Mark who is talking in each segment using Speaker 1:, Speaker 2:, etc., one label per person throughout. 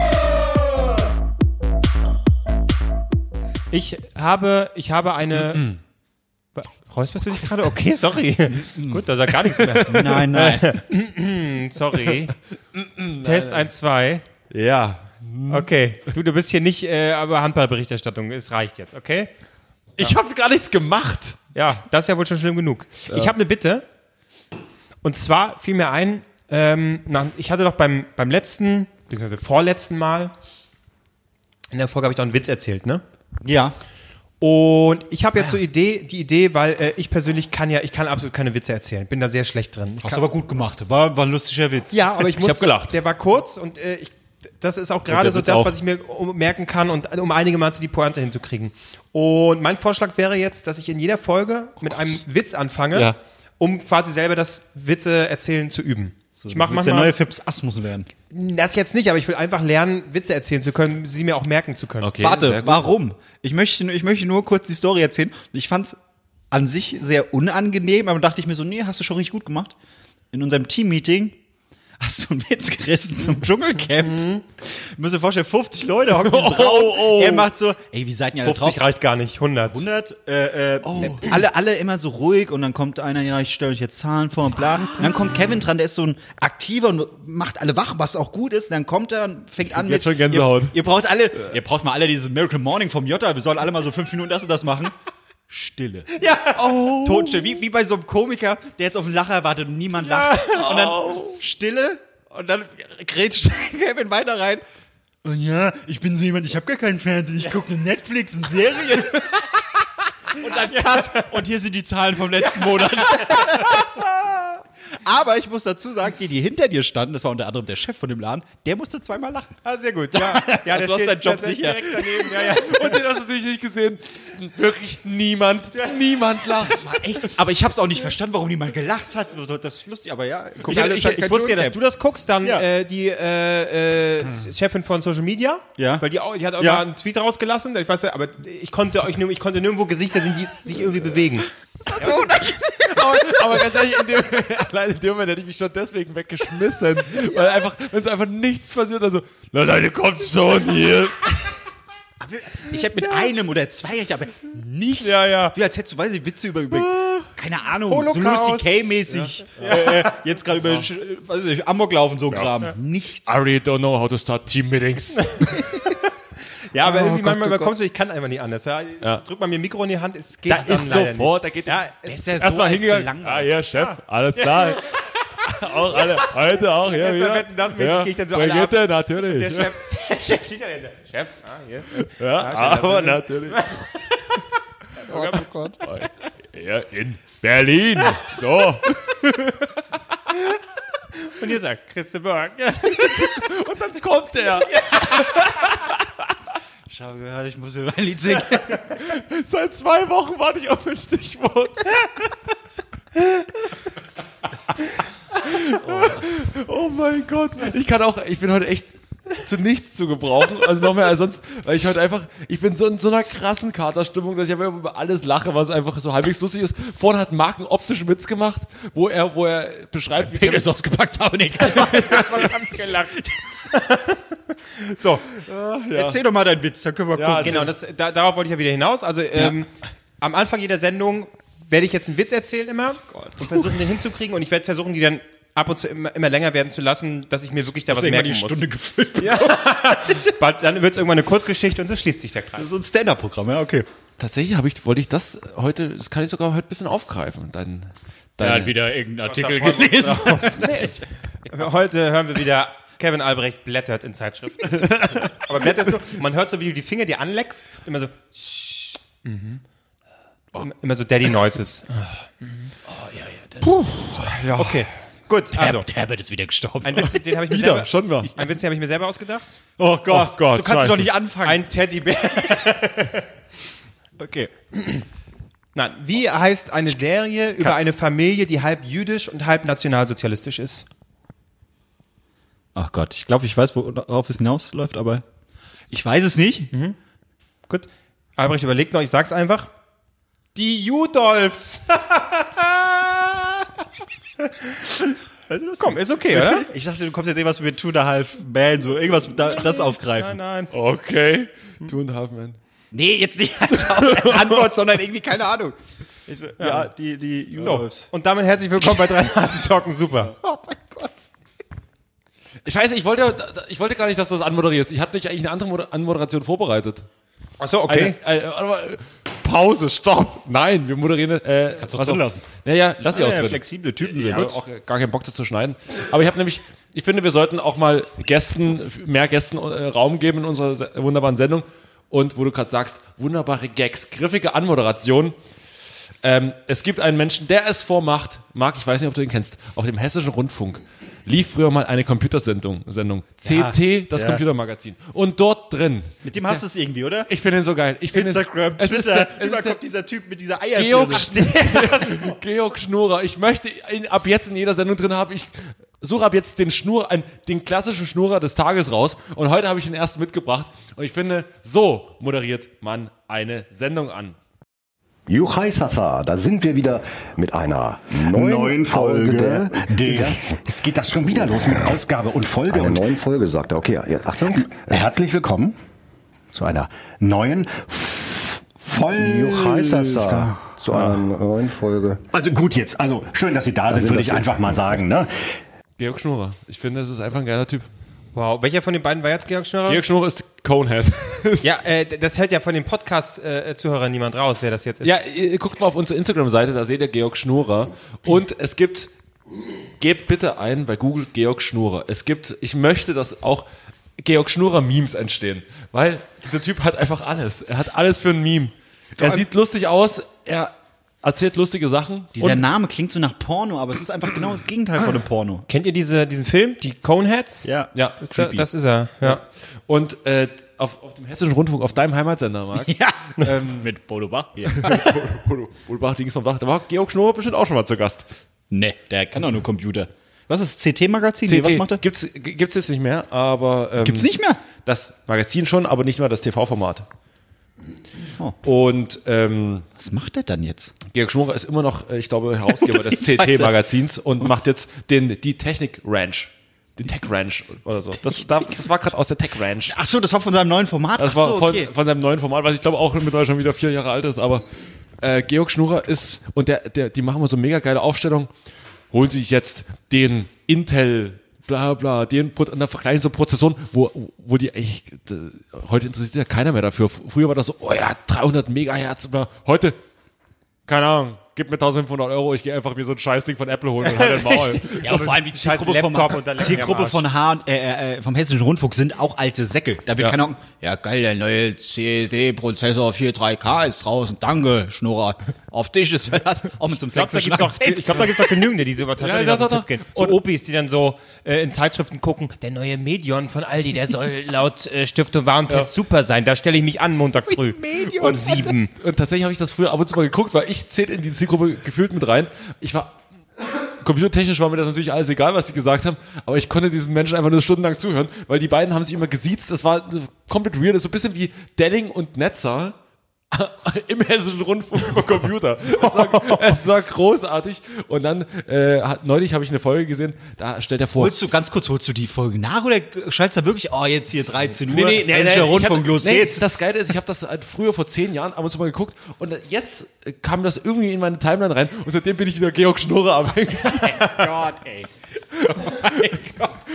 Speaker 1: Super!
Speaker 2: Ich habe, ich habe eine. Ba- Räusperst du dich gerade? Okay, sorry. Gut, da sagt gar nichts mehr.
Speaker 3: Nein, nein.
Speaker 2: Sorry. Test 1, 2.
Speaker 1: Ja.
Speaker 2: Mm. Okay. Du, du bist hier nicht, äh, aber Handballberichterstattung, es reicht jetzt, okay?
Speaker 1: Ich habe gar nichts gemacht.
Speaker 2: Ja, das ist ja wohl schon schlimm genug. Ich habe eine Bitte. Und zwar fiel mir ein, ähm, nach, ich hatte doch beim, beim letzten, beziehungsweise vorletzten Mal, in der Folge habe ich doch einen Witz erzählt, ne?
Speaker 3: Ja.
Speaker 2: Und ich habe
Speaker 1: Ah.
Speaker 2: jetzt so Idee, die Idee, weil äh, ich persönlich kann ja, ich kann absolut keine Witze erzählen. Bin da sehr schlecht drin. Ich
Speaker 3: Hast
Speaker 2: kann,
Speaker 3: du aber gut gemacht. War, war ein lustiger Witz.
Speaker 2: ja, aber ich muss.
Speaker 1: hab gelacht.
Speaker 2: Der war kurz und äh, ich, das ist auch
Speaker 1: der
Speaker 2: gerade so
Speaker 1: Witz
Speaker 2: das,
Speaker 1: auch.
Speaker 2: was ich mir um, merken kann und um einige Mal zu die Pointe hinzukriegen. Und mein Vorschlag wäre jetzt, dass ich in jeder Folge mit einem Witz anfange,
Speaker 1: Oh Ja.
Speaker 2: um quasi selber das Witze erzählen zu üben. ich mache
Speaker 3: Witz der
Speaker 2: manchmal
Speaker 3: neue Fips Asmus werden.
Speaker 2: das jetzt nicht, aber ich will einfach lernen, Witze erzählen zu können, sie mir auch merken zu können.
Speaker 1: Okay. sehr
Speaker 3: Warte,
Speaker 1: gut.
Speaker 3: warum? Ich möchte, ich möchte nur kurz die Story erzählen. Ich fand's an sich sehr unangenehm, aber dachte ich mir so, nee, hast du schon richtig gut gemacht. In unserem Team-Meeting hast du einen Witz gerissen zum Dschungelcamp. Mhm. Müsst ihr vorstellen, 50 Leute hocken oh,
Speaker 1: oh.
Speaker 3: Er macht so, ey, wie seid ihr alle
Speaker 2: 50
Speaker 3: drauf?
Speaker 2: reicht gar nicht, 100.
Speaker 3: 100, äh, äh, alle, alle immer so ruhig und dann kommt einer, ja, ich stelle euch jetzt Zahlen vor und bla. Und dann kommt Kevin dran, der ist so ein Aktiver und macht alle wach, was auch gut ist. Und dann kommt er und fängt an
Speaker 1: Jetzt schon Gänsehaut.
Speaker 3: Ihr, ihr braucht alle, ihr braucht mal alle dieses Miracle Morning vom Jota, wir sollen alle mal so fünf Minuten das und das machen. Stille. Ja. Oh. Totstille. Wie, wie bei so einem Komiker, der jetzt auf den Lacher wartet und niemand lacht. Und dann Stille und dann grätscht Kevin weiter rein. Und ja, ich bin so jemand, ich habe gar keinen Fernsehen, ich gucke Netflix und Serien. Und dann Cut. Und hier sind die Zahlen vom letzten Monat. Aber ich muss dazu sagen, die, die hinter dir standen, das war unter anderem der Chef von dem Laden, der musste zweimal lachen.
Speaker 2: Ah, sehr gut. Ja, ja
Speaker 3: Also hast
Speaker 2: steht-
Speaker 3: deinen Job
Speaker 2: der steht
Speaker 3: sicher.
Speaker 2: Direkt daneben. Ja, ja.
Speaker 1: Und den hast du natürlich nicht gesehen. Wirklich niemand. Niemand lacht.
Speaker 3: Das war echt. Aber ich habe es auch nicht verstanden, warum niemand gelacht hat. So, Das ist lustig, aber ja. guck,
Speaker 2: Ich,
Speaker 3: alle
Speaker 2: ich,
Speaker 3: standen
Speaker 2: ich
Speaker 3: kein
Speaker 2: wusste ja, dass
Speaker 3: Dschungelcamp.
Speaker 2: du das guckst, dann
Speaker 3: Ja.
Speaker 2: äh, die äh, äh, Chefin von Social Media,
Speaker 3: Ja.
Speaker 2: weil die, auch, die hat auch
Speaker 3: Ja.
Speaker 2: mal einen Tweet rausgelassen, ich weiß ja, aber ich konnte euch nur, ich konnte nirgendwo Gesichter sehen, die sich irgendwie bewegen.
Speaker 1: Aber, aber ganz ehrlich, in dem, allein in dem Moment hätte ich mich schon deswegen weggeschmissen. Weil einfach, wenn es einfach nichts passiert, also, na Leute, kommt schon hier.
Speaker 3: Ich hätte mit einem oder zwei, aber nichts.
Speaker 2: Ja, ja.
Speaker 3: Wie als hättest du, weiß ich, Witze über, über keine Ahnung,
Speaker 2: Holocaust.
Speaker 3: so Lucy K-mäßig. Äh, äh, jetzt gerade über, Sch- weiß ich, Amok laufen, so ein Kram. Nichts.
Speaker 1: I really don't know how to start team meetings.
Speaker 2: Ja, aber
Speaker 3: Oh
Speaker 2: irgendwie
Speaker 3: Gott,
Speaker 2: manchmal
Speaker 3: oh Gott.
Speaker 2: überkommst du, ich kann einfach nicht anders. Ja.
Speaker 1: Ja.
Speaker 2: Drückt mal mir Mikro in die Hand, es geht
Speaker 1: da
Speaker 2: dann
Speaker 1: ist
Speaker 2: leider
Speaker 1: sofort,
Speaker 2: nicht.
Speaker 1: da geht
Speaker 2: Ja,
Speaker 3: Der
Speaker 2: es,
Speaker 3: ja
Speaker 1: erstmal
Speaker 3: als
Speaker 1: hingegangen.
Speaker 3: gelangweilt.
Speaker 1: Ah, ja, Chef, alles klar. auch alle, heute auch, ja.
Speaker 2: Erstmal
Speaker 1: wieder.
Speaker 2: wetten, das mäßig gehe ich dann so alle
Speaker 1: Brigitte,
Speaker 2: ab.
Speaker 1: natürlich.
Speaker 2: der Chef, der Chef steht da dahinter. Chef, ah, hier.
Speaker 1: ja,
Speaker 2: Ja, schön,
Speaker 1: aber
Speaker 2: dass
Speaker 1: natürlich. Ja, in Berlin. So.
Speaker 2: Und ihr sagt, Christeberg.
Speaker 1: Dann kommt er.
Speaker 3: Ich habe gehört, ich muss über ein Lied singen.
Speaker 1: Seit zwei Wochen warte ich auf ein Stichwort. oh. mein Gott. Ich kann auch, ich bin heute echt zu nichts zu gebrauchen. Also noch mehr als sonst, weil ich heute einfach, ich bin so in so einer krassen Katerstimmung, dass ich einfach über alles lache, was einfach so halbwegs lustig ist. Vorhin hat Marken optischen Witz gemacht, wo er, wo er beschreibt, wie
Speaker 3: es ausgepackt habe, Nick.
Speaker 2: So,
Speaker 3: Erzähl doch mal deinen Witz, dann können wir
Speaker 1: Ja,
Speaker 3: gucken.
Speaker 2: genau, das, da, darauf wollte ich ja wieder hinaus. Also ähm, am Anfang jeder Sendung werde ich jetzt einen Witz erzählen immer und versuchen den hinzukriegen und ich werde versuchen, die dann ab und zu immer, immer länger werden zu lassen, dass ich mir wirklich da was
Speaker 3: Deswegen war
Speaker 2: merken
Speaker 3: die
Speaker 2: muss.
Speaker 3: Stunde gefüllt.
Speaker 2: Bald, dann wird es irgendwann eine Kurzgeschichte und so schließt sich der Kreis.
Speaker 3: So ein Stand-Up-Programm, ja, okay.
Speaker 1: Tatsächlich habe ich, wollte ich das heute, das kann ich sogar heute ein bisschen aufgreifen. Dein, dein,
Speaker 3: wieder irgendeinen Artikel
Speaker 2: Davor-
Speaker 3: gelesen.
Speaker 2: Heute hören wir wieder Kevin Albrecht blättert in Zeitschriften. Aber blätterst du, man hört so, wie du die Finger dir anleckst, immer so mhm. immer so Daddy Noises.
Speaker 1: Ah. Mhm. Oh, ja. Okay.
Speaker 2: Gut, also,
Speaker 3: Herbert ist wieder gestorben.
Speaker 2: ein Witz, den habe ich mir
Speaker 1: Wieder,
Speaker 2: selber...
Speaker 1: schon wieder.
Speaker 2: Ein Witz, den habe ich mir selber ausgedacht.
Speaker 3: oh Gott,
Speaker 1: Oh Gott,
Speaker 3: du kannst
Speaker 1: scheiße.
Speaker 3: doch nicht anfangen.
Speaker 2: Ein Teddybär.
Speaker 3: okay.
Speaker 2: Nein, wie heißt eine Serie über eine Familie, die halb jüdisch und halb nationalsozialistisch ist?
Speaker 3: Ach Gott, ich glaube, ich weiß, worauf es hinausläuft, aber. Ich weiß es nicht.
Speaker 2: Gut. Albrecht überlegt noch, ich sag's einfach. Die Judolfs. Komm, ist okay, oder?
Speaker 4: Ich dachte, du kommst jetzt irgendwas mit Two and a Half Man, so irgendwas da, das aufgreifen.
Speaker 2: nein.
Speaker 1: Okay. Two and a half men.
Speaker 4: Nee, jetzt nicht als, als Antwort, sondern irgendwie, keine Ahnung. Ich, ja. die, die
Speaker 2: So,
Speaker 4: Jungwolves.
Speaker 2: und damit herzlich willkommen bei drei Nasen Talken Super.
Speaker 4: Oh mein Gott.
Speaker 1: Scheiße, ich wollte, da- da- ich wollte gar nicht, dass du das anmoderierst. Ich hatte dich eigentlich eine andere Moder Anmoderation vorbereitet.
Speaker 2: Achso, okay.
Speaker 1: Eine, eine, warte mal. Pause, stopp. Nein, wir moderieren. Äh, Kannst
Speaker 4: du auch drin lassen.
Speaker 1: Naja, lass sie auch drin.
Speaker 4: flexible Typen
Speaker 1: Ich habe auch gar keinen Bock dazu schneiden. Aber ich habe nämlich, ich finde, wir sollten auch mal Gästen, mehr Gästen äh, Raum geben in unserer se- wunderbaren Sendung. Und wo du gerade sagst, wunderbare Gags, griffige Anmoderation. Ähm, es gibt einen Menschen, der es vormacht. Marc, ich weiß nicht, ob du ihn kennst. Auf dem Hessischen Rundfunk lief früher mal eine Computersendung, Sendung. CT, das
Speaker 4: ja.
Speaker 1: Computermagazin. Und dort drin,
Speaker 4: Mit dem hast du es irgendwie, oder?
Speaker 1: ich finde ihn so geil. Ich finde ihn-
Speaker 4: Instagram,
Speaker 1: es ist der-
Speaker 4: Twitter, überall
Speaker 1: es ist der-
Speaker 4: kommt dieser Typ mit dieser
Speaker 1: Georg,
Speaker 4: Eierbirne.
Speaker 1: Georg Schnurrer. Ich möchte ihn ab jetzt in jeder Sendung drin haben. Ich suche ab jetzt den Schnur, ein, den klassischen Schnurrer des Tages raus. Und heute habe ich den ersten mitgebracht. Und ich finde, so moderiert man eine Sendung an.
Speaker 5: Juchai Sasa, da sind wir wieder mit einer neuen,
Speaker 6: Neuen Folge
Speaker 5: Folge der,
Speaker 6: der. Jetzt geht das schon wieder los mit Ausgabe und Folge.
Speaker 5: einer
Speaker 6: Und
Speaker 5: neuen Folge, sagt er. Okay, ja, Achtung.
Speaker 6: herzlich willkommen zu einer neuen F-
Speaker 5: Juchai
Speaker 6: Folge.
Speaker 5: Sasa, zu einer neuen Folge.
Speaker 6: Also gut jetzt, also schön, dass Sie Ähm, da, sind,
Speaker 5: sind
Speaker 6: würde
Speaker 5: das
Speaker 6: ich
Speaker 5: Sie.
Speaker 6: einfach mal sagen. Ne?
Speaker 1: Georg Schnurrer. Ich finde, es ist einfach ein geiler Typ.
Speaker 2: Wow, welcher von den beiden war jetzt Georg Schnurrer?
Speaker 1: Georg Schnurrer ist Conehead.
Speaker 2: Ja, äh, d- das hält ja von den Podcast-Zuhörern niemand raus, wer das jetzt ist.
Speaker 1: ja, ihr, guckt mal auf unsere Instagram-Seite, da seht ihr Georg Schnurrer. Und es gibt, gebt bitte ein bei Google Georg Schnurrer. Es gibt, ich möchte, dass auch Georg Schnurrer-Memes entstehen. Weil dieser Typ hat einfach alles. Er hat alles für ein Meme. Er sieht lustig aus, er erzählt lustige Sachen.
Speaker 4: Dieser
Speaker 1: und
Speaker 4: Name klingt so nach Porno, aber es ist einfach genau das Gegenteil von einem Porno.
Speaker 2: Kennt ihr diese, diesen Film, die Coneheads?
Speaker 4: Ja.
Speaker 1: ja,
Speaker 2: Da, das ist er, ja.
Speaker 1: und äh, auf, auf dem Hessischen Rundfunk, auf deinem Heimatsender, Marc, ähm,
Speaker 4: Ja. Mit Bodo Bach hier.
Speaker 1: Ulbach, Dings vom Dach, da war Georg Schnurrer bestimmt auch schon mal zu Gast.
Speaker 4: Nee, der kann doch nur Computer. Was ist das? CT-Magazin?
Speaker 1: CT
Speaker 4: Nee, was macht er?
Speaker 1: Gibt's, g- gibt's jetzt nicht mehr, aber. Ähm,
Speaker 4: Gibt's nicht mehr?
Speaker 1: Das Magazin schon, aber nicht mehr das TV-Format.
Speaker 4: Oh.
Speaker 1: Und ähm,
Speaker 4: Was macht er dann jetzt?
Speaker 1: Georg Schmurer ist immer noch, äh, ich glaube, Herausgeber des CT-Magazins und macht jetzt den, die Technik-Ranch. Die Tech-Ranch oder so. Das, da, das war gerade aus der Tech-Ranch.
Speaker 4: Ach so, das war von seinem neuen Format.
Speaker 1: Das
Speaker 4: Ach so,
Speaker 1: war von,
Speaker 4: okay.
Speaker 1: von seinem neuen Format, was ich glaube auch mittlerweile schon wieder vier Jahre alt ist, aber äh, Georg Schnurer ist, und der, der, die machen immer so mega geile Aufstellung, holen sich jetzt den Intel, bla bla, den Pro- und dann vergleichen so Prozessoren, wo, wo die eigentlich, d- heute interessiert sich ja keiner mehr dafür. Früher war das so, oh ja, 300 Megahertz, bla. heute, keine Ahnung, gib mir 1500 Euro, ich gehe einfach mir so ein Scheißding von Apple holen und halt den Maul.
Speaker 4: Ja, vor allem die
Speaker 2: Scheiß
Speaker 4: Zielgruppe, vom,
Speaker 2: Laptop und dann leck mich am
Speaker 4: Zielgruppe
Speaker 2: Arsch.
Speaker 4: von H, äh, äh, vom Hessischen Rundfunk sind auch alte Säcke. Da wird
Speaker 1: Ja.
Speaker 4: keiner. Ja, geil, der neue CD-Prozessor 43K ist draußen. Danke, Schnurrer. Auf dich ist Verlass. Auch mit so einem
Speaker 2: Ich glaube, da
Speaker 4: sächsischen
Speaker 2: gibt's auch,
Speaker 4: Akzent.
Speaker 2: ich glaub, da gibt's auch genügende, die so über tatsächlich
Speaker 1: Ja,
Speaker 2: auf den
Speaker 1: das
Speaker 2: Tipp
Speaker 1: hat
Speaker 2: gehen.
Speaker 1: er.
Speaker 2: So Opis, die dann so äh, in Zeitschriften gucken, der neue Medion von Aldi, der soll laut äh, Stiftung Warentest super sein. Da stelle ich mich an Montag früh. Medion. Um sieben.
Speaker 1: Und tatsächlich habe ich das früher ab und zu mal geguckt, weil ich zähle in die Zielgruppe gefühlt mit rein. Ich war computertechnisch war mir das natürlich alles egal, was die gesagt haben, aber ich konnte diesen Menschen einfach nur stundenlang zuhören, weil die beiden haben sich immer gesiezt. Das war komplett weird. Das ist so ein bisschen wie Delling und Netzer im hessischen Rundfunk über Computer. Es war, es war großartig. Und dann äh, hat, neulich habe ich eine Folge gesehen, da stellt er vor.
Speaker 4: Holst du ganz kurz, holst du die Folge nach oder schaltest du da wirklich, oh, jetzt hier 13 Uhr,
Speaker 1: Nee, nee, nee, nee,
Speaker 4: Hessischer
Speaker 1: ich hab-
Speaker 4: Rundfunk, los
Speaker 1: nee,
Speaker 4: geht's.
Speaker 1: Das Geile ist, ich habe das halt früher vor zehn Jahren ab und zu mal geguckt und jetzt äh, kam das irgendwie in meine Timeline rein und seitdem bin ich wieder Georg Schnurre am Hängen.
Speaker 4: Gott, ey.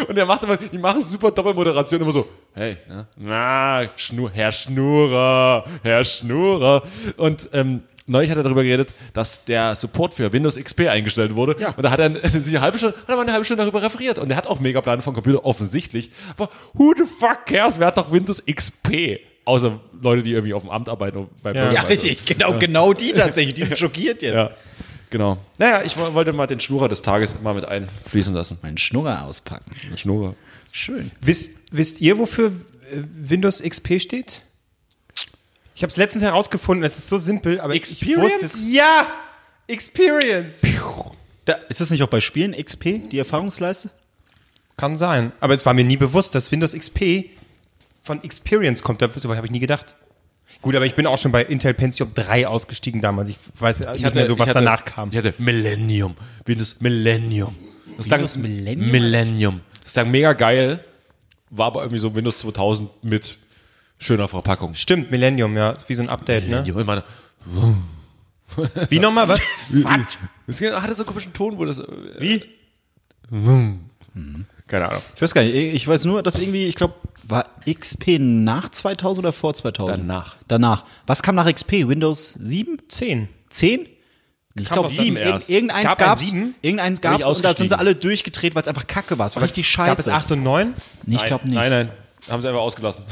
Speaker 1: Und er macht immer, die machen super Doppelmoderation immer so, hey, ne? na, Schnur, Herr Schnurrer, Herr Schnurrer. Und ähm, neulich hat er darüber geredet, dass der Support für Windows XP eingestellt wurde. Und da hat er äh, sich eine halbe Stunde, hat er mal eine halbe Stunde darüber referiert. Und er hat auch mega Pläne von Computer, offensichtlich. Aber who the fuck cares, wer hat doch Windows XP? Außer Leute, die irgendwie auf dem Amt arbeiten. und Bei
Speaker 2: Ja.
Speaker 4: Ja,
Speaker 1: Bürgermeister.
Speaker 4: richtig, genau, genau die tatsächlich, die sind schockiert jetzt.
Speaker 1: ja, genau. Naja, ich wo- wollte mal den Schnurrer des Tages mal mit einfließen lassen.
Speaker 4: Meinen Schnurrer auspacken.
Speaker 1: Schnurrer.
Speaker 4: Schön.
Speaker 2: Wisst, wisst ihr, wofür äh, Windows XP steht? Ich habe es letztens herausgefunden, es ist so simpel, aber
Speaker 1: Experience?
Speaker 2: ich wusste es. Ja! Experience!
Speaker 4: Da, ist das nicht auch bei Spielen XP, die Erfahrungsleiste?
Speaker 2: Kann sein. Aber es war mir nie bewusst, dass Windows XP von Experience kommt. Da- Soweit habe ich nie gedacht. Gut, aber ich bin auch schon bei Intel Pentium 3 ausgestiegen damals. Ich weiß ich Also nicht mehr so, was
Speaker 1: ich hatte-
Speaker 2: danach kam.
Speaker 1: Ich hatte Millennium, Windows Millennium. Das klang,
Speaker 3: Windows Millennium?
Speaker 1: Millennium. Das klang mega geil, war aber irgendwie so Windows 2000 mit schöner Verpackung.
Speaker 2: Stimmt, Millennium, ja. Ist Wie so ein Update, ne?
Speaker 1: Millennium, immer.
Speaker 2: Wie nochmal, was?
Speaker 1: Was? Das ging- hatte so einen komischen Ton, wo das. Wie? Keine Ahnung.
Speaker 3: Ich weiß gar nicht, ich weiß nur, dass irgendwie, ich glaube, war XP nach 2000 oder vor 2000?
Speaker 1: Danach.
Speaker 3: Danach. Was kam nach XP? Windows 7?
Speaker 2: Zehn.
Speaker 3: 10? Ich
Speaker 1: Kam
Speaker 3: glaube
Speaker 1: doch
Speaker 3: 7.
Speaker 1: dann erst.
Speaker 3: Irgendeins
Speaker 2: Es
Speaker 3: gab
Speaker 2: gab ein
Speaker 3: gab's,
Speaker 2: Sieben?
Speaker 3: irgendeins
Speaker 1: Bin ich
Speaker 3: gab's und da sind
Speaker 1: ausgestiegen.
Speaker 3: sie alle durchgedreht, weil es einfach kacke war. Es war richtig scheiße.
Speaker 2: Gab es 8 und 9?
Speaker 3: Nee, ich glaube nicht.
Speaker 1: Nein, nein. Haben sie einfach ausgelassen.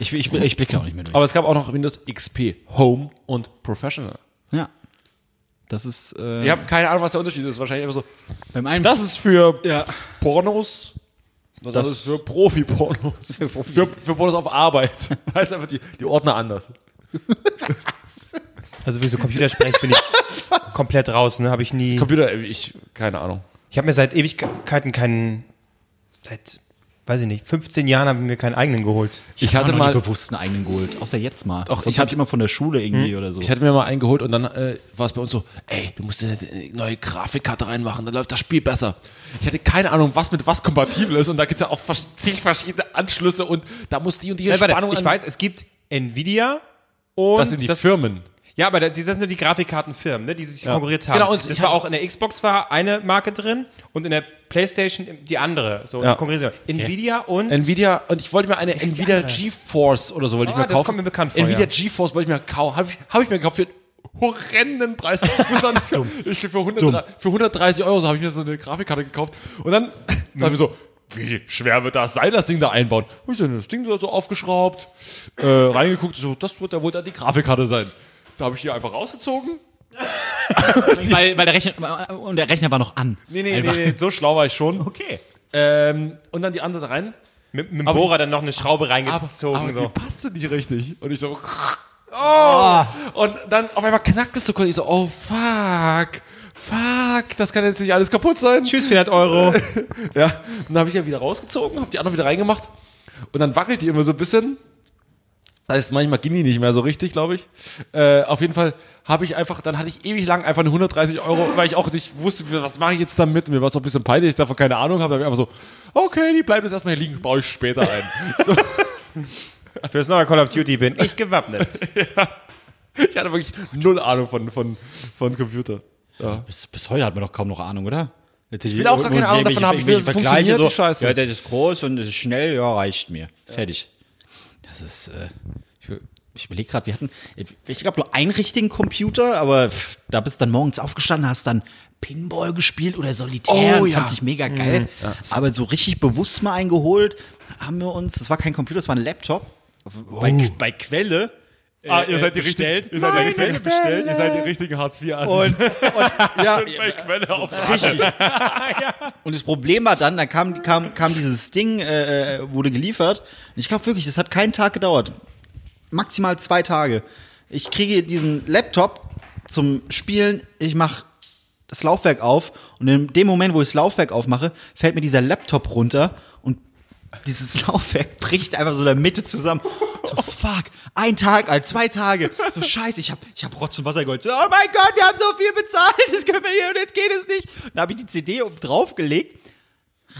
Speaker 3: Ich, ich, ich blicke auch nicht mehr durch.
Speaker 1: Aber es gab auch noch Windows XP Home und Professional.
Speaker 3: Ja. Das ist äh,
Speaker 1: Ich habe keine Ahnung, was der Unterschied ist. Wahrscheinlich einfach so.
Speaker 3: beim einen
Speaker 1: Das ist für
Speaker 3: Ja.
Speaker 1: Pornos. Das, ist für Profi-Pornos. für, für Pornos auf Arbeit. Da ist einfach die, die Ordner anders.
Speaker 2: Also wie so Computersprech bin ich komplett raus, ne? Habe ich nie.
Speaker 1: Computer, äh, ich, keine Ahnung.
Speaker 2: Ich habe mir seit Ewigkeiten keinen. Seit, weiß ich nicht, 15 Jahren habe ich mir keinen eigenen geholt.
Speaker 1: Ich
Speaker 3: hatte
Speaker 1: hatte
Speaker 3: mal
Speaker 1: mal,
Speaker 3: bewussten eigenen geholt, außer jetzt mal.
Speaker 1: Doch,
Speaker 3: Sonst
Speaker 1: ich hab- Hm?
Speaker 3: hab immer von der Schule irgendwie oder so.
Speaker 1: ich hatte mir mal einen geholt und dann äh, war es bei uns so, ey, du musst dir eine neue Grafikkarte reinmachen, dann läuft das Spiel besser. Ich hatte keine Ahnung, was mit was kompatibel ist und da gibt's ja auch vers- zig verschiedene Anschlüsse und da muss die und die
Speaker 2: Nein,
Speaker 1: Spannung
Speaker 2: Äh, warte, ich
Speaker 1: an-
Speaker 2: weiß, es gibt Nvidia und.
Speaker 1: das sind die Firmen.
Speaker 2: Ja, aber da- die- das sind ja die Grafikkartenfirmen, ne, die sich konkurriert haben.
Speaker 1: Genau,
Speaker 2: Genau,
Speaker 1: und
Speaker 2: das
Speaker 1: ich
Speaker 2: war
Speaker 1: hab-
Speaker 2: auch in der Xbox war eine Marke drin und in der PlayStation die andere. So
Speaker 1: Ja.
Speaker 2: konkurriert. Nvidia und
Speaker 1: Nvidia, und ich wollte mir eine
Speaker 2: heißt die
Speaker 1: Nvidia
Speaker 2: andere?
Speaker 1: GeForce oder so wollte ich
Speaker 2: Ah,
Speaker 1: mir
Speaker 2: das
Speaker 1: kaufen.
Speaker 2: kommt mir bekannt vor, ja.
Speaker 1: Nvidia GeForce wollte ich mir kaufen. Habe ich, hab ich mir gekauft für einen horrenden Preis. Ich muss sagen, ich, für, 100, für 130 Euro so habe ich mir so eine Grafikkarte gekauft. Und dann dachte ich mir so, wie schwer wird das sein, das Ding da einbauen? Hab ich so das Ding so- so aufgeschraubt, äh, reingeguckt, so, das wird ja wohl dann die Grafikkarte sein. Da habe ich die einfach rausgezogen.
Speaker 3: weil, weil der Rechner und der Rechner war noch an.
Speaker 1: Nee, nee, nee, nee, so schlau war ich schon.
Speaker 3: Okay.
Speaker 1: Ähm, und dann die andere da rein.
Speaker 2: mit, mit dem
Speaker 1: Aber-
Speaker 2: Bohrer dann noch eine Schraube
Speaker 1: aber,
Speaker 2: reingezogen.
Speaker 1: aber die
Speaker 2: so.
Speaker 1: passte nicht richtig. Und ich so, oh. Und dann auf einmal knackt es so kurz. Ich so, oh, fuck. Fuck, das kann jetzt nicht alles kaputt sein.
Speaker 2: Tschüss, 400 Euro.
Speaker 1: Ja, und dann habe ich ja wieder rausgezogen, habe die andere wieder reingemacht. Und dann wackelt die immer so ein bisschen. Das heißt, manchmal ging die nicht mehr so richtig, glaube ich. Äh, auf jeden Fall habe ich einfach, dann hatte ich ewig lang einfach eine 130 Euro, weil ich auch nicht wusste, was mache ich jetzt damit. Mir war es auch ein bisschen peinlich, dass ich davon keine Ahnung habe. Da habe ich einfach so, okay, die bleibt jetzt erstmal hier liegen, baue ich später ein.
Speaker 2: Ah. Fürs neue Call of Duty bin ich gewappnet.
Speaker 1: Ich hatte wirklich null Ahnung von, von, von Computer.
Speaker 3: Bis, bis heute hat man doch kaum noch Ahnung, oder? ich
Speaker 1: will auch gar keine Ahnung davon haben. Ich will, dass es funktioniert, die Scheiße.
Speaker 3: Ja, der ist groß und es ist schnell, ja, reicht mir. Fertig. Das ist, äh, ich, will- ich überlege gerade, wir hatten, ich glaube, nur einen richtigen Computer, aber pff, da bist du dann morgens aufgestanden, hast dann Pinball gespielt oder Solitär,
Speaker 1: Oh,
Speaker 3: und
Speaker 1: ja. Mhm.
Speaker 3: fand sich mega geil. Aber so richtig bewusst mal eingeholt haben wir uns, es war kein Computer, es war ein Laptop,
Speaker 1: Oh.
Speaker 3: bei, bei Quelle.
Speaker 1: Ah,
Speaker 3: äh, bestellt.
Speaker 1: Ihr seid die richtigen bestellt. Ihr seid die richtigen hartz iv assis
Speaker 3: Und, und ja,
Speaker 1: bei Quelle auf
Speaker 3: Richtig. Und das Problem war dann, da kam, kam, kam dieses Ding, äh, äh, wurde geliefert. Und ich glaube wirklich, das hat keinen Tag gedauert. Maximal zwei Tage. Ich kriege diesen Laptop zum Spielen, ich mache das Laufwerk auf und in dem Moment, wo ich das Laufwerk aufmache, fällt mir dieser Laptop runter und dieses Laufwerk bricht einfach so in der Mitte zusammen. So, fuck, ein Tag alt, zwei Tage. So, scheiße, ich hab, ich hab Rotz und Wasser geholt. So, oh mein Gott, wir haben so viel bezahlt, das können wir hier und jetzt geht es nicht. Und da habe ich die CD oben draufgelegt,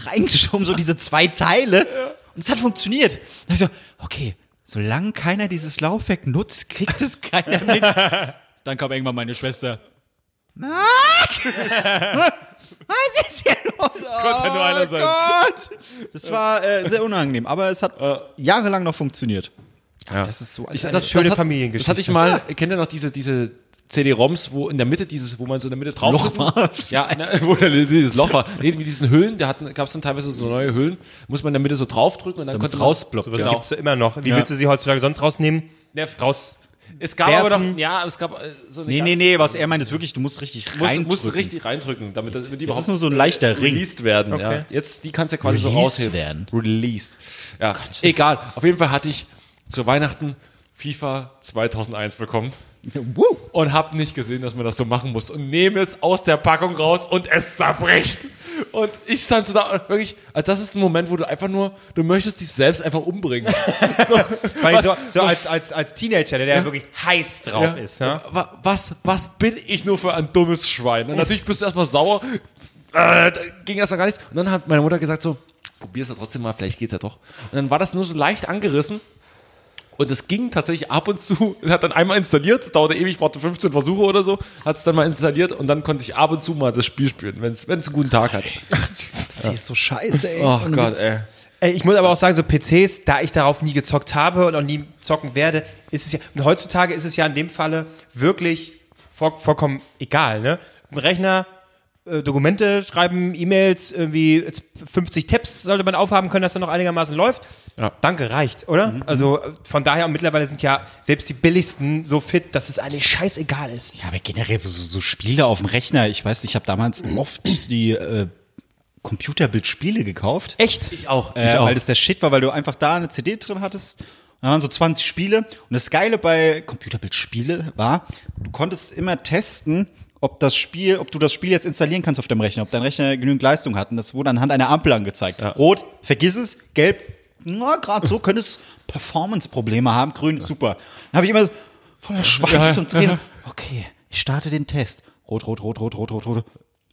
Speaker 3: reingeschoben, so diese zwei Teile. Und es hat funktioniert. Da hab ich so, okay, solange keiner dieses Laufwerk nutzt, kriegt es keiner mit. Dann kam irgendwann meine Schwester. Marc! Was ist hier los? Das konnte
Speaker 1: nur einer sein.
Speaker 3: Gott! Das war äh, sehr unangenehm, aber es hat jahrelang noch funktioniert.
Speaker 2: Das ist so
Speaker 1: Ich-
Speaker 2: eine schöne
Speaker 1: das hat,
Speaker 2: Familiengeschichte.
Speaker 1: Das hatte ich mal, kennt ihr noch diese, diese CD-ROMs, wo in der Mitte dieses, wo man so in der Mitte drauf
Speaker 3: Loch war.
Speaker 1: Ja, ne, wo da dieses Loch war. Nee, mit diesen Hüllen, da gab es dann teilweise so neue Hüllen, muss man in der Mitte so draufdrücken und dann konnte man
Speaker 3: rausblockt.
Speaker 2: Sowas
Speaker 1: Genau.
Speaker 2: gibt's ja immer noch. Wie willst du sie heutzutage sonst rausnehmen?
Speaker 1: Ja.
Speaker 2: Raus.
Speaker 1: Es gab aber
Speaker 2: werfen.
Speaker 1: doch, ja, es gab äh, so eine
Speaker 3: Nee,
Speaker 1: ganz-
Speaker 3: nee, nee, was er meint, ist wirklich, du musst richtig
Speaker 1: Musst,
Speaker 3: rein.
Speaker 1: musst richtig reindrücken, damit das damit die
Speaker 3: Das
Speaker 1: überhaupt
Speaker 3: ist nur so ein leichter Ring.
Speaker 1: released werden. Ja.
Speaker 2: Okay.
Speaker 1: Jetzt, die kannst du ja quasi so
Speaker 3: Released
Speaker 1: rausheben.
Speaker 3: werden. Oh
Speaker 1: Released. Ja, egal. Auf jeden Fall hatte ich zu Weihnachten FIFA 2001 bekommen
Speaker 3: Woo.
Speaker 1: und habe nicht gesehen, dass man das so machen muss und nehme es aus der Packung raus und es zerbricht. Und ich stand so da und wirklich, also das ist ein Moment, wo du einfach nur, du möchtest dich selbst einfach umbringen.
Speaker 2: Weil so, so als, als, als Teenager, der wirklich heiß drauf ist. Ja?
Speaker 1: Wa- Was, was bin ich nur für ein dummes Schwein? Und natürlich bist du erstmal sauer, äh, da ging erst mal gar nichts. Und dann hat meine Mutter gesagt so, probier's ja trotzdem mal, vielleicht geht's ja doch. Und dann war das nur so leicht angerissen. Und es ging tatsächlich ab und zu, es hat dann einmal installiert, es dauerte ewig, brauchte 15 Versuche oder so, hat es dann mal installiert und dann konnte ich ab und zu mal das Spiel spielen, wenn es einen guten Tag hatte.
Speaker 7: Sie ist so scheiße, ey.
Speaker 1: Oh
Speaker 7: Ohne
Speaker 1: Gott,
Speaker 7: Witz.
Speaker 1: ey.
Speaker 2: Ey, ich muss aber auch sagen, so PCs, da ich darauf nie gezockt habe und auch nie zocken werde, ist es ja, und heutzutage ist es ja in dem Falle wirklich voll, vollkommen egal, ne? Ein Rechner, äh, Dokumente schreiben, E-Mails, irgendwie jetzt 50 Tabs sollte man aufhaben können, dass er noch einigermaßen läuft.
Speaker 1: Ja. Mhm,
Speaker 2: Danke, reicht, oder? Also äh, von daher, und mittlerweile sind ja selbst die billigsten so fit, dass es eigentlich scheißegal ist.
Speaker 3: Ja, aber generell so, so, so Spiele auf dem Rechner. Ich weiß, ich habe damals oft die äh, Computerbildspiele gekauft.
Speaker 2: Echt?
Speaker 1: Ich auch.
Speaker 3: Äh, Weil das der Shit war, weil du einfach da eine CD drin hattest. Und da waren so 20 Spiele. Und das Geile bei Computerbildspiele war, du konntest immer testen, ob das Spiel, ob du das Spiel jetzt installieren kannst auf deinem Rechner, ob dein Rechner genügend Leistung hat. Und das wurde anhand einer Ampel angezeigt. Rot, vergiss es, gelb, na, gerade so könnte es Performance-Probleme haben, grün, super. Dann habe ich immer so voller Schweiß und Tränen. Okay, ich starte den Test. Rot, rot, rot, rot, rot, rot, rot.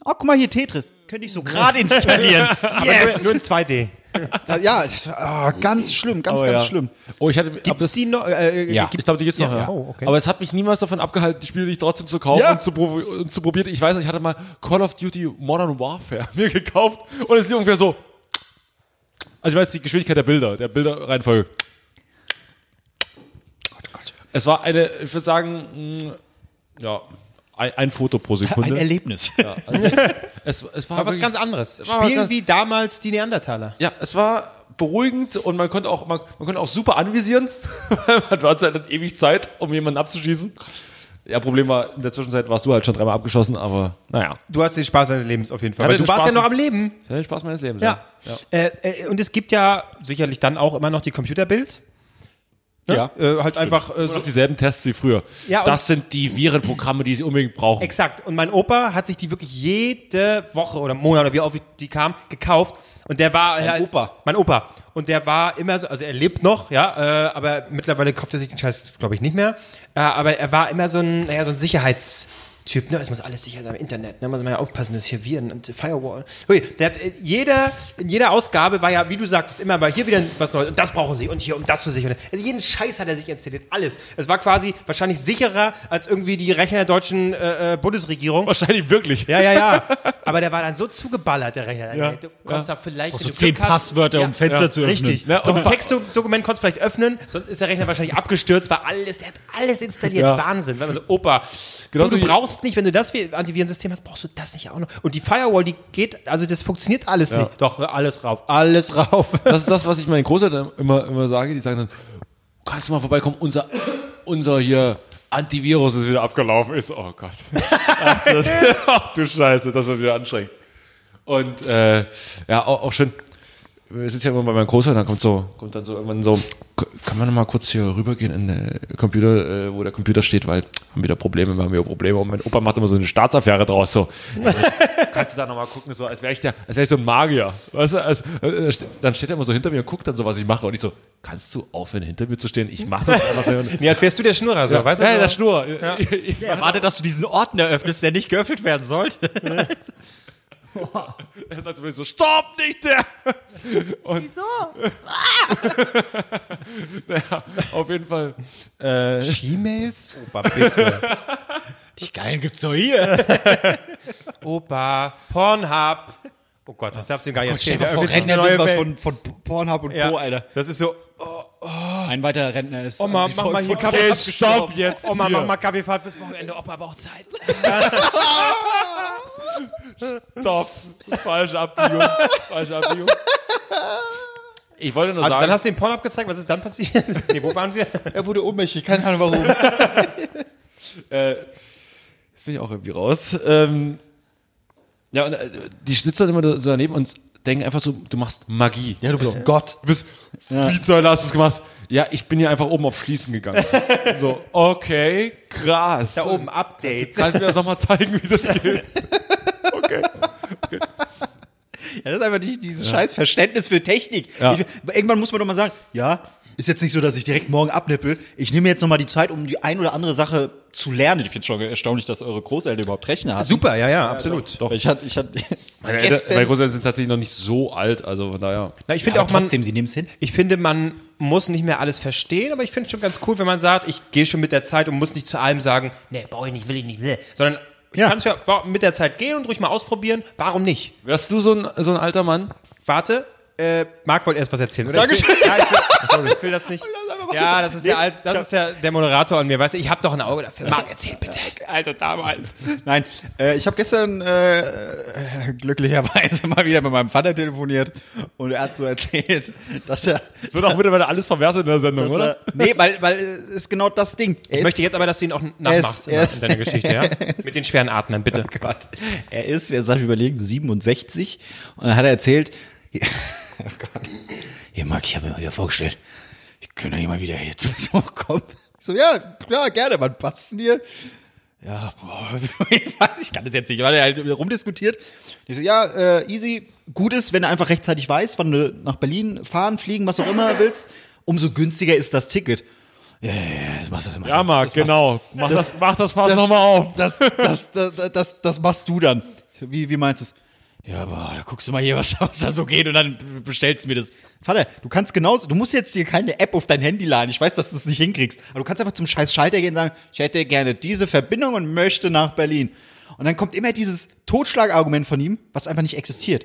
Speaker 3: Oh, guck mal hier, Tetris. Könnte ich so gerade installieren. yes!
Speaker 2: Nur in 2D.
Speaker 3: Da, ja, das war ah, ganz schlimm, ganz, ganz schlimm.
Speaker 1: Oh, ich hatte, hab das,
Speaker 2: Gibt's die noch? Äh, äh,
Speaker 3: Ja.
Speaker 1: ich glaube, die gibt's noch.
Speaker 2: Ja,
Speaker 1: Ja,
Speaker 2: ja. Oh, okay.
Speaker 1: Aber es hat mich niemals davon abgehalten, die Spiele nicht trotzdem zu kaufen
Speaker 3: Ja.
Speaker 1: und, zu provi- und zu probieren. Ich weiß, ich hatte mal Call of Duty Modern Warfare mir gekauft und es ist ungefähr so. Also ich weiß die Geschwindigkeit der Bilder, der Bilderreihenfolge. Gott, Gott. Es war eine, ich würde sagen, mh, ja, ein, ein Foto pro Sekunde.
Speaker 3: Erlebnis.
Speaker 1: es, es war
Speaker 2: Aber was
Speaker 1: wirklich-
Speaker 2: ganz anderes.
Speaker 1: war was
Speaker 2: Spielen
Speaker 1: ganz-
Speaker 2: wie damals die Neandertaler.
Speaker 1: Ja, es war beruhigend und man konnte auch, man, man konnte auch super anvisieren. man hatte halt ewig Zeit, um jemanden abzuschießen. Ja, Problem war, in der Zwischenzeit warst du halt schon dreimal abgeschossen, aber naja.
Speaker 2: Du hast den Spaß deines Lebens auf jeden Fall.
Speaker 1: Ja,
Speaker 2: Weil
Speaker 1: den
Speaker 2: du warst
Speaker 1: Spaß-
Speaker 2: ja noch am Leben.
Speaker 1: Das war der Spaß meines Lebens.
Speaker 2: Ja. Äh, äh, und es gibt ja sicherlich dann auch immer noch die Computerbild. Ne?
Speaker 3: Ja.
Speaker 2: Äh, halt einfach äh,
Speaker 1: So
Speaker 2: so.
Speaker 1: dieselben Tests wie früher.
Speaker 2: Ja, und-
Speaker 1: das sind die Virenprogramme, die sie unbedingt brauchen.
Speaker 2: Exakt. Und mein Opa hat sich die wirklich jede Woche oder Monat oder wie oft die kam, gekauft. Und der war. Mein
Speaker 3: Opa.
Speaker 2: halt Mein Opa. Und der war immer so, also er lebt noch, ja, äh, aber mittlerweile kauft er sich den Scheiß, glaube ich, nicht mehr. Äh, aber er war immer so ein, naja, so ein Sicherheitstyp, ne? Es muss alles sicher sein im Internet, ne? Man muss mal aufpassen, das ist hier Viren und Firewall. Hui, der hat, äh, jeder, in jeder Ausgabe war ja, wie du sagtest, immer mal hier wieder was Neues und das brauchen sie und hier, um das zu sichern. Also jeden Scheiß hat er sich installiert, alles. Es war quasi wahrscheinlich sicherer als irgendwie die Rechner der deutschen äh, äh, Bundesregierung.
Speaker 1: Wahrscheinlich wirklich.
Speaker 2: Ja, ja, ja. Aber der war dann so zugeballert, der Rechner. Du kommst da vielleicht. wenn
Speaker 3: so
Speaker 2: du
Speaker 3: zehn
Speaker 2: Glück hast-
Speaker 3: Passwörter, um Fenster zu öffnen.
Speaker 2: Richtig.
Speaker 1: Ja,
Speaker 2: Ne, und
Speaker 1: und-
Speaker 2: ein Textdokument konntest du vielleicht öffnen, sonst ist der Rechner wahrscheinlich abgestürzt, war alles, der hat alles installiert.
Speaker 1: Ja.
Speaker 2: Wahnsinn. Weil man so, Opa, du,
Speaker 1: Genauso
Speaker 2: du
Speaker 1: wie-
Speaker 2: brauchst nicht, wenn du das wie- Antivirensystem hast, brauchst du das nicht auch noch. Und die Firewall, die geht, also das funktioniert alles nicht. Doch, alles rauf, alles rauf.
Speaker 1: Das ist das, was ich meinen Großeltern immer, immer sage. Die sagen dann, kannst du mal vorbeikommen, unser, unser hier Antivirus ist wieder abgelaufen. Ist, oh Gott. Das wird- Ach du Scheiße, das wird wieder anstrengend. Und äh, ja, auch, auch schön. Es ist ja immer bei meinem Großeltern, dann kommt so, kommt dann so irgendwann so, "K- kann man noch mal kurz hier rübergehen in den Computer, äh, wo der Computer steht, weil haben wieder Probleme, wir haben wieder Probleme. Und mein Opa macht immer so eine Staatsaffäre draus, so. Kannst du da nochmal gucken, so, als wäre ich, der- als wär ich so ein Magier. Weißt du, als, äh, ste- dann steht er immer so hinter mir und guckt dann so, was ich mache. Und ich so, kannst du aufhören, hinter mir zu stehen? Ich mache das einfach. nicht."
Speaker 2: Nee, als wärst du der Schnurrer, so, weißt
Speaker 1: Ja,
Speaker 2: du?
Speaker 1: der Schnur. Ich,
Speaker 3: Ich erwarte, dass du diesen Ordner öffnest, der nicht geöffnet werden sollte.
Speaker 1: er sagt so, stopp nicht der! Und, Wieso? naja, auf jeden Fall.
Speaker 2: Gmails? Opa, bitte.
Speaker 3: Die geilen gibt's doch hier.
Speaker 2: Opa, Pornhub. Oh Gott, das darfst du gar nicht erzählen. Da öffnet sich eine
Speaker 3: Rentner
Speaker 2: neue
Speaker 3: wissen was
Speaker 2: Welt.
Speaker 3: von, von Pornhub und
Speaker 2: Ja.
Speaker 3: Co., Alter.
Speaker 2: Das ist so,
Speaker 3: Ein weiterer Rentner ist.
Speaker 2: Oma, mach mal hier Kaffee.
Speaker 1: stopp jetzt
Speaker 2: Oma,
Speaker 1: hier.
Speaker 2: mach mal Kaffeefahrt fürs Wochenende. Opa braucht Zeit.
Speaker 1: Stopp. Falsche Abbiegung. Falsche Abbiegung. Ich wollte nur
Speaker 2: Also
Speaker 1: sagen,
Speaker 2: dann hast du den Porn abgezeigt, was ist dann passiert? Nee, wo waren wir?
Speaker 3: Er wurde ohnmächtig, keine Ahnung warum.
Speaker 1: Jetzt bin ich auch irgendwie raus. Ähm, ja, und äh, die sitzen dann immer so daneben und denken einfach so, du machst Magie.
Speaker 3: Ja, du bist
Speaker 1: so.
Speaker 3: Gott.
Speaker 1: Du bist, wie zur Hölle hast du es gemacht? Ja, ich bin hier einfach oben auf Schließen gegangen. so, okay, krass.
Speaker 2: Da oben, Update.
Speaker 1: Kannst du mir das nochmal zeigen, wie das geht?
Speaker 3: Ja, das ist einfach nicht dieses scheiß Verständnis für Technik.
Speaker 1: Ja.
Speaker 3: Ich, irgendwann muss man doch mal sagen, ja, Ist jetzt nicht so, dass ich direkt morgen abnippel. Ich nehme jetzt nochmal die Zeit, um die ein oder andere Sache zu lernen. Ich finde schon erstaunlich, dass eure Großeltern überhaupt Rechner hatten.
Speaker 2: Super, ja, ja, absolut.
Speaker 3: Doch, ich hatte, ich hatte.
Speaker 1: Meine, Eltern, meine Großeltern sind tatsächlich noch nicht so alt, also von daher.
Speaker 2: Na, ich finde
Speaker 3: Aber
Speaker 2: auch, man,
Speaker 3: trotzdem, sie nehmen es hin.
Speaker 2: ich finde, man muss nicht mehr alles verstehen, aber ich finde es schon ganz cool, wenn man sagt, ich gehe schon mit der Zeit und muss nicht zu allem sagen, nee, brauche ich nicht, will ich nicht, ne. sondern ich
Speaker 3: Ja.
Speaker 2: kann es ja mit der Zeit gehen und ruhig mal ausprobieren. Warum nicht?
Speaker 1: Wärst du so ein, so ein alter Mann?
Speaker 2: Warte, äh, Marc wollte erst was erzählen. Oder? Ich will, ja, ich will, sorry, ich will das nicht. Ja, das ist, der, Alt- das ist der, der Moderator an mir, weißt du, ich habe doch ein Auge dafür. Marc, erzähl bitte.
Speaker 3: Alter, damals. Nein, äh, ich habe gestern äh, äh, glücklicherweise mal wieder mit meinem Vater telefoniert und er hat so erzählt, dass er.
Speaker 1: Wird auch mittlerweile alles verwertet in der Sendung,
Speaker 3: Dass er nee, weil, weil äh, ist genau das Ding. Er
Speaker 2: Ich
Speaker 3: ist,
Speaker 2: möchte jetzt aber, dass du ihn auch nachmachst
Speaker 3: es-
Speaker 2: in, der- in deiner Geschichte, ja?
Speaker 3: es-
Speaker 2: Mit den schweren Atmern, bitte.
Speaker 3: Gott. Er ist, jetzt darf ich überlegen, 67 und dann hat er erzählt, oh Gott, hier Marc, ich habe mir mal wieder vorgestellt, ich könnte ja mal wieder hier zum Besuch kommen. Ich so, ja, klar, gerne, wann passt denn dir? Ja, boah, ich weiß, ich kann das jetzt nicht, weil er halt rumdiskutiert. Ich so, ja, äh, easy, gut ist, wenn du einfach rechtzeitig weißt, wann du nach Berlin fahren, fliegen, was auch immer willst, umso günstiger ist das Ticket. Ja, ja, ja, das machst du, das machst du.
Speaker 1: Ja, Marc,
Speaker 3: das machst du.
Speaker 1: genau. Mach das,
Speaker 3: das-
Speaker 1: mach das Fass
Speaker 3: Das-
Speaker 1: nochmal auf.
Speaker 3: Das, das, das, das, das, das machst du dann. Wie, wie meinst du es? Ja, aber da guckst du mal hier, was, was da so geht und dann bestellst du mir das. Vater, du kannst genauso, du musst jetzt hier keine App auf dein Handy laden. Ich weiß, dass du es nicht hinkriegst. Aber du kannst einfach zum scheiß Schalter gehen und sagen, ich hätte gerne diese Verbindung und möchte nach Berlin. Und dann kommt immer dieses Totschlagargument von ihm, was einfach nicht existiert.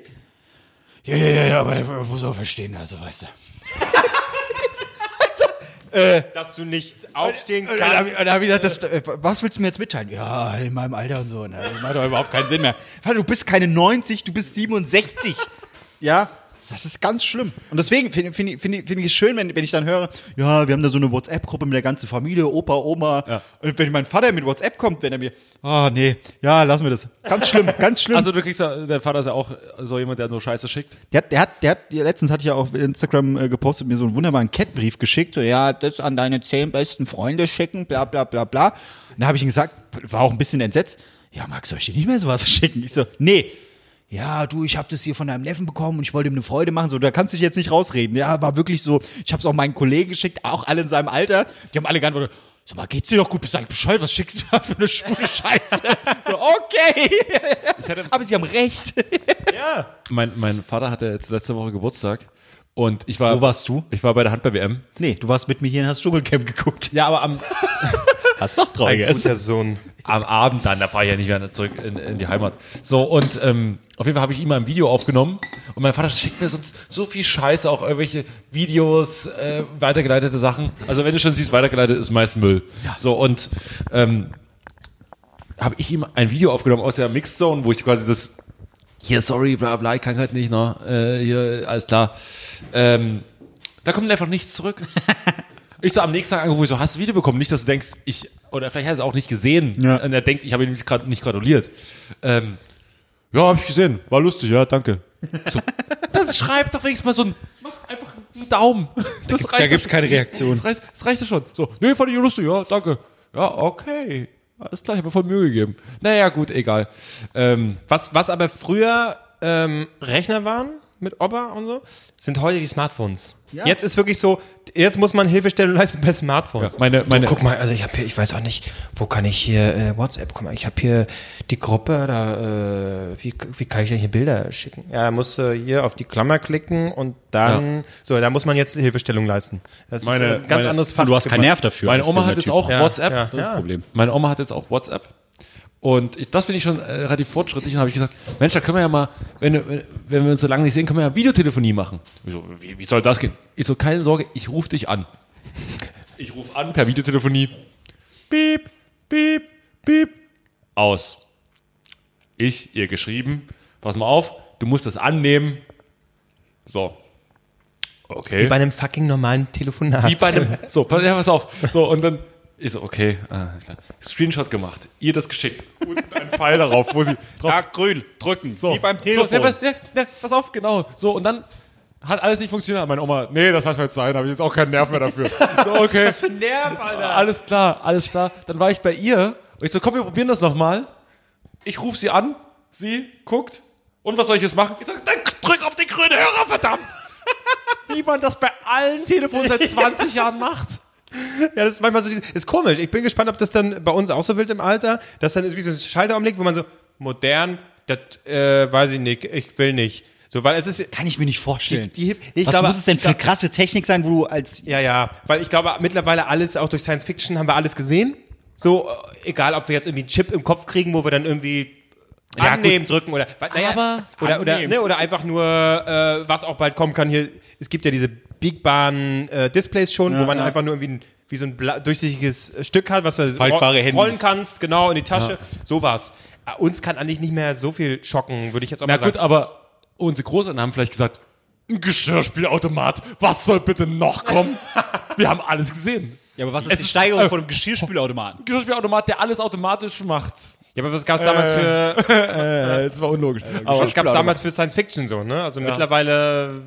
Speaker 3: Ja, ja, ja, ja, aber man muss auch verstehen, also weißt du.
Speaker 2: Dass du nicht aufstehen
Speaker 3: Und dann, hab ich- und dann hab ich gedacht, das, äh, was willst du mir jetzt mitteilen? Ja, in meinem Alter und so. Ne? Das macht doch überhaupt keinen Sinn mehr. Vater, du bist keine 90, du bist 67. ja, das ist ganz schlimm. Und deswegen finde find, ich- find, ich- find ich es schön, wenn, wenn ich dann höre, ja, wir haben da so eine WhatsApp-Gruppe mit der ganzen Familie, Opa, Oma. Und wenn mein Vater mit WhatsApp kommt, wenn er mir, ah nee, ja, lassen wir das. Ganz schlimm, ganz schlimm.
Speaker 1: Also du kriegst ja, dein Vater ist ja auch so jemand, der nur Scheiße schickt.
Speaker 3: Der hat, der hat, der hat, ja, letztens hatte ich ja auf Instagram äh, gepostet, mir so einen wunderbaren Kettenbrief geschickt. So, ja, das an deine zehn besten Freunde schicken, bla, bla, bla, bla. Und dann habe ich ihm gesagt, war auch ein bisschen entsetzt. Ja, Max, soll ich dir nicht mehr sowas schicken? Ich so, nee. Ja, du, ich habe das hier von deinem Neffen bekommen und ich wollte ihm eine Freude machen. So, da kannst du dich jetzt nicht rausreden. Ja, war wirklich so. Ich habe es auch meinen Kollegen geschickt, auch alle in seinem Alter. Die haben alle geantwortet, sag mal, geht's dir doch gut? Bist du eigentlich Bescheid? Was schickst du da für eine schwule Scheiße? so, okay. Aber sie haben recht.
Speaker 1: Mein, mein Vater hatte jetzt letzte Woche Geburtstag und ich war.
Speaker 3: Wo warst du?
Speaker 1: Ich war bei der Handball-WM.
Speaker 3: Nee, du warst mit mir hier und hast Dschungelcamp geguckt.
Speaker 2: Ja, aber am
Speaker 1: Hast doch drauf.
Speaker 2: guter Sohn.
Speaker 1: Am Abend dann, da fahre ich ja nicht mehr zurück in, in die Heimat. So, und ähm, auf jeden Fall habe ich ihm mal ein Video aufgenommen und mein Vater schickt mir sonst so viel Scheiße, auch irgendwelche Videos, äh, weitergeleitete Sachen. Also wenn du schon siehst, weitergeleitet ist meist Müll. So, und ähm, habe ich ihm ein Video aufgenommen aus der Mixzone, wo ich quasi das hier, sorry, bla bla, ich kann halt nicht, ne? Äh, hier, alles klar. Ähm, da kommt einfach nichts zurück. Ich so am nächsten Tag angerufen, ich so, hast du Video bekommen? Nicht, dass du denkst, ich, oder vielleicht hat er es auch nicht gesehen.
Speaker 3: Ja.
Speaker 1: Und er denkt, ich habe ihm nicht, grad, nicht gratuliert. Ähm, ja, habe ich gesehen. War lustig, ja, danke. So, das schreibt doch wenigstens mal so ein, mach einfach einen Daumen. Das
Speaker 2: Da
Speaker 1: reicht doch
Speaker 2: gibt's
Speaker 1: schon.
Speaker 2: keine Reaktion.
Speaker 1: Das reicht, das reicht ja schon. So, nee, fand ich lustig, ja, danke. Ja, okay. Alles klar, ich habe mir voll Mühe gegeben. Naja, gut, egal. Ähm,
Speaker 2: Was, was aber früher ähm, Rechner waren mit Opa und so, sind heute die Smartphones. Jetzt ist wirklich so, jetzt muss man Hilfestellung leisten bei Smartphones.
Speaker 1: Ja, meine- meine-
Speaker 2: du, guck mal, also ich habe hier, ich weiß auch nicht, wo kann ich hier äh, WhatsApp, guck mal, ich habe hier die Gruppe, da, äh, wie, wie kann ich denn hier Bilder schicken? Ja, musst du hier auf die Klammer klicken und dann, so, da muss man jetzt Hilfestellung leisten. Das
Speaker 1: Meine-
Speaker 2: ist ein ganz
Speaker 1: meine-
Speaker 2: anderes Fach.
Speaker 3: dafür.
Speaker 1: Meine Oma hat jetzt auch
Speaker 2: Ja,
Speaker 1: WhatsApp.
Speaker 2: ja.
Speaker 1: das ist
Speaker 2: Ja.
Speaker 1: das Problem. Meine Oma hat jetzt auch WhatsApp. Und ich, das finde ich schon äh, relativ fortschrittlich. Und habe ich gesagt, Mensch, da können wir ja mal, wenn, wenn wenn wir uns so lange nicht sehen, können wir ja Videotelefonie machen. Ich so, wie, wie soll das gehen? Ich so, keine Sorge, ich rufe dich an. Ich rufe an per Videotelefonie. Piep, piep, piep. Aus. Ich, ihr geschrieben, pass mal auf, du musst das annehmen. So. Okay.
Speaker 2: Wie bei einem fucking normalen Telefonat.
Speaker 1: Wie bei einem. So, pass, ja, pass auf. So, und dann ist so, okay, ah, klar. Screenshot gemacht, ihr das geschickt und ein Pfeil darauf, wo sie drauf.
Speaker 3: grün, drücken,
Speaker 1: so. So, ja, pass, ja, ja, pass auf, genau. So, und dann hat alles nicht funktioniert. Meine Oma, nee, das lassen wir jetzt sein, habe ich jetzt auch keinen Nerv mehr dafür. So, okay. Was für ein Nerv, Alter. Alles klar, alles klar. Dann war ich bei ihr und ich so, komm, wir probieren das nochmal. Ich rufe sie an, sie guckt. Und was soll ich jetzt machen? Ich sag, dann drück auf den grünen Hörer, verdammt! wie man das bei allen Telefonen seit 20 Jahren macht.
Speaker 2: Ja, das ist manchmal so, dieses- ist komisch. Ich bin gespannt, ob das dann bei uns auch so wird im Alter, dass dann wie so ein Schalter umlegt, wo man so, modern, das, äh, weiß ich nicht, ich will nicht. So, weil es ist,
Speaker 4: Kann ich mir nicht vorstellen.
Speaker 2: Die- die hilft- Nee, ich
Speaker 4: Was
Speaker 2: glaube-
Speaker 4: muss es denn für eine krasse Technik sein, wo du als.
Speaker 2: ja, ja, weil ich glaube, mittlerweile alles, auch durch Science Fiction, haben wir alles gesehen. So, äh, egal, ob wir jetzt irgendwie einen Chip im Kopf kriegen, wo wir dann irgendwie annehmen drücken oder, wa- naja,
Speaker 1: Aber-
Speaker 2: oder, oder,
Speaker 4: annehmen.
Speaker 2: ne, oder einfach nur, äh, was auch bald kommen kann hier. Es gibt ja diese biegbaren äh, Displays schon, wo man einfach nur irgendwie ein, wie so ein bla- durchsichtiges äh, Stück hat, was du
Speaker 4: Faltbare
Speaker 2: ro-
Speaker 4: Handys.
Speaker 2: rollen kannst, genau, in die Tasche, sowas. Äh, Uns kann eigentlich nicht mehr so viel schocken, würde ich jetzt auch
Speaker 1: Na
Speaker 2: mal sagen.
Speaker 1: gut, aber unsere Großeltern haben vielleicht gesagt, ein Geschirrspielautomat, was soll bitte noch kommen? Wir haben alles gesehen.
Speaker 4: Ja, aber was
Speaker 1: Es
Speaker 4: die
Speaker 1: ist-
Speaker 4: Steigerung von einem Geschirrspülautomaten?
Speaker 1: Ein Geschirrspielautomat, der alles automatisch macht.
Speaker 2: ja, aber was gab es damals für
Speaker 1: Äh, das war unlogisch. Aber
Speaker 2: Was gab es damals für Science Fiction so, ne? Also mittlerweile.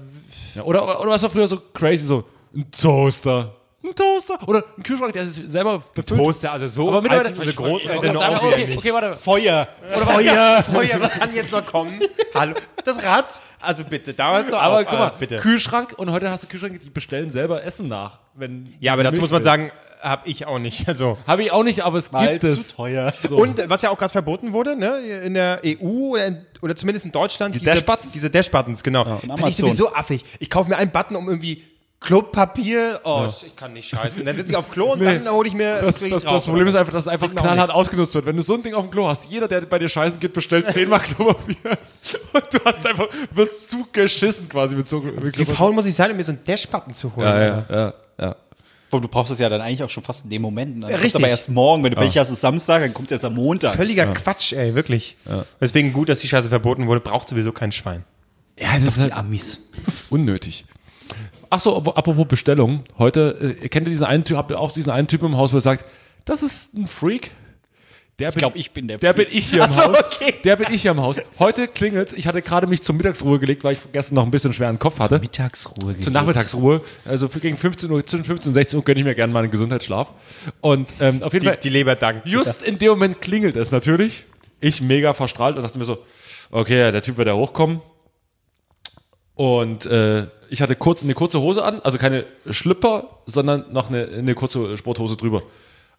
Speaker 1: Ja, oder, oder, oder was war früher so crazy, so ein Toaster. Ein Toaster. Oder ein Kühlschrank, der ist selber befüllt.
Speaker 2: Toaster, also so.
Speaker 1: Aber mittlerweile...
Speaker 2: als eine
Speaker 1: Ich wollte
Speaker 2: Großeltern
Speaker 1: gerade
Speaker 2: noch
Speaker 1: sagen,
Speaker 2: auch wieder
Speaker 1: okay,
Speaker 2: nicht.
Speaker 1: okay, warte.
Speaker 4: Feuer.
Speaker 2: Feuer, Feuer, oh, was kann jetzt noch kommen? Hallo, das Rad? Also bitte, dauert so
Speaker 1: Aber
Speaker 2: auf,
Speaker 1: guck mal,
Speaker 2: äh, bitte.
Speaker 1: Kühlschrank und heute hast du Kühlschränke, die bestellen selber Essen nach. Wenn
Speaker 2: Ja, aber dazu
Speaker 1: Milch
Speaker 2: muss man
Speaker 1: will.
Speaker 2: sagen, habe ich auch nicht. Also.
Speaker 1: Habe ich auch nicht, aber es gibt es.
Speaker 4: teuer.
Speaker 1: So.
Speaker 2: Und äh, was ja auch gerade verboten wurde, ne, in der EU oder, in, oder zumindest in Deutschland, diese
Speaker 1: Dash-Buttons?
Speaker 2: diese Dash-Buttons, genau. Finde ich
Speaker 4: Amazon.
Speaker 2: sowieso affig. Ich kaufe mir einen Button, um irgendwie Klopapier, oh, ich kann nicht scheißen. Dann sitze ich auf Klo und dann hole ich mir
Speaker 1: Das,
Speaker 2: krieg
Speaker 1: das,
Speaker 2: ich
Speaker 1: das,
Speaker 2: drauf.
Speaker 1: Problem ist einfach, dass es einfach
Speaker 2: mir auch
Speaker 1: knallhart
Speaker 2: nichts.
Speaker 1: ausgenutzt wird. Wenn du so ein Ding auf dem Klo hast, jeder, der bei dir scheißen geht, bestellt zehnmal Klopapier. Und du hast einfach, wirst zugeschissen quasi mit so mit
Speaker 2: Wie faul muss ich sein, um mir so einen Dash-Button zu holen?
Speaker 1: Ja, ja, ja, ja.
Speaker 4: Du brauchst es ja dann eigentlich auch schon fast in dem Moment. Dann
Speaker 2: Richtig.
Speaker 4: kommt's Aber erst morgen, wenn du Pech hast, ist Samstag, dann kommt es erst am Montag.
Speaker 2: Völliger Quatsch, ey, wirklich. Deswegen gut, dass die Scheiße verboten wurde, braucht sowieso kein Schwein.
Speaker 1: Ja, das ist halt
Speaker 4: Amis.
Speaker 1: unnötig. Achso, apropos Bestellung. Heute, äh, kennt ihr diesen einen Typ, habt ihr auch diesen einen Typen im Haus, wo ihr sagt, das ist ein Freak? Der
Speaker 4: Ich glaube, ich bin der.
Speaker 1: Der bin ich hier im
Speaker 2: so,
Speaker 1: Haus.
Speaker 2: okay.
Speaker 1: Der bin ich hier im Haus. Heute klingelt's. Ich hatte gerade mich zur Mittagsruhe gelegt, weil ich gestern noch ein bisschen schweren Kopf hatte.
Speaker 4: Mittagsruhe.
Speaker 1: Zur Nachmittagsruhe. Also für gegen 15 Uhr, zwischen 15 und 16 Uhr gönne ich mir gerne mal einen Gesundheitsschlaf. Und ähm, auf jeden
Speaker 2: Die,
Speaker 1: Fall,
Speaker 2: die Leber dankt.
Speaker 1: just in dem Moment klingelt es natürlich. Ich mega verstrahlt und dachte mir so, okay, ja, der Typ wird da hochkommen. Und äh, ich hatte kurz, eine kurze Hose an, also keine Schlüpper, sondern noch eine, eine kurze Sporthose drüber.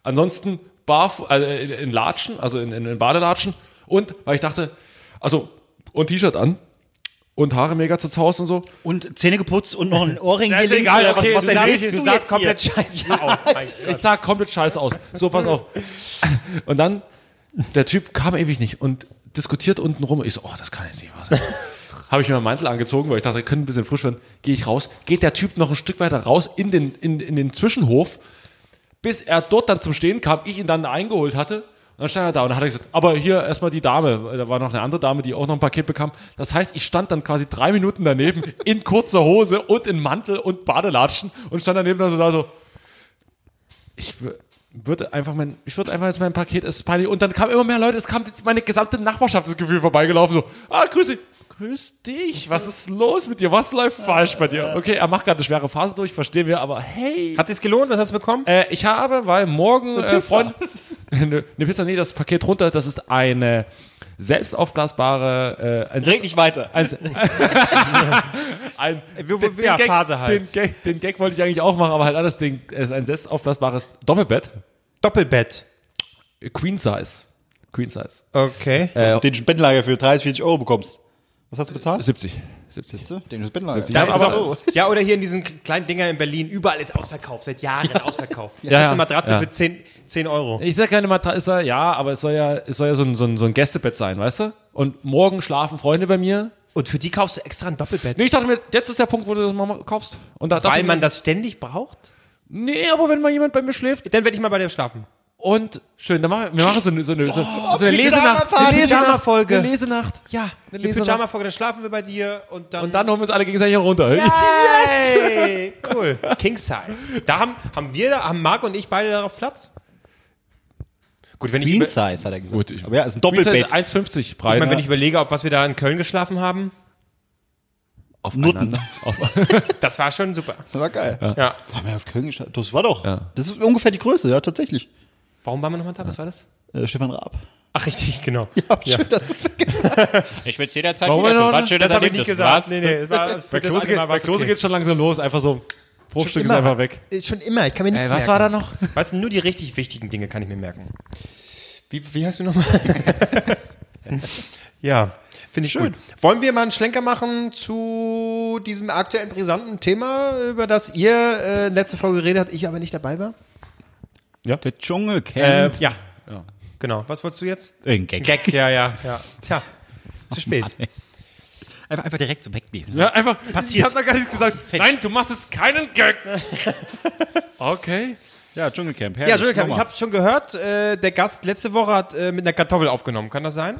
Speaker 1: Ansonsten barf, also in, in Latschen, also in, in, in Badelatschen. Und, weil ich dachte, also, und T-Shirt an. Und Haare mega zerzaust und so.
Speaker 4: Und Zähne geputzt und noch ein Ohrring
Speaker 2: Ja, ist
Speaker 4: links,
Speaker 2: egal,
Speaker 4: oder
Speaker 2: okay,
Speaker 4: was, was
Speaker 2: du
Speaker 4: erzählst
Speaker 2: sahst-
Speaker 4: du
Speaker 2: du sahst
Speaker 4: jetzt
Speaker 2: komplett
Speaker 4: hier?
Speaker 2: scheiße aus. Mein
Speaker 1: Ich sah komplett scheiße aus. So, pass auf. Und dann, der Typ kam ewig nicht und diskutiert unten rum. Ich so, oh, das kann jetzt nicht wahr sein. Habe ich mir meinen Mantel angezogen, weil ich dachte, könnte ein bisschen frisch werden. Gehe ich raus, geht der Typ noch ein Stück weiter raus in den, in, in den Zwischenhof, bis er dort dann zum Stehen kam, ich ihn dann eingeholt hatte. Und dann stand er da und dann hat er gesagt, aber hier erstmal die Dame, da war noch eine andere Dame, die auch noch ein Paket bekam. Das heißt, ich stand dann quasi drei Minuten daneben in kurzer Hose und in Mantel und Badelatschen und stand daneben dann so da so, ich wür- würde einfach mein, ich würde einfach jetzt mein Paket, es ist peinlich. Und dann kamen immer mehr Leute, es kam meine gesamte Nachbarschaft das Gefühl vorbeigelaufen, so, ah, grüß dich. Grüß dich, was ist los mit dir? Was läuft falsch bei dir? Okay, er macht gerade eine schwere Phase durch, verstehen wir, aber hey.
Speaker 2: Hat sich's gelohnt? Was hast du bekommen?
Speaker 1: Äh, ich habe, weil morgen, äh, Freund, eine Pizza, nee, das Paket runter, das ist eine selbst aufblasbare, äh, ein,
Speaker 4: Red nicht weiter.
Speaker 1: ein, ein
Speaker 2: Wir- wir- ja, Phase halt.
Speaker 1: Den Gag, den Gag wollte ich eigentlich auch machen, aber halt anders, den, es ist ein selbst aufblasbares Doppelbett.
Speaker 2: Doppelbett.
Speaker 1: Queen Size. Queen Size. Äh,
Speaker 2: Okay.
Speaker 4: den Spendenlager für 30, 40 Euro bekommst. Was hast du bezahlt?
Speaker 1: 70. 70.
Speaker 4: Siehst du? Den Spendenlager.
Speaker 2: Da ist
Speaker 1: aber-
Speaker 2: doch, ja, oder hier in diesen kleinen Dinger in Berlin, überall ist ausverkauft, seit Jahren ausverkauft. Ja, das ist
Speaker 1: ja,
Speaker 2: eine Matratze
Speaker 1: ja.
Speaker 2: für 10, 10 Euro.
Speaker 1: Ich sag keine Matratze, ja, aber es soll ja, es soll ja so ein, so, ein, so ein Gästebett sein, weißt du? Und morgen schlafen Freunde bei mir.
Speaker 2: Und für die kaufst du extra ein Doppelbett.
Speaker 1: Nee, ich dachte mir, jetzt ist der Punkt, wo du das mal mal kaufst. Und da dachte
Speaker 2: weil
Speaker 1: ich
Speaker 2: man
Speaker 1: mir,
Speaker 2: das ständig braucht?
Speaker 1: Nee, aber wenn mal jemand bei mir schläft.
Speaker 2: Dann werde ich mal bei dir schlafen.
Speaker 1: Und schön, dann machen wir, wir machen so eine, so eine, so, so eine Lesenacht.
Speaker 2: Oh, Pyjama-Party,
Speaker 1: Eine Lesenacht.
Speaker 2: Pyjama-Folge.
Speaker 1: Eine Lesenacht.
Speaker 2: Ja, eine
Speaker 1: Lesenacht.
Speaker 2: Pyjama-Folge, dann schlafen wir bei dir und dann...
Speaker 1: Und dann holen wir uns alle gegenseitig runter.
Speaker 2: Hey, cool. King Size. Da haben, haben wir, da, haben Marc und ich beide darauf Platz? Gut, wenn ich, über,
Speaker 4: Queen
Speaker 2: ich
Speaker 4: Size, hat er gesagt.
Speaker 1: Gut, ich-
Speaker 4: aber ja, ist ein
Speaker 1: Queen Size
Speaker 4: Doppelbett.
Speaker 1: 1,50 breit.
Speaker 2: meine, wenn ich überlege, auf was wir da in Köln geschlafen haben,
Speaker 1: auf
Speaker 4: Nutten.
Speaker 1: Nutten. Auf,
Speaker 2: das war schon super.
Speaker 4: Das war geil.
Speaker 2: Ja.
Speaker 4: Haben wir auf Köln geschaut? Das war doch. Das ist ungefähr die Größe, ja, tatsächlich.
Speaker 2: Warum waren wir nochmal da? Was war das?
Speaker 4: Äh, Stefan Raab.
Speaker 2: Ach, richtig, genau.
Speaker 4: Ja, schön, dass es vergessen
Speaker 3: Ich will es jederzeit
Speaker 1: Warum
Speaker 3: wieder
Speaker 1: noch
Speaker 3: tun.
Speaker 1: ne?
Speaker 3: Was schön, dass
Speaker 2: Das
Speaker 3: er
Speaker 2: habe ich
Speaker 3: nimmt.
Speaker 2: nicht
Speaker 3: Das
Speaker 2: gesagt.
Speaker 3: war's.
Speaker 2: Nee, nee, es war für
Speaker 1: Bei
Speaker 2: das
Speaker 1: Klose,
Speaker 2: eine
Speaker 1: geht,
Speaker 2: Mal
Speaker 1: bei
Speaker 2: war's
Speaker 1: Klose
Speaker 2: okay.
Speaker 1: geht's schon langsam los. Einfach so, Bruchstück ist
Speaker 2: immer. Äh,
Speaker 1: einfach weg.
Speaker 2: Schon immer, ich kann
Speaker 4: Äh,
Speaker 2: mir nichts merken.
Speaker 1: noch?
Speaker 2: Weißt du, nur die richtig wichtigen Dinge kann ich mir merken. Wie, wie heißt du nochmal? ja, finde ich schön. Wollen wir mal einen Schlenker machen zu diesem aktuellen brisanten Thema, über das ihr äh, letzte Folge geredet habt, ich aber nicht dabei war? Ähm,
Speaker 4: Der Dschungelcamp.
Speaker 2: Ja. Genau. Was wolltest du jetzt?
Speaker 4: Ähm, Äh, Gag.
Speaker 2: Gag, ja, ja, ja. Tja, zu spät.
Speaker 4: Einfach, einfach direkt so wegnehmen.
Speaker 1: Ja, einfach.
Speaker 4: Passiert.
Speaker 1: Ich hab da gar nichts gesagt. Nein, du machst jetzt keinen Gag. okay.
Speaker 4: Ja, Dschungelcamp.
Speaker 2: Ja, Entschuldigung, ich habe schon gehört, äh, der Gast letzte Woche hat äh, mit einer Kartoffel aufgenommen. Kann das sein?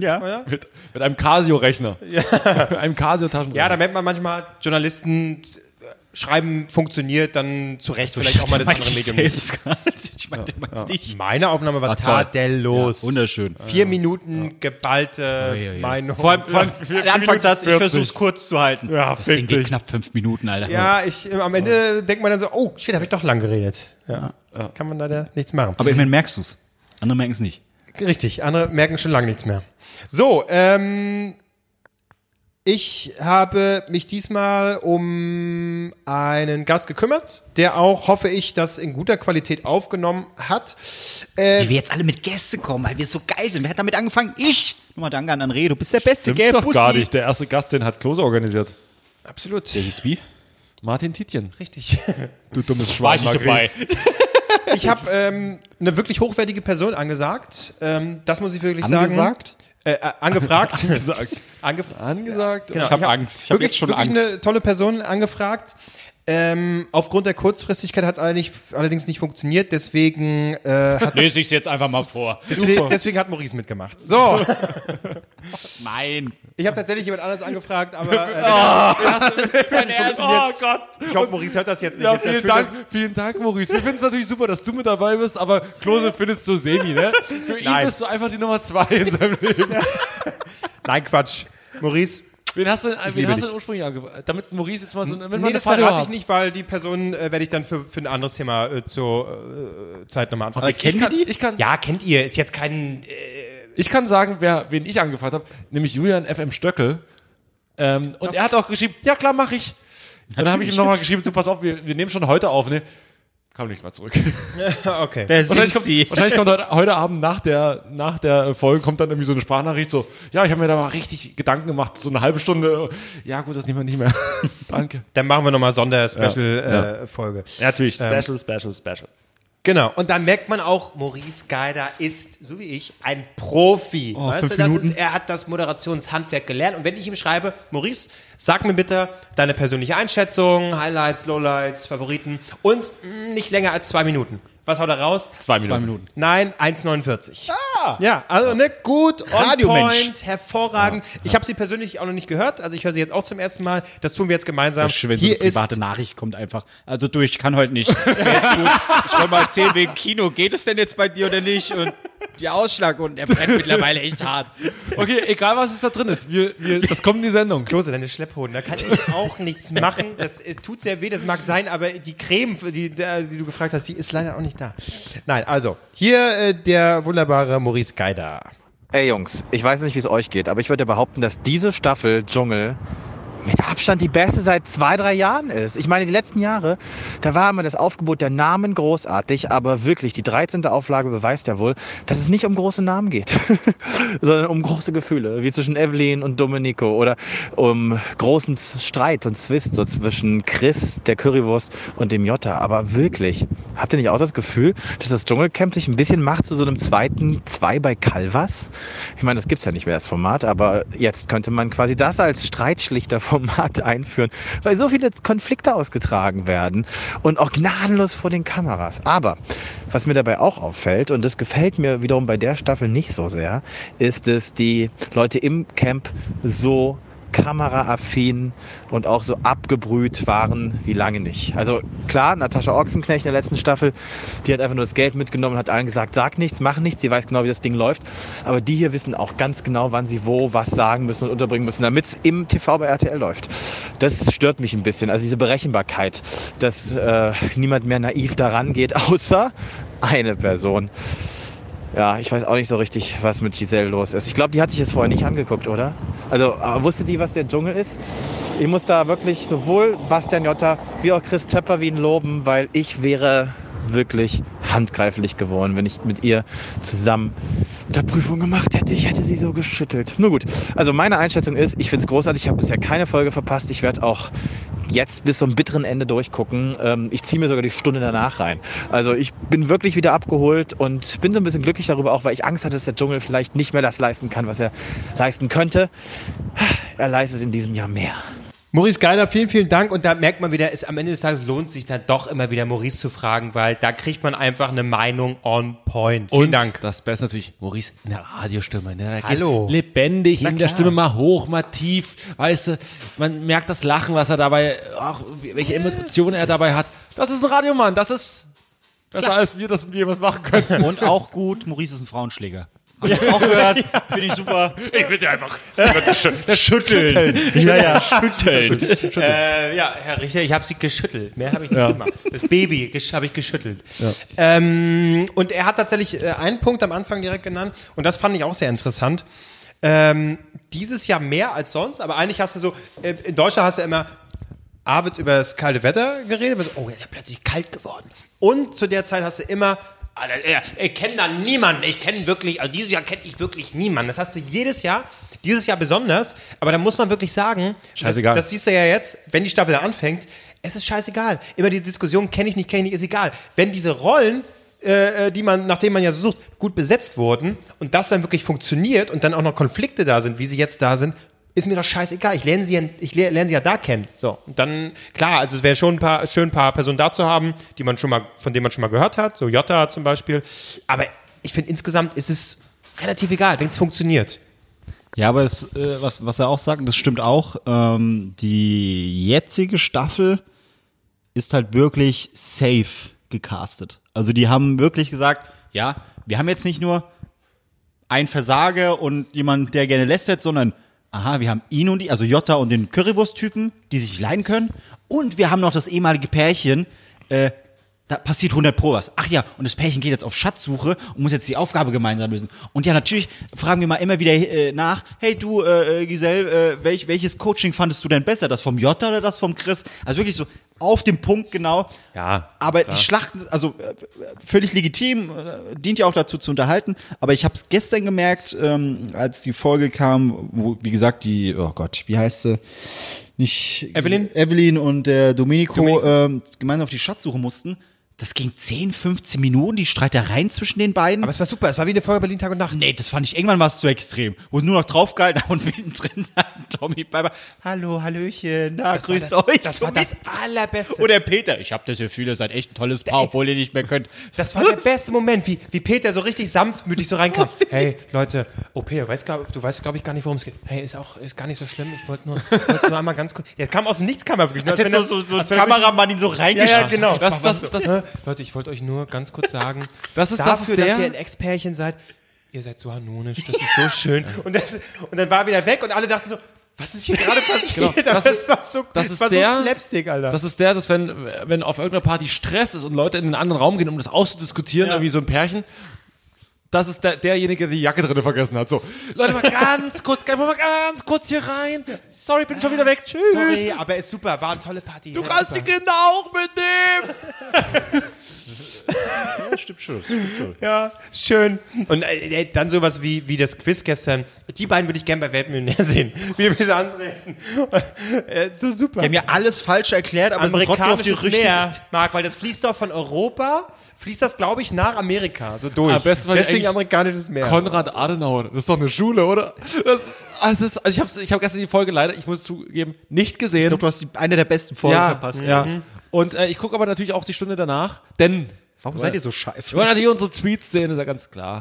Speaker 4: Ja.
Speaker 1: Mit, mit einem Casio-Rechner. mit einem Casio-Taschenrechner.
Speaker 2: Ja, da merkt man manchmal, Journalisten äh, schreiben funktioniert dann zu Recht vielleicht auch mal das andere Medium. nicht.
Speaker 4: Ich meine, du meinst dich.
Speaker 2: Meine Aufnahme war
Speaker 4: Ach, toll.
Speaker 2: tadellos. Äh,
Speaker 4: Wunderschön.
Speaker 2: Vier Minuten geballte Meinung.
Speaker 4: Vor allem, vor allem der Anfangssatz, ich versuch's kurz zu halten.
Speaker 1: Ja,
Speaker 4: das Ding
Speaker 1: fick
Speaker 4: geht
Speaker 1: dich.
Speaker 4: knapp fünf Minuten, Alter.
Speaker 2: ja, ich, äh, am Ende denkt man dann so, oh, shit, habe ich doch lang geredet. Ja. Kann man leider nichts machen.
Speaker 4: Aber immerhin merkst du's. Andere merken es nicht.
Speaker 2: Richtig, andere merken schon lange nichts mehr. So, ähm, ich habe mich diesmal um einen Gast gekümmert, der auch, hoffe ich, das in guter Qualität aufgenommen hat. Äh,
Speaker 4: Wie wir jetzt alle mit Gäste kommen, weil wir so geil sind. Wer hat damit angefangen? Ich! Nochmal danke an André, du bist der Beste,
Speaker 1: Stimmt
Speaker 4: gell?
Speaker 1: doch
Speaker 4: Bussi.
Speaker 1: gar nicht. Der erste Gast, den hat Klose organisiert.
Speaker 2: Absolut.
Speaker 4: Hieß wie?
Speaker 1: Martin Tietjen.
Speaker 2: Richtig.
Speaker 1: Du dummes
Speaker 3: War ich
Speaker 1: Schwein.
Speaker 3: nicht dabei.
Speaker 2: Ich habe ähm, eine wirklich hochwertige Person angesagt. Ähm, das muss ich wirklich
Speaker 4: Angesagt?
Speaker 2: sagen. Äh, äh, angefragt.
Speaker 1: Angesagt.
Speaker 2: Angef
Speaker 1: Angesagt.
Speaker 2: Genau,
Speaker 1: Genau.
Speaker 3: Ich hab Angst. Ich hab
Speaker 2: wirklich,
Speaker 3: jetzt schon
Speaker 2: wirklich
Speaker 3: Angst.
Speaker 2: eine tolle Person angefragt. Ähm, aufgrund der Kurzfristigkeit hat es allerdings, allerdings nicht funktioniert, deswegen, äh, hat,
Speaker 3: Lese ich es jetzt einfach mal vor.
Speaker 2: deswegen, deswegen hat Maurice mitgemacht. So,
Speaker 3: Nein.
Speaker 2: ich habe tatsächlich jemand anderes angefragt, aber äh,
Speaker 3: Ah.
Speaker 1: Oh Gott.
Speaker 2: ich hoffe, Maurice hört das jetzt nicht.
Speaker 1: Ja,
Speaker 2: Jetzt
Speaker 1: vielen
Speaker 2: dafür, dass-
Speaker 1: Dank, vielen Dank, Maurice. Wir finden es natürlich super, dass du mit dabei bist, aber Klose findest du semi, ne? Für ihn
Speaker 2: Nein.
Speaker 1: bist du einfach die Nummer zwei in seinem Leben.
Speaker 2: Nein, Quatsch. Maurice,
Speaker 1: Wen hast du denn, wen
Speaker 2: liebe
Speaker 1: hast du
Speaker 2: dich.
Speaker 1: denn ursprünglich angefangen? Damit Maurice jetzt mal so wenn
Speaker 2: nee, das verrate ich nicht, weil die Person äh, werde ich dann für, für ein anderes Thema äh, zur äh, Zeit nochmal anfragen.
Speaker 1: Ich kann, ich, kann,
Speaker 2: Ja, kennt ihr. Ist jetzt kein. äh,
Speaker 1: ich kann sagen, wer, wen ich angefragt habe, nämlich Julian FM Stöckel. Ähm, und er hat auch geschrieben, ja klar, mach ich. Dann habe ich ihm nochmal geschrieben, du pass auf, wir, wir nehmen schon heute auf, ne? Kam nichts mehr zurück.
Speaker 2: Okay.
Speaker 1: Wahrscheinlich kommt, wahrscheinlich kommt heute, heute Abend nach der, nach der Folge kommt dann irgendwie so eine Sprachnachricht so, ja, ich habe mir da mal richtig Gedanken gemacht, so eine halbe Stunde. Ja, gut, das nehmen wir nicht mehr. Danke.
Speaker 2: Dann machen wir nochmal Sonder-Special-Folge.
Speaker 1: Natürlich.
Speaker 2: Special,
Speaker 1: special, special.
Speaker 2: äh, Ähm, Genau, und da merkt man auch, Maurice Geider ist, so wie ich, ein Profi. weißt du,
Speaker 4: fünf
Speaker 2: das
Speaker 4: Minuten.
Speaker 2: ist, er hat das Moderationshandwerk gelernt. Und wenn ich ihm schreibe, Maurice, sag mir bitte deine persönliche Einschätzung, Highlights, Lowlights, Favoriten und mh, nicht länger als zwei Minuten. Was haut er raus?
Speaker 3: Zwei Minuten. Zwei Minuten.
Speaker 2: Nein, 1,49. Ah! Ja, also ne, gut, on
Speaker 4: Radiomensch.
Speaker 2: point, hervorragend. Ich habe sie persönlich auch noch nicht gehört, also ich höre sie jetzt auch zum ersten Mal. Das tun wir jetzt gemeinsam.
Speaker 4: Wenn so eine
Speaker 2: Hier ist
Speaker 4: private Nachricht kommt einfach. Also du, ich kann heute nicht.
Speaker 3: Ich wollte mal erzählen, wegen Kino, geht es denn jetzt bei dir oder nicht? Und der Ausschlag und der brennt mittlerweile echt hart.
Speaker 1: Okay, egal was es da drin ist, wir, wir, das kommt in die Sendung.
Speaker 2: Klose, deine Schlepphoden, da kann ich auch nichts machen. Das es tut sehr weh, das mag sein, aber die Creme, die, der- die du gefragt hast, die ist leider auch nicht da. Nein, also, hier äh, der wunderbare Maurice Geider.
Speaker 8: Ey Jungs, ich weiß nicht, wie es euch geht, aber ich würde behaupten, dass diese Staffel Dschungel mit Abstand die beste seit zwei, drei Jahren ist. Ich meine, die letzten Jahre, da war immer das Aufgebot der Namen großartig, aber wirklich, die 13. Auflage beweist ja wohl, dass es nicht um große Namen geht, sondern um große Gefühle, wie zwischen Evelyn und Domenico oder um großen Z- Streit und Zwist so zwischen Chris, der Currywurst und dem Jota. Aber wirklich, habt ihr nicht auch das Gefühl, dass das Dschungelcamp sich ein bisschen macht zu so einem zweiten Zwei bei Calvas? Ich meine, das gibt's ja nicht mehr, das Format, aber jetzt könnte man quasi das als Streitschlichterformat einführen, weil so viele Konflikte ausgetragen werden und auch gnadenlos vor den Kameras. Aber was mir dabei auch auffällt, und das gefällt mir wiederum bei der Staffel nicht so sehr, ist, dass die Leute im Camp so kameraaffin und auch so abgebrüht waren wie lange nicht. Also klar, Natascha Ochsenknecht in der letzten Staffel, die hat einfach nur das Geld mitgenommen und hat allen gesagt, sag nichts, mach nichts, sie weiß genau, wie das Ding läuft. Aber die hier wissen auch ganz genau, wann sie wo was sagen müssen und unterbringen müssen, damit es im TV bei RTL läuft. Das stört mich ein bisschen, also diese Berechenbarkeit, dass äh, niemand mehr naiv daran geht, außer eine Person. Ja, ich weiß auch nicht so richtig, was mit Giselle los ist. Ich glaube, die hat sich das vorher nicht angeguckt, oder? Also äh, wusste die, was der Dschungel ist? Ich muss da wirklich sowohl Bastian Jotta wie auch Chris Töpper wie ihn loben, weil ich wäre wirklich handgreiflich geworden, wenn ich mit ihr zusammen da Prüfung gemacht hätte. Ich hätte sie so geschüttelt. Nur gut, also meine Einschätzung ist, ich finde es großartig. Ich habe bisher keine Folge verpasst. Ich werde auch jetzt bis zum bitteren Ende durchgucken. Ähm, ich ziehe mir sogar die Stunde danach rein. Also ich bin wirklich wieder abgeholt und bin so ein bisschen glücklich darüber, auch weil ich Angst hatte, dass der Dschungel vielleicht nicht mehr das leisten kann, was er leisten könnte. Er leistet in diesem Jahr mehr.
Speaker 2: Maurice Geiler, vielen, vielen Dank. Und da merkt man wieder, es am Ende des Tages lohnt sich dann doch immer wieder Maurice zu fragen, weil da kriegt man einfach eine Meinung on point. Vielen
Speaker 1: Und
Speaker 2: Dank.
Speaker 1: das Beste natürlich, Maurice, eine Radiostimme. Ne? Da geht
Speaker 2: Hallo.
Speaker 1: Lebendig, in der
Speaker 2: klar.
Speaker 1: Stimme mal hoch, mal tief. Weißt du, man merkt das Lachen, was er dabei, ach, welche Emotionen er dabei hat. Das ist ein Radiomann, das ist besser als wir, dass wir was machen können.
Speaker 3: Und auch gut, Maurice ist ein Frauenschläger. Hab ich auch gehört. Finde ich super.
Speaker 1: Ich will dir einfach schütteln.
Speaker 2: Ja, ja.
Speaker 1: Schütteln.
Speaker 2: Äh, ja, Herr Richter, ich habe sie geschüttelt. Mehr habe ich nicht gemacht. Das Baby gesch- habe ich geschüttelt. Ähm, und er hat tatsächlich äh, einen Punkt am Anfang direkt genannt und das fand ich auch sehr interessant. Ähm, dieses Jahr mehr als sonst, aber eigentlich hast du so, äh, in Deutschland hast du immer, A wird über das kalte Wetter geredet, wird, oh, ja, plötzlich kalt geworden. Und zu der Zeit hast du immer, Alter, äh, ich kenne da niemanden, ich kenne wirklich, also dieses Jahr kenne ich wirklich niemanden. Das hast du jedes Jahr, dieses Jahr besonders, aber da muss man wirklich sagen,
Speaker 1: Scheißegal.
Speaker 2: Das, das siehst du ja jetzt, wenn die Staffel anfängt, es ist scheißegal. Immer die Diskussion, kenne ich nicht, kenne ich nicht, ist egal. Wenn diese Rollen äh, die man, nachdem man ja so sucht, gut besetzt wurden und das dann wirklich funktioniert und dann auch noch Konflikte da sind, wie sie jetzt da sind, ist mir doch scheißegal. Ich lerne sie ja, ich le- lerne sie ja da kennen. So, und dann, klar, also es wäre schon ein paar, schön, ein paar Personen da zu haben, die man schon mal, von denen man schon mal gehört hat, so Jota zum Beispiel. Aber ich finde, insgesamt ist es relativ egal, wenn es funktioniert.
Speaker 3: Ja, aber es, äh, was, was er auch sagt, das stimmt auch. Ähm, die jetzige Staffel ist halt wirklich safe gecastet. Also die haben wirklich gesagt, ja, wir haben jetzt nicht nur ein Versager und jemand, der gerne lästert, sondern aha, wir haben ihn und die, also Jota und den Currywurst-Typen, die sich nicht leiden können. Und wir haben noch das ehemalige Pärchen, äh, da passiert 100 pro was. Ach ja, und das Pärchen geht jetzt auf Schatzsuche und muss jetzt die Aufgabe gemeinsam lösen. Und ja, natürlich fragen wir mal immer wieder äh, nach, hey du, äh, äh, Giselle, äh, welch, welches Coaching fandest du denn besser? Das vom Jota oder das vom Chris? Also wirklich so auf den Punkt genau.
Speaker 1: Ja,
Speaker 3: Aber die Schlachten, also äh, völlig legitim, äh, dient ja auch dazu zu unterhalten. Aber ich habe es gestern gemerkt, ähm, als die Folge kam, wo, wie gesagt, die, oh Gott, wie heißt sie? Nicht
Speaker 2: Evelyn?
Speaker 3: Evelyn und der Domenico,
Speaker 2: Domenico.
Speaker 3: ähm, gemeinsam auf die Schatzsuche mussten. Das ging 10, 15 Minuten, die Streitereien zwischen den beiden.
Speaker 2: Aber es war super, es war wie eine Folge Berlin Tag und Nacht.
Speaker 3: Nee, das fand ich irgendwann war es zu extrem. Wo nur noch draufgehalten haben und mittendrin dann Tommy Piper. Hallo, Hallöchen, na,
Speaker 2: war
Speaker 3: grüßt
Speaker 2: das-
Speaker 3: euch.
Speaker 2: das
Speaker 3: so
Speaker 2: war das
Speaker 3: mäßig.
Speaker 2: Allerbeste.
Speaker 3: Oder Peter, ich habe das Gefühl, ihr seid echt ein tolles Paar, obwohl ihr nicht mehr könnt.
Speaker 2: Äh, Das war der beste Moment, wie, wie Peter so richtig sanftmütig so reinkam. Hey, Leute, OP, du weißt, glaube glaub ich, gar nicht, worum es geht. Hey, ist auch ist gar nicht so schlimm. Ich wollte nur, wollt nur einmal ganz kurz. Ja, kam aus dem Nichts, kam er wirklich.
Speaker 3: Als hätte so, so, so ein Kameramann ihn so
Speaker 2: Ja,
Speaker 3: reingeschafft.
Speaker 2: ja, genau.
Speaker 1: Das, das, das,
Speaker 2: Ne? Leute, ich wollte euch nur ganz kurz sagen,
Speaker 1: Das ist- das ist
Speaker 2: dafür, dass
Speaker 1: der-
Speaker 2: ihr ein Ex-Pärchen seid, ihr seid so harmonisch, das ist so schön. Und, das, und dann war er wieder weg und alle dachten so, was ist hier gerade passiert?
Speaker 1: Genau, das
Speaker 2: Aber
Speaker 1: ist-
Speaker 2: es war so,
Speaker 1: das
Speaker 2: es
Speaker 1: ist
Speaker 2: war
Speaker 1: der-
Speaker 2: so Slapstick, Alter.
Speaker 1: Das ist der, dass wenn, wenn auf irgendeiner Party Stress ist und Leute in einen anderen Raum gehen, um das auszudiskutieren, irgendwie so ein Pärchen, das ist der, derjenige, der die Jacke drin vergessen hat. So, Leute, mal ganz kurz, gehen wir mal ganz kurz hier rein. Sorry, bin schon wieder weg. Tschüss.
Speaker 2: Sorry, aber ist super, war eine tolle Party.
Speaker 1: Du
Speaker 2: Ja,
Speaker 1: kannst
Speaker 2: super.
Speaker 1: die Kinder auch mitnehmen.
Speaker 2: Ja, schön. Und äh, äh, dann sowas wie, wie das Quiz gestern. Die beiden würde ich gerne bei Weltmillionär sehen. Wie wir sie antreten. äh, so super.
Speaker 3: Die haben ja alles falsch erklärt, aber sind trotzdem auf die
Speaker 2: Amerikanisches
Speaker 3: richtige.
Speaker 2: Meer, Marc, weil das fließt doch von Europa, fließt das, glaube ich, nach Amerika, so durch.
Speaker 1: Am besten, weil die
Speaker 2: Deswegen
Speaker 1: eigentlich
Speaker 2: amerikanisches Meer.
Speaker 1: Konrad Adenauer, das ist doch eine Schule, oder? Das ist, also, das ist, also ich habe ich hab gestern die Folge leider, ich muss zugeben, nicht gesehen.
Speaker 3: Du hast die, eine der besten Folgen
Speaker 1: ja,
Speaker 3: verpasst. Mhm.
Speaker 1: ja. Und äh, ich gucke aber natürlich auch die Stunde danach, denn
Speaker 3: Warum seid ihr so scheiße?
Speaker 1: wir wollen natürlich unsere Tweets sehen, ist ja ganz klar.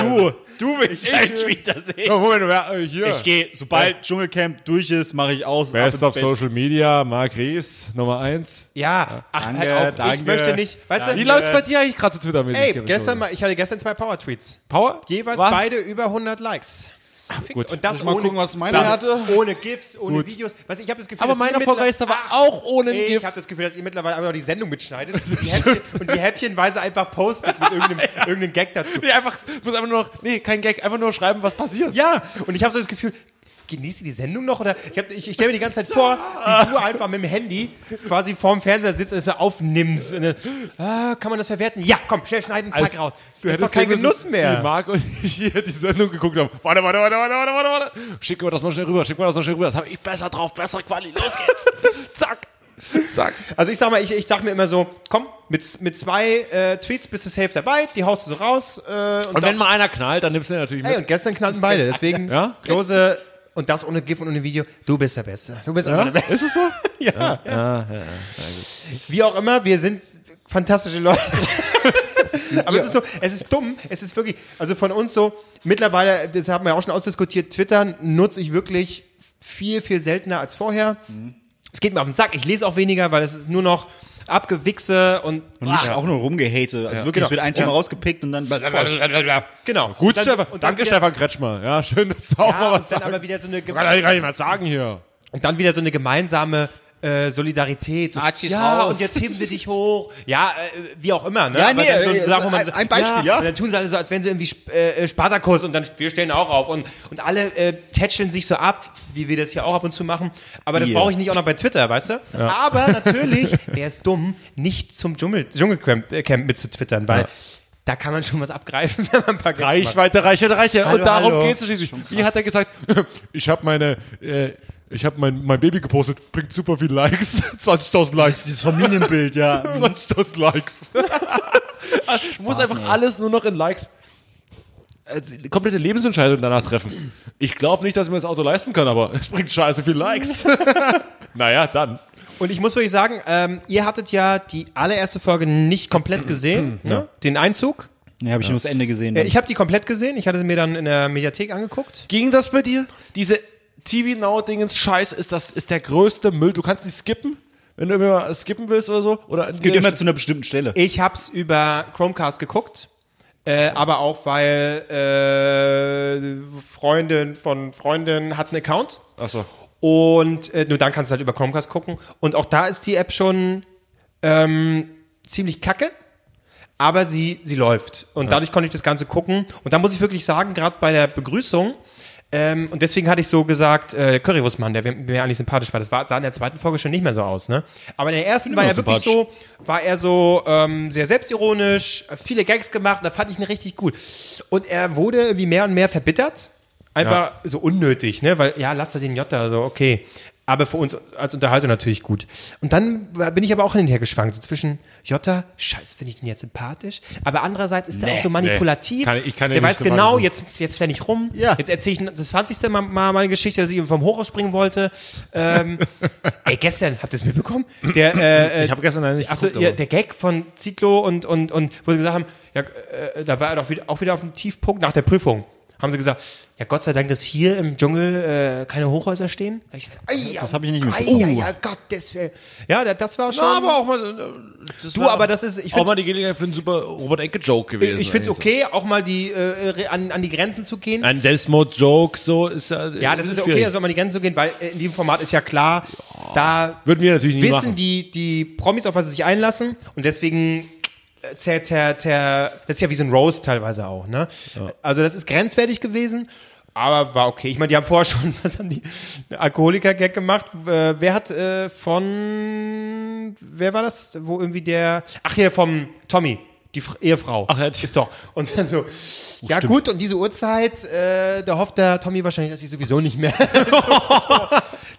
Speaker 3: Du, du willst ich, einen Tweeter sehen.
Speaker 1: Moment, wer, hier.
Speaker 3: Ich gehe, sobald Dschungelcamp durch ist, mache ich aus. ab
Speaker 1: Best
Speaker 3: ins
Speaker 1: auf
Speaker 3: Bett.
Speaker 1: Social Media, Marc Ries, Nummer 1.
Speaker 2: ja, ach,
Speaker 3: Danke,
Speaker 2: halt auf, ich
Speaker 3: danke.
Speaker 2: möchte nicht, weißt
Speaker 1: Also Wie
Speaker 2: du,
Speaker 1: läuft's bei dir eigentlich gerade so twitter
Speaker 2: ey, gestern mal, ich hatte gestern zwei Power-Tweets.
Speaker 1: Power?
Speaker 2: Jeweils
Speaker 1: Was?
Speaker 2: beide über 100 Likes. Gut. Und das
Speaker 4: Mal
Speaker 2: ohne,
Speaker 4: gucken, was meine hatte.
Speaker 2: ohne GIFs, ohne Videos. Was, ich habe das Gefühl,
Speaker 1: Aber
Speaker 2: dass
Speaker 1: mein
Speaker 2: ihr mittler-
Speaker 1: erfolgreichster war auch ohne ein
Speaker 2: Ich
Speaker 1: GIF.
Speaker 2: habe das Gefühl, dass ihr mittlerweile einfach noch die Sendung mitschneidet und die, Häppchen, und die Häppchenweise einfach postet mit irgendeinem, irgendeinem Gag dazu.
Speaker 1: Nee, einfach, muss einfach nur noch, nee, kein Gag, einfach nur schreiben, was passiert.
Speaker 2: Ja, und ich habe so das Gefühl, genießt ihr die Sendung noch? Oder ich, hab- ich, ich stelle mir die ganze Zeit vor, wie du einfach mit dem Handy quasi vorm Fernseher sitzt und es so aufnimmst. Und dann, ah, kann man das verwerten? Ja, komm, schnell schneiden, zack,
Speaker 1: Als-
Speaker 2: raus. Du das ist doch kein Genuss
Speaker 1: Wie
Speaker 2: mehr.
Speaker 1: Marc und ich hier die Sendung geguckt haben. Warte, warte, warte, warte, warte, warte, warte. Schick mir das mal schnell rüber, schick mir das mal schnell rüber. Das habe ich besser drauf, besser Quali. Los geht's. Zack. Zack.
Speaker 2: Also ich sag mal, ich, ich sag mir immer so, komm, mit, mit zwei äh, Tweets bist du safe dabei, die haust du so raus. Äh,
Speaker 1: Und
Speaker 2: dann-
Speaker 1: wenn mal einer knallt, dann nimmst du den natürlich
Speaker 2: Ey,
Speaker 1: mit.
Speaker 2: und gestern knallten beide, deswegen
Speaker 1: Ja?
Speaker 2: Klose und das ohne GIF und ohne Video, du bist der Beste. Du bist einfach der Beste.
Speaker 1: Ist es so?
Speaker 2: Wie auch immer, wir sind fantastische Leute. Aber es ist so, es ist dumm, es ist wirklich, also von uns so, mittlerweile, das haben wir auch schon ausdiskutiert, Twitter nutze ich wirklich viel, viel seltener als vorher.
Speaker 1: Mhm.
Speaker 2: Es geht mir auf den Sack, ich lese auch weniger, weil es ist nur noch Abgewichse und,
Speaker 4: Und
Speaker 1: Ah.
Speaker 4: nicht auch nur rumgehate. Also wirklich,
Speaker 2: Genau.
Speaker 4: es wird ein Thema rausgepickt und dann.
Speaker 2: genau.
Speaker 1: Gut,
Speaker 2: dann-
Speaker 1: Stefan.
Speaker 2: und dann
Speaker 1: Danke,
Speaker 2: wieder-
Speaker 1: Stefan Kretschmer. Ja, schön, dass du auch
Speaker 2: Ja,
Speaker 1: mal was
Speaker 2: und dann
Speaker 1: sagst.
Speaker 2: aber wieder so
Speaker 4: Oh
Speaker 2: eine,
Speaker 1: Kann ich gar nicht mehr sagen hier.
Speaker 2: Und dann wieder so eine gemeinsame äh, Solidarität. So,
Speaker 3: Nazis
Speaker 2: ja,
Speaker 3: raus.
Speaker 2: und jetzt heben wir dich hoch. Ja, äh, wie auch immer. Ne?
Speaker 4: Ja,
Speaker 2: Aber
Speaker 4: nee,
Speaker 2: dann so,
Speaker 4: äh,
Speaker 2: Sachen, wo man
Speaker 4: ein-
Speaker 2: so,
Speaker 4: ein Beispiel, ja.
Speaker 2: Und dann tun sie alle so, als wären sie irgendwie Sp- äh, Spartakus und dann wir stehen auch auf. Und, und alle äh, tätscheln sich so ab, wie wir das hier auch ab und zu machen. Aber das
Speaker 4: Yeah.
Speaker 2: brauche ich nicht auch noch bei Twitter, weißt du? Aber natürlich wäre es dumm, nicht zum Dschungel, Dschungelcamp äh, Camp mit zu twittern, weil da kann man schon was abgreifen, wenn man ein paar Gags macht.
Speaker 1: Reichweite, Reichweite, Reichweite.
Speaker 2: Hallo,
Speaker 1: und darum
Speaker 2: hallo.
Speaker 1: geht's schließlich. Wie hat er gesagt, ich habe meine, äh, ich habe mein, mein Baby gepostet, bringt super viele Likes. 20.000 Likes.
Speaker 4: Dieses Familienbild, ja.
Speaker 1: 20.000 Likes. du musst einfach alles nur noch in Likes. Also, komplette Lebensentscheidung danach treffen. Ich glaube nicht, dass ich mir das Auto leisten kann, aber es bringt scheiße viel Likes. naja, dann.
Speaker 2: Und ich muss wirklich sagen, ähm, ihr hattet ja die allererste Folge nicht komplett gesehen, ne? den Einzug.
Speaker 4: Mhm. Ja, habe ich nur das Ende gesehen.
Speaker 2: Äh, Ich habe die komplett gesehen, ich hatte sie mir dann in der Mediathek angeguckt.
Speaker 1: Ging das bei dir? Diese TV Now Dingens Scheiß ist das ist der größte Müll. Du kannst nicht skippen, wenn du immer mal skippen willst oder so. Oder es
Speaker 4: geht immer zu einer bestimmten Stelle.
Speaker 2: Ich habe es über Chromecast geguckt, äh, aber auch weil äh, Freundin von Freundin hat einen Account
Speaker 1: Achso.
Speaker 2: und äh, nur dann kannst du halt über Chromecast gucken. Und auch da ist die App schon ähm, ziemlich kacke, aber sie, sie läuft. Und dadurch konnte ich das Ganze gucken. Und da muss ich wirklich sagen, gerade bei der Begrüßung, ähm, und deswegen hatte ich so gesagt, äh, Currywurstmann, der mir eigentlich sympathisch war. Das war, sah in der zweiten Folge schon nicht mehr so aus, ne? Aber in der ersten war er wirklich so, war er so ähm, sehr selbstironisch, viele Gags gemacht, und da fand ich ihn richtig gut. Und er wurde wie mehr und mehr verbittert. Einfach so unnötig, ne? Weil, ja, lass da den Jota, so, okay. Aber für uns als Unterhaltung natürlich gut. Und dann bin ich aber auch hin und her geschwankt, so zwischen Jota, scheiße, finde ich den jetzt sympathisch, aber andererseits ist der auch so manipulativ.
Speaker 1: Kann ich- ich kann den
Speaker 2: der weiß
Speaker 1: nicht so
Speaker 2: genau,
Speaker 1: manipulieren.
Speaker 2: jetzt, jetzt fäll ich rum,
Speaker 4: Ja.
Speaker 2: jetzt erzähle ich das 20. Mal, mal meine Geschichte, dass ich eben vom Horror springen wollte. Ähm, ey, gestern, habt ihr es mitbekommen? Der, äh, äh,
Speaker 1: Ich habe gestern leider nicht
Speaker 2: Achso,
Speaker 1: geguckt,
Speaker 2: ja,
Speaker 1: aber-
Speaker 2: der Gag von Zitlo und, und, und wo sie gesagt haben, ja, äh, da war er doch wieder, auch wieder auf dem Tiefpunkt nach der Prüfung. Haben sie gesagt, ja Gott sei Dank, dass hier im Dschungel äh, keine Hochhäuser stehen. Hab Ich gedacht, ei,
Speaker 4: Das habe ich nicht
Speaker 2: ei,
Speaker 4: mitbekommen.
Speaker 2: ei, ja, Gottes Willen. Ja, da- das war schon.
Speaker 1: Na, aber auch mal. äh, Das
Speaker 2: du,
Speaker 1: war
Speaker 2: aber das ist, ich
Speaker 1: auch mal
Speaker 2: finde
Speaker 1: die Gelegenheit für einen super Robert Enke Joke gewesen.
Speaker 2: ich find's
Speaker 1: eigentlich
Speaker 2: okay, auch mal die, äh, re- an, an die Grenzen zu gehen.
Speaker 1: So. Ein Selbstmord Joke so ist ja.
Speaker 2: Ja, das ist ja okay,
Speaker 1: schwierig.
Speaker 2: da soll man die Grenze gehen, weil äh, in diesem Format ist ja klar, da
Speaker 1: Würden wir natürlich nie
Speaker 2: wissen
Speaker 1: machen.
Speaker 2: die die Promis, auf was sie sich einlassen und deswegen äh, zer, zer, zer, das ist ja wie so ein Roast teilweise auch, ne? Also das ist grenzwertig gewesen, aber war okay. Ich meine, die haben vorher schon, was haben die, einen Alkoholiker-Gag gemacht. Äh, wer hat äh, von, wer war das, wo irgendwie der, ach hier, vom Tommy. Die Fr- Ehefrau.
Speaker 1: Ach, ja, die-
Speaker 2: ist doch. Und dann so, ja gut, und diese Uhrzeit, äh, da hofft der Tommy wahrscheinlich, dass sie sowieso nicht mehr.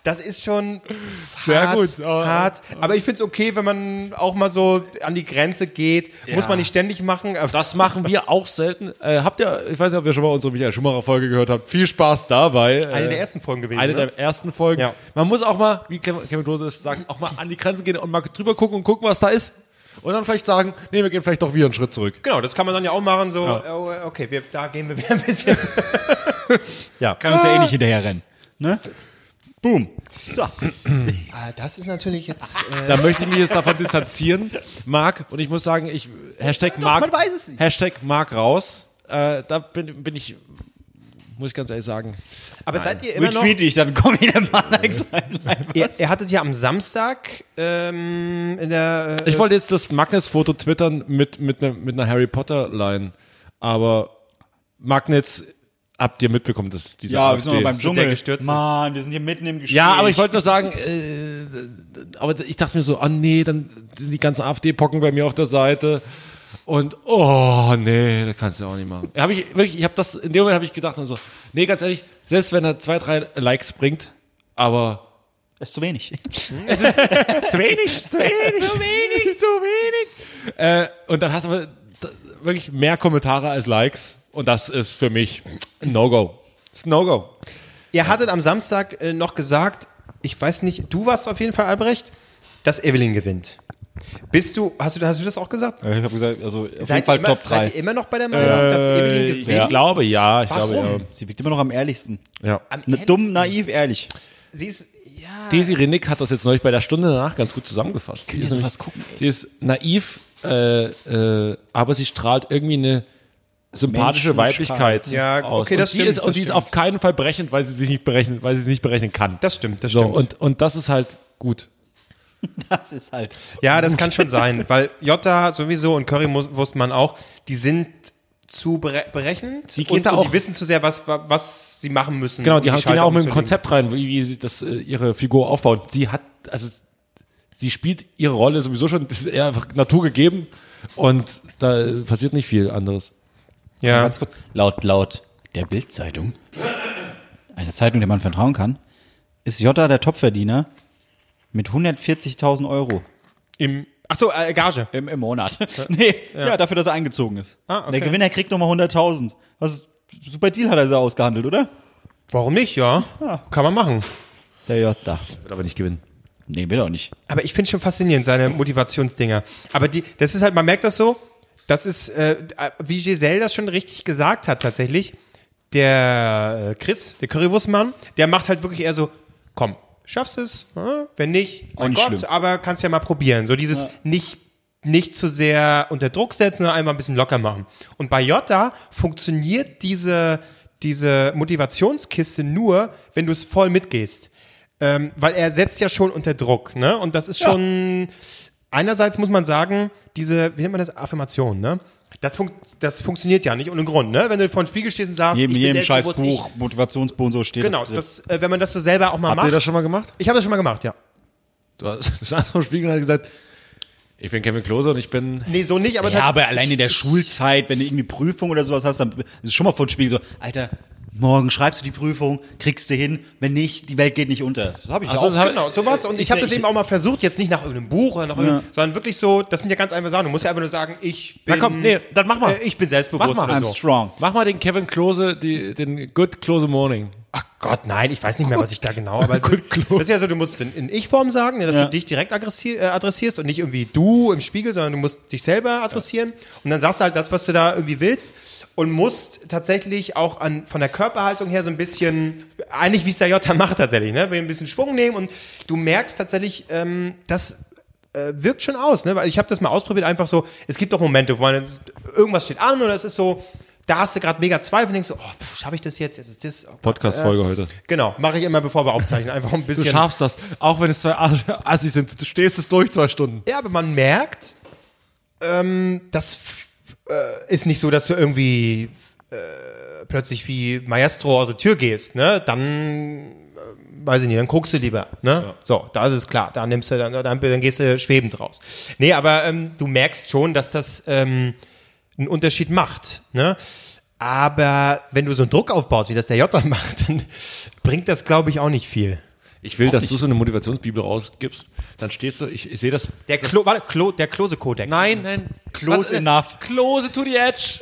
Speaker 2: das ist schon
Speaker 1: Sehr
Speaker 2: hart,
Speaker 1: gut, aber-
Speaker 2: hart. Aber ich finde es okay, wenn man auch mal so an die Grenze geht. Muss man nicht ständig machen. Aber
Speaker 1: Das machen wir auch selten. Äh, habt ihr, ich weiß nicht, ob ihr schon mal unsere Michael Schumacher Folge gehört habt. Viel Spaß dabei. Äh,
Speaker 2: eine der ersten Folgen gewesen.
Speaker 1: eine
Speaker 2: ne?
Speaker 1: der ersten Folgen.
Speaker 2: Ja.
Speaker 1: Man muss auch mal, wie Kevin Kevin Klose es sagt, auch mal an die Grenzen gehen und mal drüber gucken und gucken, was da ist. Und dann vielleicht sagen, nee, wir gehen vielleicht doch wieder einen Schritt zurück.
Speaker 2: genau, das kann man dann ja auch machen. So, äh, okay, wir, da gehen wir wieder ein bisschen.
Speaker 4: Kann
Speaker 1: Äh,
Speaker 4: uns ja eh nicht hinterherrennen. Ne? Boom.
Speaker 2: Ah, das ist natürlich jetzt. Äh,
Speaker 1: Da möchte ich mich jetzt davon distanzieren. Marc, und ich muss sagen, ich, Hashtag Marc,
Speaker 2: man weiß es nicht.
Speaker 1: Hashtag Marc raus. Äh, da bin, bin ich, muss muss ich ganz ehrlich sagen.
Speaker 2: Aber seid ihr immer noch.
Speaker 4: Retweet ich, dann komme ich der Malex rein.
Speaker 2: Ihr, ihr hattet ja am Samstag ähm, in der. Äh,
Speaker 1: Ich wollte jetzt das Magnets-Foto twittern mit, mit, ne, mit einer Harry Potter-Line, aber Magnets habt ihr mitbekommen, dass dieser
Speaker 4: Ja, wir
Speaker 1: AfD
Speaker 4: sind noch beim Dschungel.
Speaker 2: gestürzt ist.
Speaker 4: Mann, wir sind hier mitten im Gespräch.
Speaker 1: Ja, aber ich wollte nur sagen, äh, aber ich dachte mir so, ah nee, dann sind die ganzen AfD-Pocken bei mir auf der Seite. Und oh nee, das kannst du auch nicht machen. Hab ich wirklich, ich habe das in dem Moment habe ich gedacht und so, nee, ganz ehrlich, selbst wenn er zwei, drei Likes bringt, aber
Speaker 4: Das ist zu wenig.
Speaker 1: Hm? zu wenig, zu wenig, zu wenig, zu wenig. Äh, und dann hast du aber d- wirklich mehr Kommentare als Likes und das ist für mich ein No-Go. Ist ein No-Go.
Speaker 2: ihr hattet am Samstag äh, noch gesagt, ich weiß nicht, du warst auf jeden Fall, Albrecht, dass Evelyn gewinnt. Bist du, hast du, hast du das auch gesagt?
Speaker 4: Ich habe gesagt, also auf
Speaker 2: Seid
Speaker 4: jeden Fall
Speaker 2: ihr immer,
Speaker 4: Top
Speaker 2: Seid ihr
Speaker 4: 3.
Speaker 2: immer noch bei der Meinung, dass Evelyn gewinnt?
Speaker 1: Äh, ich glaube ja, ich glaube
Speaker 4: Sie wirkt immer noch am ehrlichsten.
Speaker 1: ja. ja.
Speaker 2: Am
Speaker 4: Ne,
Speaker 2: ehrlichsten.
Speaker 4: dumm, naiv, ehrlich.
Speaker 2: Sie ist, ja.
Speaker 1: Desiree Nick hat das jetzt neulich bei der Stunde danach ganz gut zusammengefasst. Die ist, nämlich, die ist naiv, äh, äh, aber sie strahlt irgendwie eine sympathische
Speaker 4: Menschlichkeit.
Speaker 1: Weiblichkeit
Speaker 2: Ja,
Speaker 1: aus.
Speaker 2: okay, das
Speaker 1: und die
Speaker 2: stimmt,
Speaker 1: ist,
Speaker 2: das
Speaker 1: und die ist
Speaker 2: stimmt.
Speaker 1: auf keinen Fall brechend, weil sie sich nicht berechnen, weil sie es nicht berechnen kann.
Speaker 2: Das stimmt, das
Speaker 1: so,
Speaker 2: stimmt.
Speaker 1: Und, und das ist halt gut.
Speaker 4: Das ist halt.
Speaker 2: Ja, das kann schon sein, weil Jota sowieso und Curry muss- wusste man auch, die sind zu bere berechnend
Speaker 1: Die geht
Speaker 2: und,
Speaker 1: da
Speaker 2: und die
Speaker 1: auch-
Speaker 2: wissen zu sehr, was, wa- was sie machen müssen.
Speaker 1: Genau,
Speaker 2: um
Speaker 1: die haben- gehen
Speaker 2: Schalter
Speaker 1: ja auch mit dem
Speaker 2: umzulegen.
Speaker 1: Konzept rein, wie, wie sie das, äh, ihre Figur aufbauen. Sie hat, also, sie spielt ihre Rolle sowieso schon, das ist eher einfach naturgegeben und da äh, passiert nicht viel anderes.
Speaker 2: Ja.
Speaker 1: also
Speaker 4: Laut, laut der Bildzeitung, einer Zeitung, der man vertrauen kann, ist Jota der Topverdiener mit 140.000 Euro.
Speaker 2: Im, achso, äh, Gage.
Speaker 4: Im, im Monat. nee, ja. dafür, dass er eingezogen ist.
Speaker 2: Ah, okay.
Speaker 4: Der Gewinner kriegt nochmal 100.000. Also, super Deal hat er so ausgehandelt, oder?
Speaker 2: Warum nicht, ja? Kann man machen.
Speaker 4: Der Jota.
Speaker 1: Wird aber nicht gewinnen.
Speaker 4: Nee, will auch nicht.
Speaker 2: Aber ich finde schon faszinierend, seine Motivationsdinger. Aber die, das ist halt, man merkt das so, das ist, äh, wie Giselle das schon richtig gesagt hat tatsächlich, der äh, Chris, der Currywurstmann, der macht halt wirklich eher so, komm, schaffst es, äh, wenn nicht, mein
Speaker 4: nicht
Speaker 2: Gott,
Speaker 4: schlimm.
Speaker 2: aber kannst ja mal probieren. So dieses nicht, nicht zu sehr unter Druck setzen, sondern einmal ein bisschen locker machen. Und bei Jota funktioniert diese, diese Motivationskiste nur, wenn du es voll mitgehst. Ähm, weil er setzt ja schon unter Druck, ne? Und das ist schon. Einerseits muss man sagen, diese, wie nennt man das? Affirmation, ne? Das, funkt, das funktioniert ja nicht ohne Grund, ne? Wenn du vor dem Spiegel stehst und sagst,
Speaker 4: Neben
Speaker 2: ich bin
Speaker 4: jedem scheiß
Speaker 2: selbstbewusst,
Speaker 4: Buch, Motivationsbuch und so steht
Speaker 2: Ich, genau,
Speaker 4: das drin.
Speaker 2: das, äh, wenn man das so selber auch mal
Speaker 1: Habt ihr
Speaker 2: macht.
Speaker 1: das schon mal gemacht?
Speaker 2: ich habe das schon mal gemacht, ja.
Speaker 1: Du hast du standst vor dem Spiegel und hast gesagt, ich bin Kevin Klose und ich bin.
Speaker 2: Nee, so nicht, aber
Speaker 4: Ja, aber allein in der Schulzeit, wenn du irgendwie Prüfung oder sowas hast, dann ist es schon mal vor dem Spiegel so, Alter, morgen schreibst du die Prüfung, kriegst du hin, wenn nicht, die Welt geht nicht unter. Das habe ich
Speaker 1: Ach so,
Speaker 4: auch.
Speaker 1: also das Äh, hab-
Speaker 2: Genau, sowas. Und ich, habe das eben auch mal versucht, jetzt nicht nach irgendeinem Buch oder nach irgendeinem, sondern wirklich so, das sind ja ganz einfache Sachen. Du musst ja einfach nur sagen, ich bin.
Speaker 1: Na komm, nee, dann mach mal.
Speaker 2: Äh, ich bin selbstbewusst
Speaker 1: Mach mal.
Speaker 2: oder
Speaker 4: I'm
Speaker 2: so.
Speaker 4: strong.
Speaker 1: Mach mal den Kevin Klose, die, den Good Klose Morning.
Speaker 2: Ach Gott, nein, ich weiß nicht mehr, was ich da genau, aber das ist ja so, du musst es in, in Ich-Form sagen, ne, dass
Speaker 4: Ja.
Speaker 2: du dich direkt adressi- äh, adressierst und nicht irgendwie du im Spiegel, sondern du musst dich selber adressieren und dann sagst du halt das, was du da irgendwie willst und musst tatsächlich auch an, von der Körperhaltung her so ein bisschen, eigentlich wie es der Jota macht tatsächlich, ne? ein bisschen Schwung nehmen und du merkst tatsächlich, ähm, das äh, wirkt schon aus, ne? Weil ich habe das mal ausprobiert, einfach so, es gibt doch Momente, wo man irgendwas steht an oder es ist so, da hast du gerade mega Zweifel und denkst so, oh, schaffe ich das jetzt? Jetzt ist das. Oh Gott,
Speaker 1: Podcast-Folge heute.
Speaker 2: Genau, mache ich immer, bevor wir aufzeichnen, einfach ein
Speaker 1: Äh, Du
Speaker 2: bisschen.
Speaker 1: schaffst das. Auch wenn es zwei Assis sind, du stehst es durch zwei Stunden.
Speaker 2: Ja, aber man merkt, ähm, das f- äh, ist nicht so, dass du irgendwie äh, plötzlich wie Maestro aus der Tür gehst, ne? Dann, äh, weiß ich nicht, dann guckst du lieber, ne? So, da ist es klar, da nimmst du, dann, dann, dann gehst du schwebend raus. Nee, aber ähm, du merkst schon, dass das ähm, einen Unterschied macht, ne? Aber wenn du so einen Druck aufbaust, wie das der J macht, dann bringt das, glaube ich, auch nicht viel.
Speaker 1: Ich will, dass du so eine Motivationsbibel rausgibst. Dann stehst du, ich, ich sehe das.
Speaker 2: Der Klo, warte, Klo, der Klose-Kodex.
Speaker 1: Nein, nein. äh,
Speaker 4: Close enough.
Speaker 1: Klose to the edge.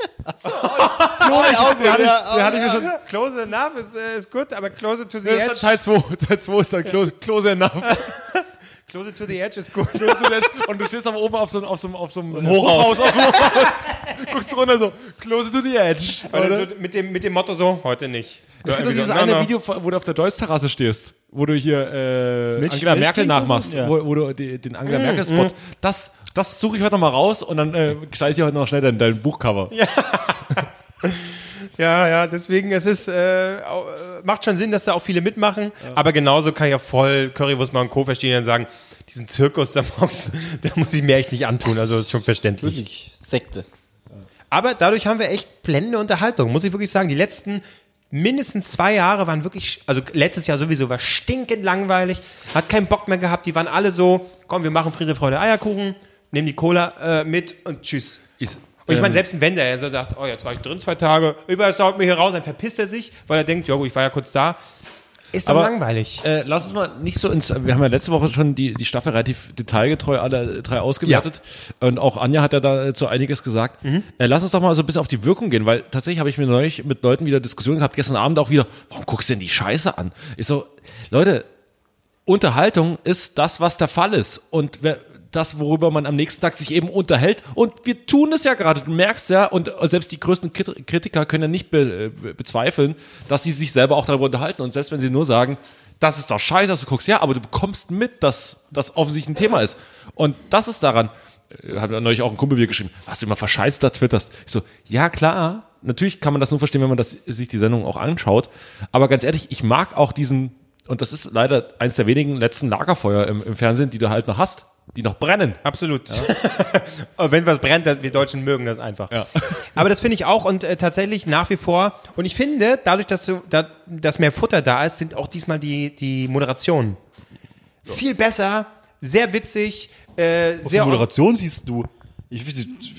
Speaker 2: Close enough ist, äh, ist gut, aber close to the
Speaker 1: Das ist dann Teil 2. Teil 2 ist dann Klose, Klose enough.
Speaker 2: Close to the edge ist gut.
Speaker 1: Klose to the edge. Und du stehst aber oben auf so einem auf so, einem- auf so einem
Speaker 4: Hochhaus.
Speaker 1: Auf dem Hochhaus. Guckst runter so. Klose to the edge.
Speaker 2: Oder so mit, dem, mit dem Motto so, heute nicht. So,
Speaker 1: Es gibt doch
Speaker 2: irgendwie
Speaker 1: dieses
Speaker 2: so,
Speaker 1: eine
Speaker 2: na, na.
Speaker 1: Video, wo du auf der Deutschterrasse stehst, wo du hier äh, Angela Merkel nachmachst,
Speaker 4: Ja.
Speaker 1: wo, wo du die, den Angela
Speaker 2: Hm.
Speaker 1: Merkel-Spot. Das, das suche ich heute nochmal raus und dann äh, gestalte ich heute noch schnell dein, dein Buchcover.
Speaker 2: Ja, ja, deswegen, es ist, äh, au- äh, macht schon Sinn, dass da auch viele mitmachen, aber genauso kann ich auch voll Currywurst machen, Co. verstehen und sagen, diesen Zirkus, da muss, da muss ich mir echt nicht antun, also ist schon verständlich.
Speaker 3: Wirklich, Sekte.
Speaker 2: Aber dadurch haben wir echt blendende Unterhaltung, muss ich wirklich sagen. Die letzten mindestens zwei Jahre waren wirklich, also letztes Jahr sowieso war stinkend langweilig, hat keinen Bock mehr gehabt, die waren alle so, komm, wir machen Friede, Freude, Eierkuchen, nehmen die Cola äh, mit und tschüss. und
Speaker 1: Ähm.
Speaker 2: ich meine, selbst ein Wender, der so sagt, oh, jetzt war ich drin zwei Tage, überall haut mir hier raus, dann verpisst er sich, weil er denkt, ja gut, ich war ja kurz da. Ist doch
Speaker 1: Aber-
Speaker 2: langweilig.
Speaker 1: Äh, lass uns mal nicht so ins. Wir haben ja letzte Woche schon die, die Staffel relativ detailgetreu alle drei ausgewertet. Und auch Anja hat ja dazu einiges gesagt. Äh, lass uns doch mal so ein bisschen auf die Wirkung gehen, weil tatsächlich habe ich mir neulich mit Leuten wieder Diskussionen gehabt, gestern Abend auch wieder, warum guckst du denn die Scheiße an? Ich so, Leute, Unterhaltung ist das, was der Fall ist. Und wer, das, worüber man am nächsten Tag sich eben unterhält. Und wir tun es ja gerade, du merkst ja, und selbst die größten Krit- Kritiker können ja nicht be, äh, be- bezweifeln, dass sie sich selber auch darüber unterhalten. Und selbst wenn sie nur sagen, das ist doch scheiße, dass du guckst, ja, aber du bekommst mit, dass das offensichtlich ein Thema ist. Und das ist daran, äh, hat mir neulich auch ein Kumpel wieder geschrieben, hast du immer verscheißt, da twitterst. Ich so, ja klar, natürlich kann man das nur verstehen, wenn man das, sich die Sendung auch anschaut. Aber ganz ehrlich, ich mag auch diesen, und das ist leider eins der wenigen letzten Lagerfeuer im, im Fernsehen, die du halt noch hast, die noch brennen.
Speaker 2: Absolut. Und Wenn was brennt, das- wir Deutschen mögen das einfach. Aber das finde ich auch und äh, tatsächlich nach wie vor. Und ich finde, dadurch, dass, so, da, dass mehr Futter da ist, sind auch diesmal die, die Moderationen viel besser, sehr witzig, äh, sehr.
Speaker 4: Moderation siehst du. Ich,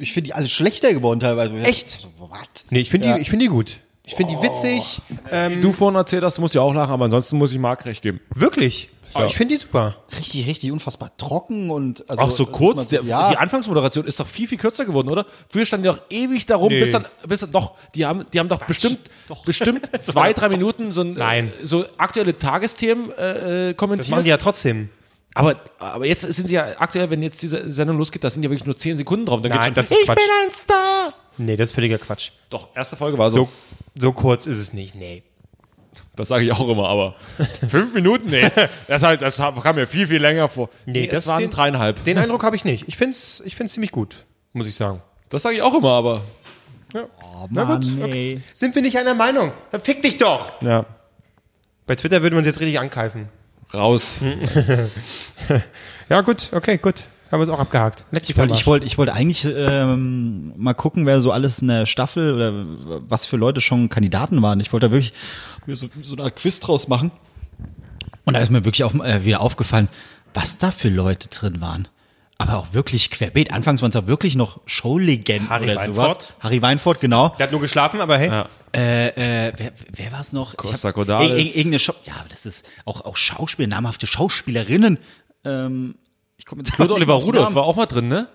Speaker 4: ich finde die alle schlechter geworden teilweise.
Speaker 2: Echt?
Speaker 4: Was?
Speaker 2: Nee, ich finde die, ich finde die gut. Ich finde die witzig. Ähm,
Speaker 1: Du vorhin erzählt hast, du musst ja auch lachen, aber ansonsten muss ich Marc recht geben.
Speaker 2: wirklich. Oh, ich finde die super.
Speaker 3: Richtig, richtig unfassbar trocken und also,
Speaker 1: Auch so kurz, der,
Speaker 3: ja.
Speaker 1: die Anfangsmoderation ist doch viel, viel kürzer geworden, oder? Früher standen die doch ewig darum,
Speaker 2: Nee.
Speaker 1: bis dann, bis dann, doch, die haben, die haben doch bestimmt, bestimmt zwei, drei Minuten so, ein,
Speaker 2: Nein.
Speaker 1: äh, so aktuelle Tagesthemen äh, äh,
Speaker 2: Das machen
Speaker 1: kommentiert.
Speaker 2: die ja trotzdem.
Speaker 1: aber, aber jetzt sind sie ja aktuell, wenn jetzt diese Sendung losgeht, da sind ja wirklich nur zehn Sekunden drauf. Dann geht's schon,
Speaker 2: ist Quatsch. Ich bin ein Star. Nee, das ist völliger Quatsch.
Speaker 1: doch, erste Folge war so.
Speaker 2: So, so kurz ist es nicht. Nee.
Speaker 1: Das sage ich auch immer, aber fünf Minuten, nee. Das, halt, das kam mir viel, viel länger vor. Nee, das
Speaker 2: das
Speaker 1: waren
Speaker 2: den-
Speaker 1: dreieinhalb.
Speaker 2: Den Eindruck habe ich nicht. Ich finde es ich find's ziemlich gut, muss ich sagen.
Speaker 1: Das sage ich auch immer, aber.
Speaker 2: Na gut, okay. Sind wir nicht einer Meinung? Dann fick dich doch!
Speaker 1: Ja.
Speaker 2: Bei Twitter würden wir uns jetzt richtig ankeifen.
Speaker 1: Raus.
Speaker 2: Ja, gut, okay, gut. Haben wir es auch abgehakt. Leck
Speaker 3: Ich wollte, ich wollte, ich wollte eigentlich ähm, mal gucken, wer so alles in der Staffel oder was für Leute schon Kandidaten waren. Ich wollte da wirklich mir so, so eine Art Quiz draus machen. Und da ist mir wirklich auf, äh, wieder aufgefallen, was da für Leute drin waren. Aber auch wirklich querbeet. Anfangs waren es auch wirklich noch Showlegenden
Speaker 2: Harry
Speaker 3: oder sowas.
Speaker 2: Weinfurt.
Speaker 3: Harry Weinfurt, genau.
Speaker 2: Der hat nur geschlafen, aber hey.
Speaker 3: Äh, äh, wer wer war es noch? Ich
Speaker 1: Costa
Speaker 3: hab-
Speaker 1: Cordalis.
Speaker 3: irg- irg- Irgendeine Schau ja, aber das ist auch, auch Schauspieler, namhafte Schauspielerinnen. Ähm, ich komme jetzt
Speaker 1: Claude
Speaker 3: nicht
Speaker 1: Oliver
Speaker 3: auf die
Speaker 1: Rudolph
Speaker 3: Namen.
Speaker 1: war auch mal drin, ne?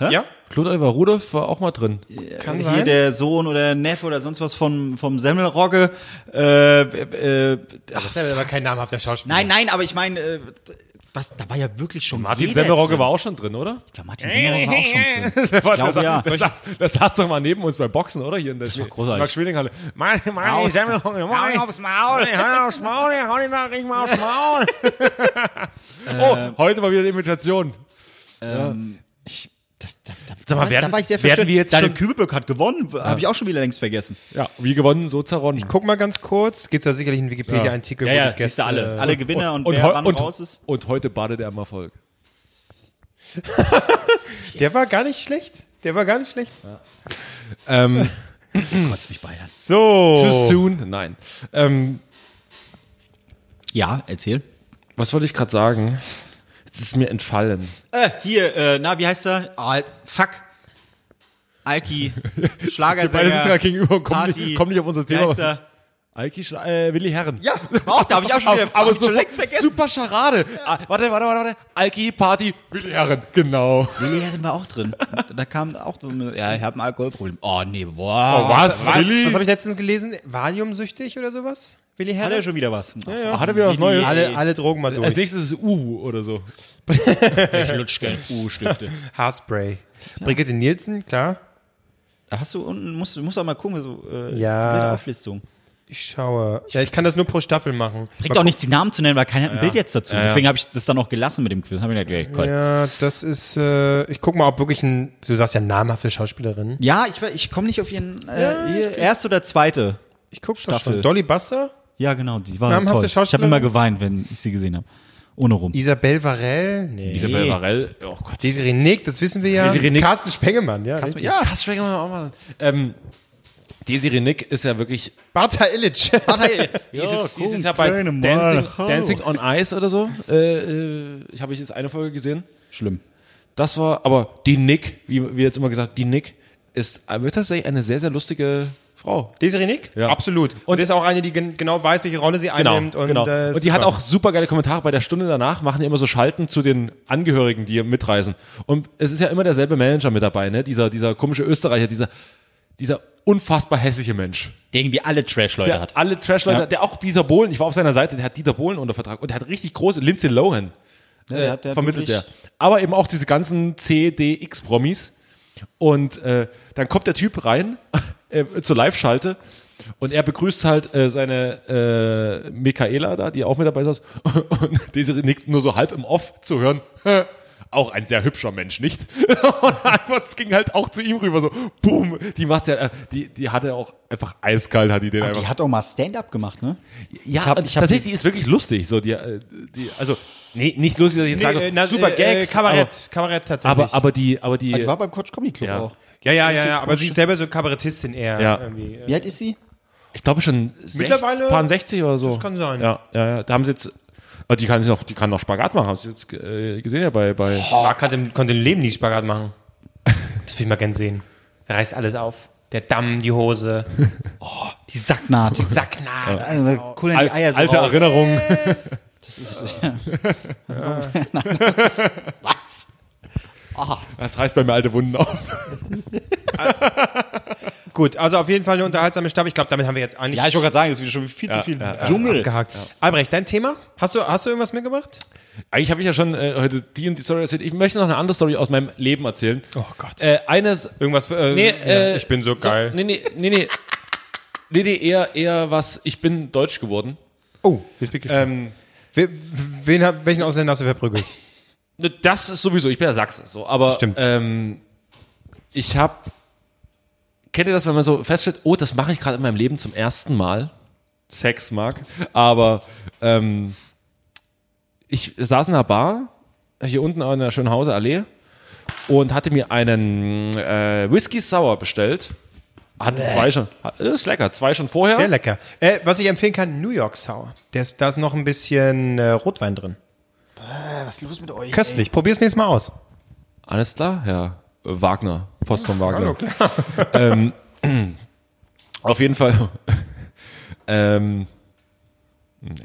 Speaker 2: Ja?
Speaker 1: Claude Oliver Rudolph war auch mal drin.
Speaker 2: Kann
Speaker 3: hier der Sohn oder Neffe oder sonst was vom, vom Semmelrogge. Äh, äh, ach,
Speaker 2: Das ist aber kein namhafter Schauspieler.
Speaker 3: nein, nein, aber ich meine, äh, was, da war ja wirklich schon
Speaker 1: Martin
Speaker 3: jeder
Speaker 1: Semmelrogge
Speaker 3: drin.
Speaker 1: war auch schon drin, oder?
Speaker 3: Ich glaube, Martin Semmelrogge war auch schon drin.
Speaker 1: Ich
Speaker 3: glaube, ja.
Speaker 1: Das, saß, das saß doch mal neben uns bei Boxen, oder? Hier in der Schwe-
Speaker 3: großartig.
Speaker 1: Max-Schmeling-Halle. Martin, Martin Semmelrogge, mach ihn aufs Maul. Hau ihn aufs Maul, hau ihn nach, ich mal aufs Maul.
Speaker 3: Ähm.
Speaker 1: oh, heute mal wieder eine Imitation.
Speaker 3: Das, da, da,
Speaker 1: Sag mal,
Speaker 3: da
Speaker 1: werden-
Speaker 3: war ich sehr
Speaker 1: werden
Speaker 3: verstört.
Speaker 1: wir jetzt
Speaker 3: Daniel
Speaker 1: schon-
Speaker 3: Kübelböck hat gewonnen, habe ich auch schon wieder längst vergessen.
Speaker 1: Ja, wie gewonnen, so zerronnen.
Speaker 2: Guck mal ganz kurz. Gibt es da sicherlich einen Wikipedia-Artikel,
Speaker 3: Ja, ja,
Speaker 2: die
Speaker 3: siehst du alle.
Speaker 2: äh,
Speaker 3: alle Gewinner und,
Speaker 1: Und,
Speaker 3: wer
Speaker 1: heu-
Speaker 3: wann
Speaker 1: und,
Speaker 3: raus ist.
Speaker 1: und heute badet er im Erfolg.
Speaker 2: Der war gar nicht schlecht. Der war gar nicht schlecht.
Speaker 1: Ähm,
Speaker 3: Kotzt mich beinahe.
Speaker 2: So.
Speaker 1: Too soon? Nein. Ähm,
Speaker 3: Ja, erzähl.
Speaker 1: was wollte ich gerade sagen? Jetzt ist mir entfallen.
Speaker 3: Äh, hier, äh, na, wie heißt er? Ah, fuck. Alki,
Speaker 1: Beide sitzen
Speaker 3: Schlagersänger,
Speaker 1: gerade gegenüber und kommen
Speaker 3: Party.
Speaker 1: nicht, kommen nicht auf unser
Speaker 3: Wie heißt
Speaker 1: Thema.
Speaker 3: er?
Speaker 1: Alki Schla äh, Willi Herren.
Speaker 3: Ja, auch da habe ich auch schon wieder hab
Speaker 1: aber
Speaker 3: ich
Speaker 1: so
Speaker 3: schon längst vergessen.
Speaker 1: super Charade. Ah, warte, warte, warte, warte. Alki Party Willi Herren. Genau.
Speaker 3: Willi Herren war auch drin. Da kam auch so, eine- ja, ich habe ein Alkoholproblem. Oh, nee, wow.
Speaker 1: was?
Speaker 2: Was,
Speaker 1: Willi?
Speaker 2: was habe ich letztens gelesen? Valiumsüchtig oder sowas? Willi
Speaker 3: Hat
Speaker 2: Herr?
Speaker 3: er schon wieder was? Äh,
Speaker 1: Ah, Hat er wieder was Neues?
Speaker 2: Alle, alle Drogen mal
Speaker 1: Als
Speaker 2: durch.
Speaker 1: nächstes ist Uhu oder so.
Speaker 3: Ich lutsch gern U-Stifte.
Speaker 2: Haarspray. Brigitte Nielsen, klar.
Speaker 3: Hast du unten, musst, du musst auch mal gucken, so, äh,
Speaker 2: Ja.
Speaker 3: komplette Auflistung.
Speaker 2: Ich schaue. Ja, ich kann das nur pro Staffel machen.
Speaker 3: Bringt auch nichts, die Namen zu nennen, weil keiner hat ein Bild jetzt dazu.
Speaker 2: Ja, ja.
Speaker 3: Deswegen habe ich das dann auch gelassen mit dem Quiz. Hab ich gedacht, okay, cool.
Speaker 2: Ja, das ist. Äh, ich guck mal, ob wirklich ein. Du sagst ja namhafte Schauspielerin.
Speaker 3: ja, ich, we- ich komme nicht auf ihren äh, ihr erste oder zweite.
Speaker 2: Ich guck das
Speaker 3: Staffel.
Speaker 2: schon. Dolly Buster,
Speaker 3: Ja, genau, die war
Speaker 2: Namhafte
Speaker 3: toll. Ich habe
Speaker 2: Schauspielerin?
Speaker 3: immer geweint, wenn ich sie gesehen habe. Ohne rum.
Speaker 2: Isabel Varell, nee.
Speaker 1: Isabel Varell. Oh Gott.
Speaker 2: Desiree Nick, das wissen wir ja.
Speaker 1: Desiree Nick.
Speaker 2: Carsten Spengemann, ja.
Speaker 3: Carsten-
Speaker 1: Ja, das schwenken wir auch mal an. Ähm, Desiree Nick ist ja wirklich.
Speaker 2: Barta Illich.
Speaker 1: Die ist jetzt, die ist jetzt ja bei
Speaker 3: keine
Speaker 1: Dancing,
Speaker 3: Mal.
Speaker 1: Dancing on Ice oder so. Äh, äh, ich habe ich jetzt eine Folge gesehen.
Speaker 3: Schlimm.
Speaker 1: Das war, aber die Nick, wie, wie jetzt immer gesagt, die Nick ist äh, wird tatsächlich eine sehr, sehr lustige Frau.
Speaker 2: Desiree Nick?
Speaker 1: Ja.
Speaker 2: Absolut. Und,
Speaker 1: Und-
Speaker 2: ist auch eine, die gen genau weiß, welche Rolle sie einnimmt. Und,
Speaker 1: genau.
Speaker 2: äh,
Speaker 1: und die hat
Speaker 2: super.
Speaker 1: auch super geile Kommentare bei der Stunde danach, machen die immer so Schalten zu den Angehörigen, die mitreisen. Und es ist ja immer derselbe Manager mit dabei, ne? Dieser, dieser komische Österreicher, dieser, dieser unfassbar hässliche Mensch.
Speaker 3: Der irgendwie alle Trash-Leute
Speaker 1: Der
Speaker 3: hat.
Speaker 1: hat alle Trash-Leute, der auch Dieter Bohlen, ich war auf seiner Seite, der hat Dieter Bohlen unter Vertrag und der hat richtig große, Lindsay Lohan äh,
Speaker 3: der hat- der hat
Speaker 1: vermittelt der.
Speaker 3: wirklich-
Speaker 1: Aber eben auch diese ganzen C, D, X-Promis. Und äh, dann kommt der Typ rein äh, zur Live-Schalte und er begrüßt halt äh, seine äh, Michaela da, die auch mit dabei saß. Und diese nickt nur so halb im Off zu hören. Auch ein sehr hübscher Mensch, nicht? Und einfach, es ging halt auch zu ihm rüber, so, boom, die macht ja, äh, die, die hat er auch einfach eiskalt, hat die den einfach.
Speaker 3: Die hat auch mal Stand-up gemacht, ne?
Speaker 1: Ja,
Speaker 3: Ich hab-
Speaker 1: und
Speaker 3: ich hab
Speaker 1: tatsächlich, die ist wirklich lustig. So, die, äh, die, also, nee, nicht lustig, dass ich jetzt
Speaker 2: Nee,
Speaker 1: sage,
Speaker 2: äh, na,
Speaker 1: super
Speaker 2: äh,
Speaker 1: Gags.
Speaker 2: Äh, Kabarett, Kabarett
Speaker 1: Aber,
Speaker 2: tatsächlich.
Speaker 1: aber, aber die, aber die,
Speaker 3: Die war beim Quatsch Comedy Club
Speaker 1: Ja.
Speaker 3: auch.
Speaker 2: ja, ja, ja, ja, aber sie ist selber so Kabarettistin eher.
Speaker 1: Ja.
Speaker 2: Irgendwie.
Speaker 3: Wie alt ist sie?
Speaker 1: ich glaube schon
Speaker 2: Mittlerweile-
Speaker 1: 60, paar 60 oder so.
Speaker 2: Das kann sein.
Speaker 1: Ja, ja, ja. Da haben sie jetzt, äh, die kann sich noch, die kann noch Spagat machen, haben sie jetzt äh, gesehen ja bei, bei.
Speaker 2: Marc hat im, konnte im Leben nie Spagat machen. Das will ich mal gern sehen. Der reißt alles auf. Der Damm, die Hose,
Speaker 3: Die Sacknaht.
Speaker 2: Sacknaht.
Speaker 3: Also, cool, die
Speaker 1: Al
Speaker 3: Eier so
Speaker 1: alte
Speaker 3: raus.
Speaker 1: Erinnerungen.
Speaker 2: Äh.
Speaker 3: Was? Ah.
Speaker 1: reißt bei mir alte Wunden auf.
Speaker 2: Gut, also auf jeden Fall eine unterhaltsame Staffel. Ich glaube, damit haben wir jetzt eigentlich
Speaker 4: Ja, ich wollte gerade sagen, das ist schon viel
Speaker 1: Ja,
Speaker 4: zu viel.
Speaker 1: ja,
Speaker 3: Dschungel.
Speaker 2: abgehakt. Albrecht, dein Thema? Hast du, hast du irgendwas mitgebracht?
Speaker 1: Eigentlich habe ich ja schon äh, heute die und die Story erzählt. Ich möchte noch eine andere Story aus meinem Leben erzählen.
Speaker 2: Oh Gott.
Speaker 1: Äh, eines,
Speaker 2: Irgendwas für, äh,
Speaker 1: Nee,
Speaker 2: ja,
Speaker 1: äh,
Speaker 2: ich bin so geil.
Speaker 1: nee, nee, nee, nee. Nee, nee, eher, eher was, ich bin deutsch geworden.
Speaker 2: Oh, jetzt bin ich gespannt.
Speaker 1: Ähm,
Speaker 2: We- wen, hab- welchen Ausländer hast du verprügelt?
Speaker 1: Ne, Das ist sowieso, ich bin ja Sachse, so, aber
Speaker 2: Stimmt.
Speaker 1: Ähm, ich habe, kennt ihr das, wenn man so feststellt, oh, das mache ich gerade in meinem Leben zum ersten Mal, Sex mag, aber ähm, ich saß in einer Bar, hier unten an der Schönhauser Allee und hatte mir einen äh, Whisky Sour bestellt, hatte zwei schon, hat- ist lecker, zwei schon vorher.
Speaker 2: Sehr lecker. Äh, was ich empfehlen kann, New York Sour. Der ist, da ist noch ein bisschen äh, Rotwein drin.
Speaker 3: Äh, Was ist los mit euch?
Speaker 2: Köstlich. Probier's nächstes Mal aus.
Speaker 1: Alles klar, Herr äh, Wagner, Post von
Speaker 2: Hallo,
Speaker 1: Wagner. klar. ähm, auf jeden Fall. ähm,
Speaker 4: Hatte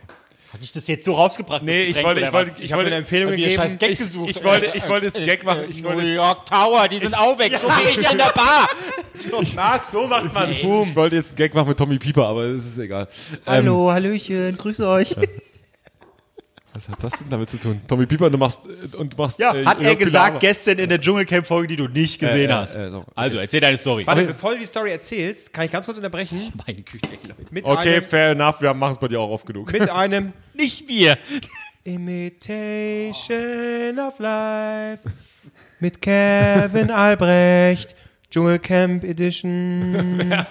Speaker 4: ich das jetzt so rausgebracht?
Speaker 1: Nee, ich wollte- ich wollte- ich wollte eine
Speaker 2: Empfehlung gegeben.
Speaker 4: Scheiß Gag gesucht.
Speaker 1: ich wollte, ich wollte jetzt einen Gag machen. Ich
Speaker 4: New
Speaker 1: wollte,
Speaker 4: York Tower, die sind auch weg. So gehe ich an der Bar.
Speaker 2: Marc, so macht man
Speaker 1: ich wollte jetzt einen Gag machen mit Tommy Pieper, aber es ist egal. Ähm,
Speaker 3: Hallo, Hallöchen, grüße euch.
Speaker 1: was hat das denn damit zu tun? Tommy Pieper, du machst äh, und du machst.
Speaker 4: Ja,
Speaker 1: äh,
Speaker 4: hat er
Speaker 1: Jörg
Speaker 4: gesagt
Speaker 1: Pilawa.
Speaker 4: gestern in der Dschungelcamp-Folge, die du nicht gesehen
Speaker 1: Äh, äh,
Speaker 4: hast.
Speaker 1: äh, so.
Speaker 4: Also, erzähl deine Story.
Speaker 2: Warte, bevor du die Story erzählst, kann ich ganz kurz unterbrechen.
Speaker 3: Meine Güte, ey, Leute.
Speaker 2: Mit
Speaker 1: Okay,
Speaker 2: einem,
Speaker 1: fair enough. Wir machen es bei dir auch oft genug.
Speaker 2: mit einem
Speaker 4: Nicht wir.
Speaker 2: Imitation of Life mit Kevin Albrecht, Dschungelcamp Edition.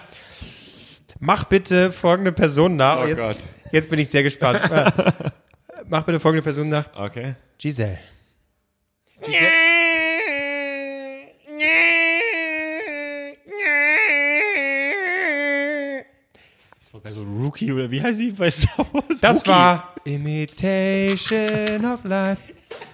Speaker 2: Mach bitte folgende Person nach.
Speaker 1: Oh
Speaker 2: jetzt,
Speaker 1: Gott.
Speaker 2: jetzt bin ich sehr gespannt. Äh, Mach bitte folgende Person nach.
Speaker 1: Okay.
Speaker 2: Giselle.
Speaker 4: Also Rookie oder wie heißt die bei Star Wars?
Speaker 2: Das war Imitation of Life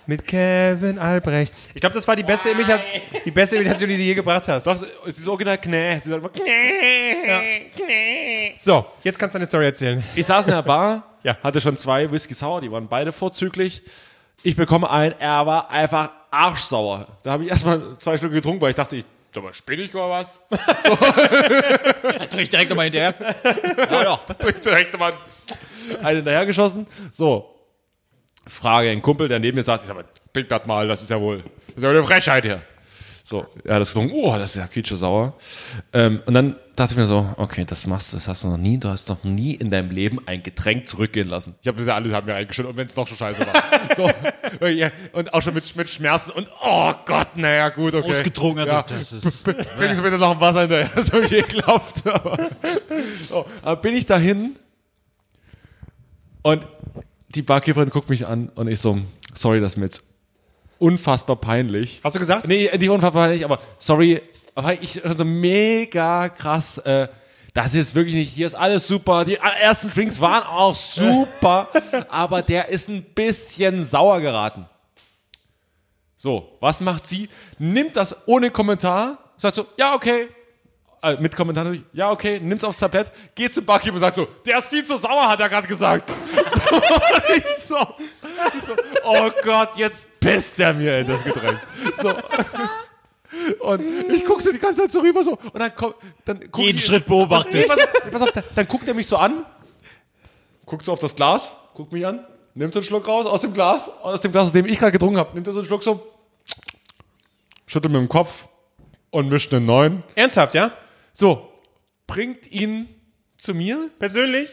Speaker 2: mit Kevin Albrecht. Ich glaube, das war die beste, Imita die beste Imitation, die du je gebracht hast.
Speaker 1: Das ist das Original Knä. Sie sagt immer Knä.
Speaker 2: So, jetzt kannst du deine Story erzählen.
Speaker 1: Ich saß in der Bar,
Speaker 2: Ja.
Speaker 1: hatte schon zwei Whisky Sour, die waren beide vorzüglich. Ich bekomme einen, er war einfach arschsauer. Da habe ich erstmal zwei Stücke getrunken, weil ich dachte, ich, sag mal, spinne ich oder was?
Speaker 4: Dreh ich direkt nochmal hinterher.
Speaker 1: Durch direkt mal einen dahergeschossen. So. Frage, ein Kumpel, der neben mir saß, ich sag mal, trink das mal, das ist ja wohl, das ist ja wohl eine Frechheit hier. So, er hat das getrunken, oh, das ist ja kitsche-sauer. Ähm, und dann dachte ich mir so, okay, das machst du, das hast du noch nie, du hast noch nie in deinem Leben ein Getränk zurückgehen lassen. Ich habe das ja alle haben mir eingeschüttet und wenn es doch schon scheiße war. so, wirklich, ja, und auch schon mit, mit Schmerzen und oh Gott, naja, gut, okay.
Speaker 4: Ausgetrunken, also
Speaker 1: ja.
Speaker 4: das ist.
Speaker 1: Bringst du bitte noch ein Wasser hinterher, das habe ich geglaubt. Aber, so, aber bin ich dahin und die Barkeeperin guckt mich an und ich so, sorry, das ist mir jetzt unfassbar peinlich.
Speaker 2: Hast du gesagt?
Speaker 1: Nee, nicht unfassbar nicht, aber sorry, aber ich also mega krass. Äh, das ist wirklich nicht, hier ist alles super. Die ersten Drinks waren auch super, aber der ist ein bisschen sauer geraten. So, was macht sie? Nimmt das ohne Kommentar, sagt so, ja, okay. Äh, mit Kommentar natürlich, ja, okay, nimm's aufs Tablett, geht zum Barkeeper und sagt so, der ist viel zu sauer, hat er gerade gesagt. so, ich so, ich so, oh Gott, jetzt pisst er mir in das Getränk. So. Und ich guck so die ganze Zeit so rüber so und dann kommt dann guckt
Speaker 4: Jeden
Speaker 1: die-
Speaker 4: Schritt beobachtet.
Speaker 1: Nee, pass auf, pass auf, dann, dann guckt er mich so an, guckt so auf das Glas, guckt mich an, nimmt so einen Schluck raus aus dem Glas, aus dem Glas, aus dem ich gerade getrunken habe, nimmt er so einen Schluck so, schüttelt mit dem Kopf und mischt einen neuen.
Speaker 2: Ernsthaft, ja?
Speaker 1: So, bringt ihn zu mir
Speaker 2: Persönlich?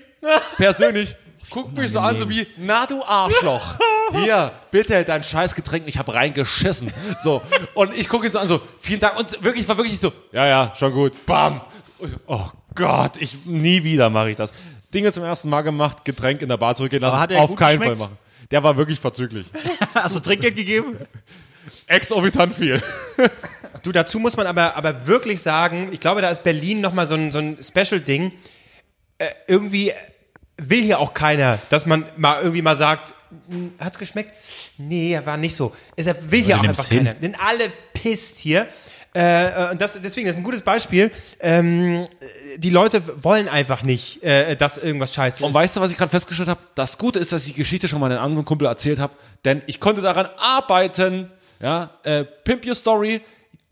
Speaker 1: persönlich. Guckt mich so an, so wie, na du Arschloch. Hier, bitte dein scheiß Getränk, ich hab reingeschissen. So, und ich gucke ihn so an, so, vielen Dank. Und wirklich, war wirklich so, ja, ja, schon gut. Bam. Und ich so, Oh Gott, ich, nie wieder mache ich das. Dinge zum ersten Mal gemacht, Getränk in der Bar zurückgehen lassen,
Speaker 4: Aber hat er
Speaker 1: auf
Speaker 4: gut
Speaker 1: keinen
Speaker 4: geschmeckt?
Speaker 1: Fall machen. Der war wirklich verzüglich.
Speaker 4: Hast du Trinkgeld gegeben?
Speaker 1: Exorbitant viel.
Speaker 2: Du, dazu muss man aber, aber wirklich sagen, ich glaube, da ist Berlin nochmal so ein, so ein Special-Ding. Äh, irgendwie will hier auch keiner, dass man mal irgendwie mal sagt, "Hm, hat's geschmeckt? Nee, er war nicht so. Deshalb will hier auch
Speaker 3: nimm's
Speaker 2: einfach
Speaker 3: hin.
Speaker 2: keiner. Denn alle pisst hier. Äh, äh, und das, deswegen, das ist ein gutes Beispiel. Ähm, äh, die Leute wollen einfach nicht, äh, dass irgendwas scheiße ist.
Speaker 1: Und weißt du, was ich gerade festgestellt habe? Das Gute ist, dass ich die Geschichte schon mal einem anderen Kumpel erzählt habe, denn ich konnte daran arbeiten. Ja, äh, Pimp Your Story.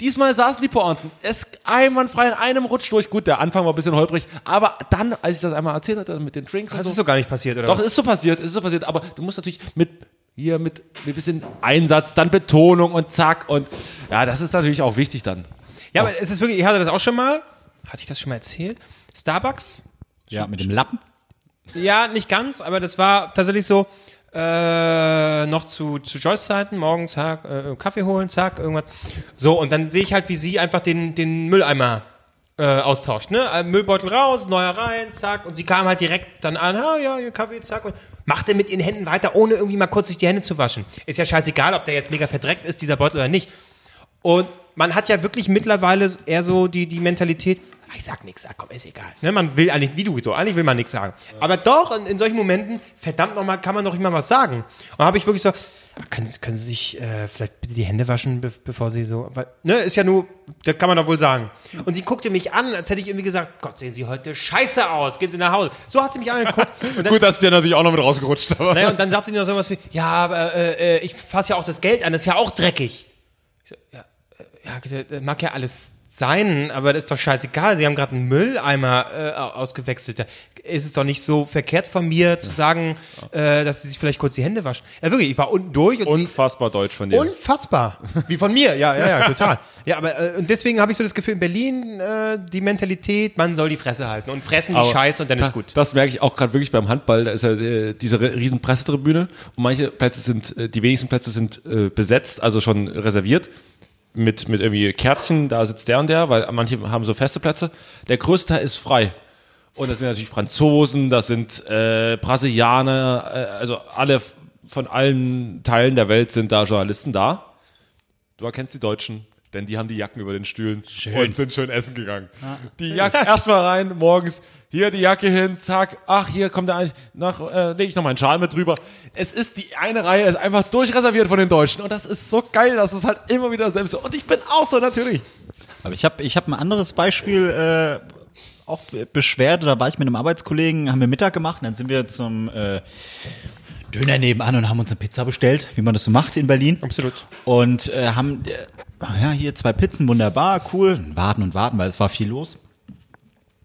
Speaker 1: Diesmal saßen die Pointen. Es einwandfrei in einem Rutsch durch. Gut, der Anfang war ein bisschen holprig, aber dann, als ich das einmal erzählt hatte mit den Drinks und
Speaker 2: das
Speaker 1: so,
Speaker 2: ist so gar nicht passiert, oder?
Speaker 1: doch,
Speaker 2: was?
Speaker 1: ist so passiert, ist so passiert, aber du musst natürlich mit hier mit ein bisschen Einsatz, dann Betonung und zack und ja, das ist natürlich auch wichtig dann.
Speaker 2: Ja, aber es ist wirklich, ich hatte das auch schon mal. Hatte ich das schon mal erzählt? Starbucks?
Speaker 3: Ja, mit dem Lappen.
Speaker 2: Ja, nicht ganz, aber das war tatsächlich so. Äh, noch zu, zu Joyce-Zeiten, morgens zack, äh, Kaffee holen, zack, irgendwas. So, und dann sehe ich halt, wie sie einfach den, den Mülleimer äh, austauscht. Ne? Äh, Müllbeutel raus, neuer rein, zack. Und sie kam halt direkt dann an, ah ja, ihr Kaffee, zack. Und machte mit ihren Händen weiter, ohne irgendwie mal kurz sich die Hände zu waschen. Ist ja scheißegal, ob der jetzt mega verdreckt ist, dieser Beutel oder nicht. Und man hat ja wirklich mittlerweile eher so die, die Mentalität, ah, ich sag nichts, ah, komm, ist egal. Ne, man will eigentlich, wie du, so, eigentlich will man nichts sagen. Aber doch, in, in solchen Momenten, verdammt nochmal, kann man doch immer was sagen. Und habe ich wirklich so, ah, können, Sie- können Sie sich äh, vielleicht bitte die Hände waschen, be bevor Sie so, weil, ne, ist ja nur, das kann man doch wohl sagen. Und sie guckte mich an, als hätte ich irgendwie gesagt, Gott, sehen Sie heute scheiße aus, gehen Sie nach Hause. So hat sie mich angeguckt. Und dann,
Speaker 1: Gut, dass dir natürlich auch noch mit rausgerutscht aber
Speaker 2: naja, und dann sagt sie noch so was wie, ja, aber äh, äh, ich fasse ja auch das Geld an, das ist ja auch dreckig. Ich so, ja, äh, ja, das mag ja alles sein, aber das ist doch scheißegal. Sie haben gerade einen Mülleimer äh, ausgewechselt. Da ist es doch nicht so verkehrt von mir zu sagen, äh, dass sie sich vielleicht kurz die Hände waschen. Ja, wirklich, ich war unten durch und, sie-
Speaker 1: Unfassbar deutsch von dir.
Speaker 2: Unfassbar. Wie von mir, ja, ja, ja, total. Ja, aber äh, und deswegen habe ich so das Gefühl, in Berlin äh, die Mentalität, man soll die Fresse halten und fressen die
Speaker 1: Aber
Speaker 2: Scheiße und dann
Speaker 1: da-
Speaker 2: ist gut.
Speaker 1: Das merke ich auch gerade wirklich beim Handball. Da ist ja äh, diese re- riesen Pressetribüne und manche Plätze sind, äh, die wenigsten Plätze sind äh, besetzt, also schon reserviert. Mit, mit irgendwie Kärtchen, da sitzt der und der, weil manche haben so feste Plätze. Der größte Teil ist frei. Und das sind natürlich Franzosen, das sind äh, Brasilianer, äh, also alle f- von allen Teilen der Welt sind da Journalisten da. Du erkennst die Deutschen, denn die haben die Jacken über den Stühlen und sind schön essen gegangen. Die Jacke erstmal rein morgens, hier die Jacke hin, zack, ach hier kommt der eigentlich nach äh, lege ich noch meinen Schal mit drüber. Es ist die eine Reihe ist einfach durchreserviert von den Deutschen und das ist so geil, dass es halt immer wieder selbst und ich bin auch so natürlich.
Speaker 3: Aber ich habe ich hab ein anderes Beispiel äh, auch be- Beschwerde. Da war ich mit einem Arbeitskollegen, haben wir Mittag gemacht und dann sind wir zum äh, Döner nebenan und haben uns eine Pizza bestellt, wie man das so macht in Berlin.
Speaker 2: Absolut.
Speaker 3: Und äh, haben, äh, ja, hier zwei Pizzen, wunderbar, cool. Warten und warten, weil es war viel los.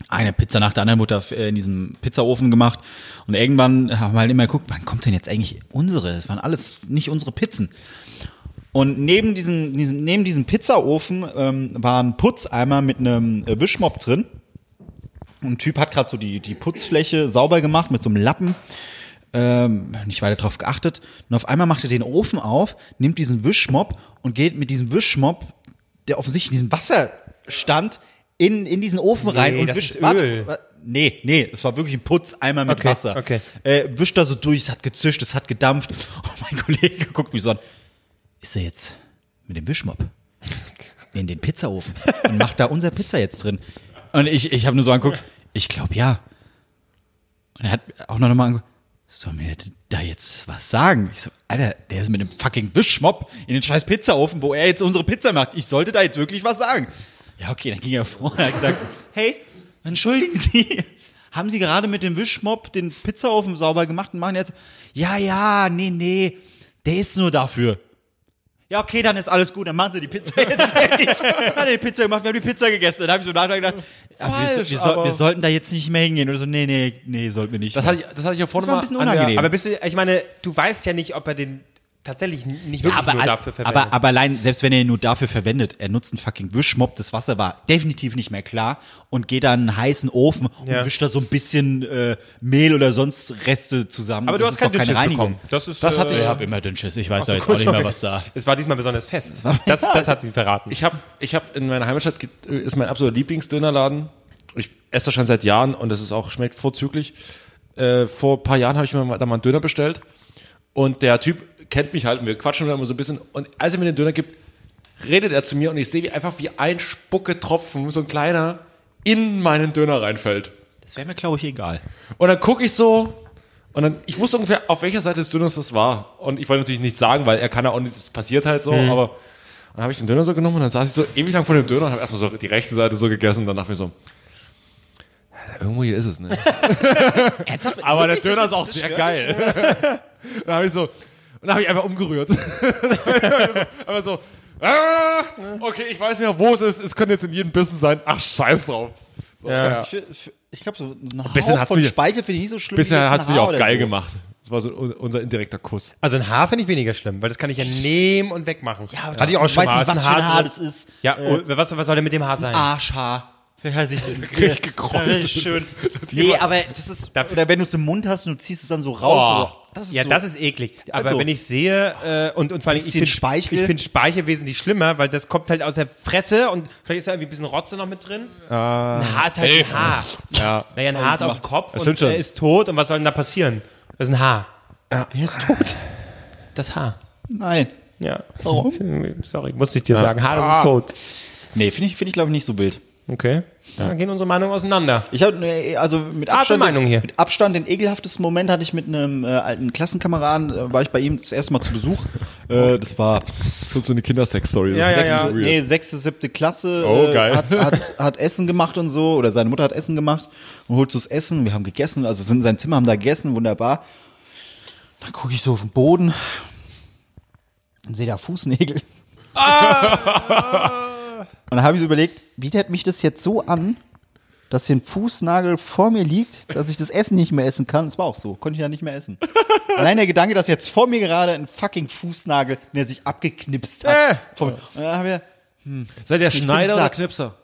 Speaker 3: Eine Pizza nach der anderen wurde da, äh, in diesem Pizzaofen gemacht. Und irgendwann haben wir halt immer geguckt, wann kommt denn jetzt eigentlich unsere? Das waren alles nicht unsere Pizzen. Und neben diesem, diesem, neben diesem Pizzaofen ähm, war ein Putzeimer mit einem äh, Wischmopp drin. Ein Typ hat gerade so die, die Putzfläche sauber gemacht mit so einem Lappen. Ähm, nicht weiter drauf geachtet. Und auf einmal macht er den Ofen auf, nimmt diesen Wischmopp und geht mit diesem Wischmopp, der offensichtlich in diesem Wasser stand, in, in diesen Ofen rein
Speaker 2: Nee,
Speaker 3: und
Speaker 2: das ist
Speaker 3: warte,
Speaker 2: Öl.
Speaker 3: wa- Äh, Nee, nee, es war wirklich ein Putzeimer mit
Speaker 2: Okay,
Speaker 3: Wasser.
Speaker 2: okay.
Speaker 3: Äh, wischt da so durch, es hat gezischt, es hat gedampft. Und mein Kollege guckt mich so an. Ist er jetzt mit dem Wischmopp in den Pizzaofen und macht da unser Pizza jetzt drin? Und ich, ich habe nur so angeguckt, ich glaube ja. Und er hat auch noch mal angeguckt, soll mir da jetzt was sagen? Ich so, Alter, der ist mit dem fucking Wischmopp in den scheiß Pizzaofen, wo er jetzt unsere Pizza macht. Ich sollte da jetzt wirklich was sagen. Ja, okay, dann ging er vor und hat gesagt, hey, entschuldigen Sie, haben Sie gerade mit dem Wischmopp den Pizzaofen sauber gemacht und machen jetzt, ja, ja, nee, nee, der ist nur dafür. Ja, okay, dann ist alles gut, dann machen Sie die Pizza jetzt fertig. Dann hat er die Pizza gemacht, wir haben die Pizza gegessen. Dann habe ich so nachher gedacht, ja, wir,
Speaker 1: Falsch,
Speaker 3: wir, so,
Speaker 1: aber-
Speaker 3: wir sollten da jetzt nicht mehr hingehen. Oder so, nee, nee, nee, sollten wir nicht.
Speaker 1: Das hatte ich, das hatte ich ja vorne
Speaker 3: Das war ein
Speaker 1: mal
Speaker 3: bisschen
Speaker 1: an der-
Speaker 3: unangenehm.
Speaker 2: Aber bist du, ich meine, du weißt ja nicht, ob er den tatsächlich nicht wirklich
Speaker 3: Ja, aber,
Speaker 2: nur
Speaker 3: al-
Speaker 2: dafür verwendet.
Speaker 3: aber, aber allein, selbst wenn er ihn nur dafür verwendet, er nutzt einen fucking Wischmopp, das Wasser war definitiv nicht mehr klar und geht dann einen heißen Ofen
Speaker 2: Ja.
Speaker 3: und wischt da so ein bisschen äh, Mehl oder sonst Reste zusammen.
Speaker 2: Aber du
Speaker 3: Das
Speaker 2: hast
Speaker 3: ist doch
Speaker 2: kein Dünnschiss bekommen. Das äh, ist,
Speaker 1: Das hatte
Speaker 3: Ich
Speaker 1: ich.
Speaker 3: habe immer Dünnschiss, ich weiß ja jetzt auch
Speaker 2: Gut,
Speaker 3: nicht mehr,
Speaker 2: okay.
Speaker 3: was da.
Speaker 2: Es war diesmal besonders fest. Das, das hat sie verraten.
Speaker 1: Ich habe ich hab in meiner Heimatstadt ge- äh, ist mein absoluter Lieblingsdönerladen. Ich esse das schon seit Jahren und das ist auch schmeckt vorzüglich. Äh, vor ein paar Jahren habe ich mir mal, da mal einen Döner bestellt und der Typ kennt mich halt und wir quatschen dann immer so ein bisschen und als er mir den Döner gibt, redet er zu mir und ich sehe wie einfach wie ein Spucketropfen, so ein kleiner, in meinen Döner reinfällt.
Speaker 3: Das wäre mir, glaube ich, egal.
Speaker 1: Und dann gucke ich so und dann, ich wusste ungefähr, auf welcher Seite des Döners das war. Und ich wollte natürlich nichts sagen, weil er kann ja auch nichts, es passiert halt so, aber dann habe ich den Döner so genommen und dann saß ich so ewig lang vor dem Döner und habe erstmal so die rechte Seite so gegessen und dann dachte ich mir so, "Ja, irgendwo hier ist es, ne? aber der Döner ist auch sehr geil. dann habe ich so, und dann habe ich einfach umgerührt. Dann hab ich so- einfach so, ah, okay, ich weiß nicht mehr, wo es ist, es könnte jetzt in jedem Bissen sein, ach, scheiß drauf. So, ja.
Speaker 3: Ich glaube, so ein
Speaker 1: bisschen hat's
Speaker 3: von
Speaker 1: mich-
Speaker 3: Speichel finde ich nicht so schlimm. wie
Speaker 1: Bisher
Speaker 3: jetzt
Speaker 1: hat
Speaker 3: ein
Speaker 1: es mich
Speaker 3: Haar
Speaker 1: auch
Speaker 3: oder
Speaker 1: geil
Speaker 3: so.
Speaker 1: gemacht. Das war so un- unser indirekter Kuss.
Speaker 2: also ein Haar finde ich weniger schlimm, weil das kann ich ja nehmen und wegmachen.
Speaker 3: Ja, aber
Speaker 2: Hatte ich
Speaker 3: trotzdem
Speaker 2: auch schon
Speaker 3: weiß
Speaker 2: mal.
Speaker 3: nicht, was
Speaker 2: Ist
Speaker 3: für ein Haar
Speaker 2: so-
Speaker 3: das ist. Äh, Ah,
Speaker 2: Ja, und was, was soll denn mit dem Haar sein?
Speaker 3: Arschhaar. Wer hat sich das Richtig
Speaker 1: gekreuzelt.
Speaker 3: Schön. Nee, aber das ist.
Speaker 2: Dafür-
Speaker 3: oder wenn du es im Mund hast und du ziehst es dann so raus.
Speaker 1: Boah.
Speaker 3: oder- also, das
Speaker 2: Oh. ja,
Speaker 3: so-
Speaker 2: das ist eklig. Aber
Speaker 3: also-
Speaker 2: wenn ich sehe, äh, und, und vor allem, ich
Speaker 3: Bisschen
Speaker 2: finde
Speaker 3: Speichel.
Speaker 2: ich find Speichel wesentlich schlimmer, weil das kommt halt aus der Fresse und vielleicht ist da irgendwie ein bisschen Rotze noch mit drin. Ein Haar ist halt ein Haar.
Speaker 1: Ja.
Speaker 2: Naja, ein Haar ist auf dem Kopf
Speaker 1: stimmt
Speaker 2: und
Speaker 1: schon.
Speaker 2: er ist tot und was soll denn da passieren? Das ist ein Haar.
Speaker 3: Wer ist tot?
Speaker 2: Das Haar.
Speaker 3: Nein.
Speaker 2: Ja.
Speaker 3: Warum?
Speaker 2: Sorry, musste ich dir sagen. Haare sind tot.
Speaker 3: Nee, finde ich, finde ich glaube ich, nicht so wild.
Speaker 2: Okay. Dann gehen unsere Meinungen auseinander.
Speaker 3: Ich habe also mit Abstand,
Speaker 2: Meinung hier.
Speaker 3: mit Abstand den ekelhaftesten Moment hatte ich mit einem äh, alten Klassenkameraden, äh, war ich bei ihm das erste Mal zu Besuch. Äh, das war
Speaker 1: So, so eine Kindersex-Story.
Speaker 2: Ja, ja,
Speaker 3: sechste,
Speaker 2: ja.
Speaker 3: nee, sechste, siebte Klasse.
Speaker 1: Oh,
Speaker 3: äh,
Speaker 1: geil.
Speaker 3: Hat, hat, hat Essen gemacht und so, oder seine Mutter hat Essen gemacht und holt so das Essen. Wir haben gegessen, also sind in sein Zimmer, haben da gegessen, wunderbar. Dann gucke ich so auf den Boden und sehe da Fußnägel.
Speaker 1: Ah!
Speaker 3: und dann habe ich so überlegt, widert mich das jetzt so an, dass hier ein Fußnagel vor mir liegt, dass ich das Essen nicht mehr essen kann. Das war auch so, konnte ich ja nicht mehr essen. Allein der Gedanke, dass jetzt vor mir gerade ein fucking Fußnagel, der sich abgeknipst hat.
Speaker 1: Äh!
Speaker 3: Vor mir. Und dann haben wir
Speaker 1: Seid ihr
Speaker 3: bin
Speaker 1: Schneider oder
Speaker 3: satt.
Speaker 1: Knipser?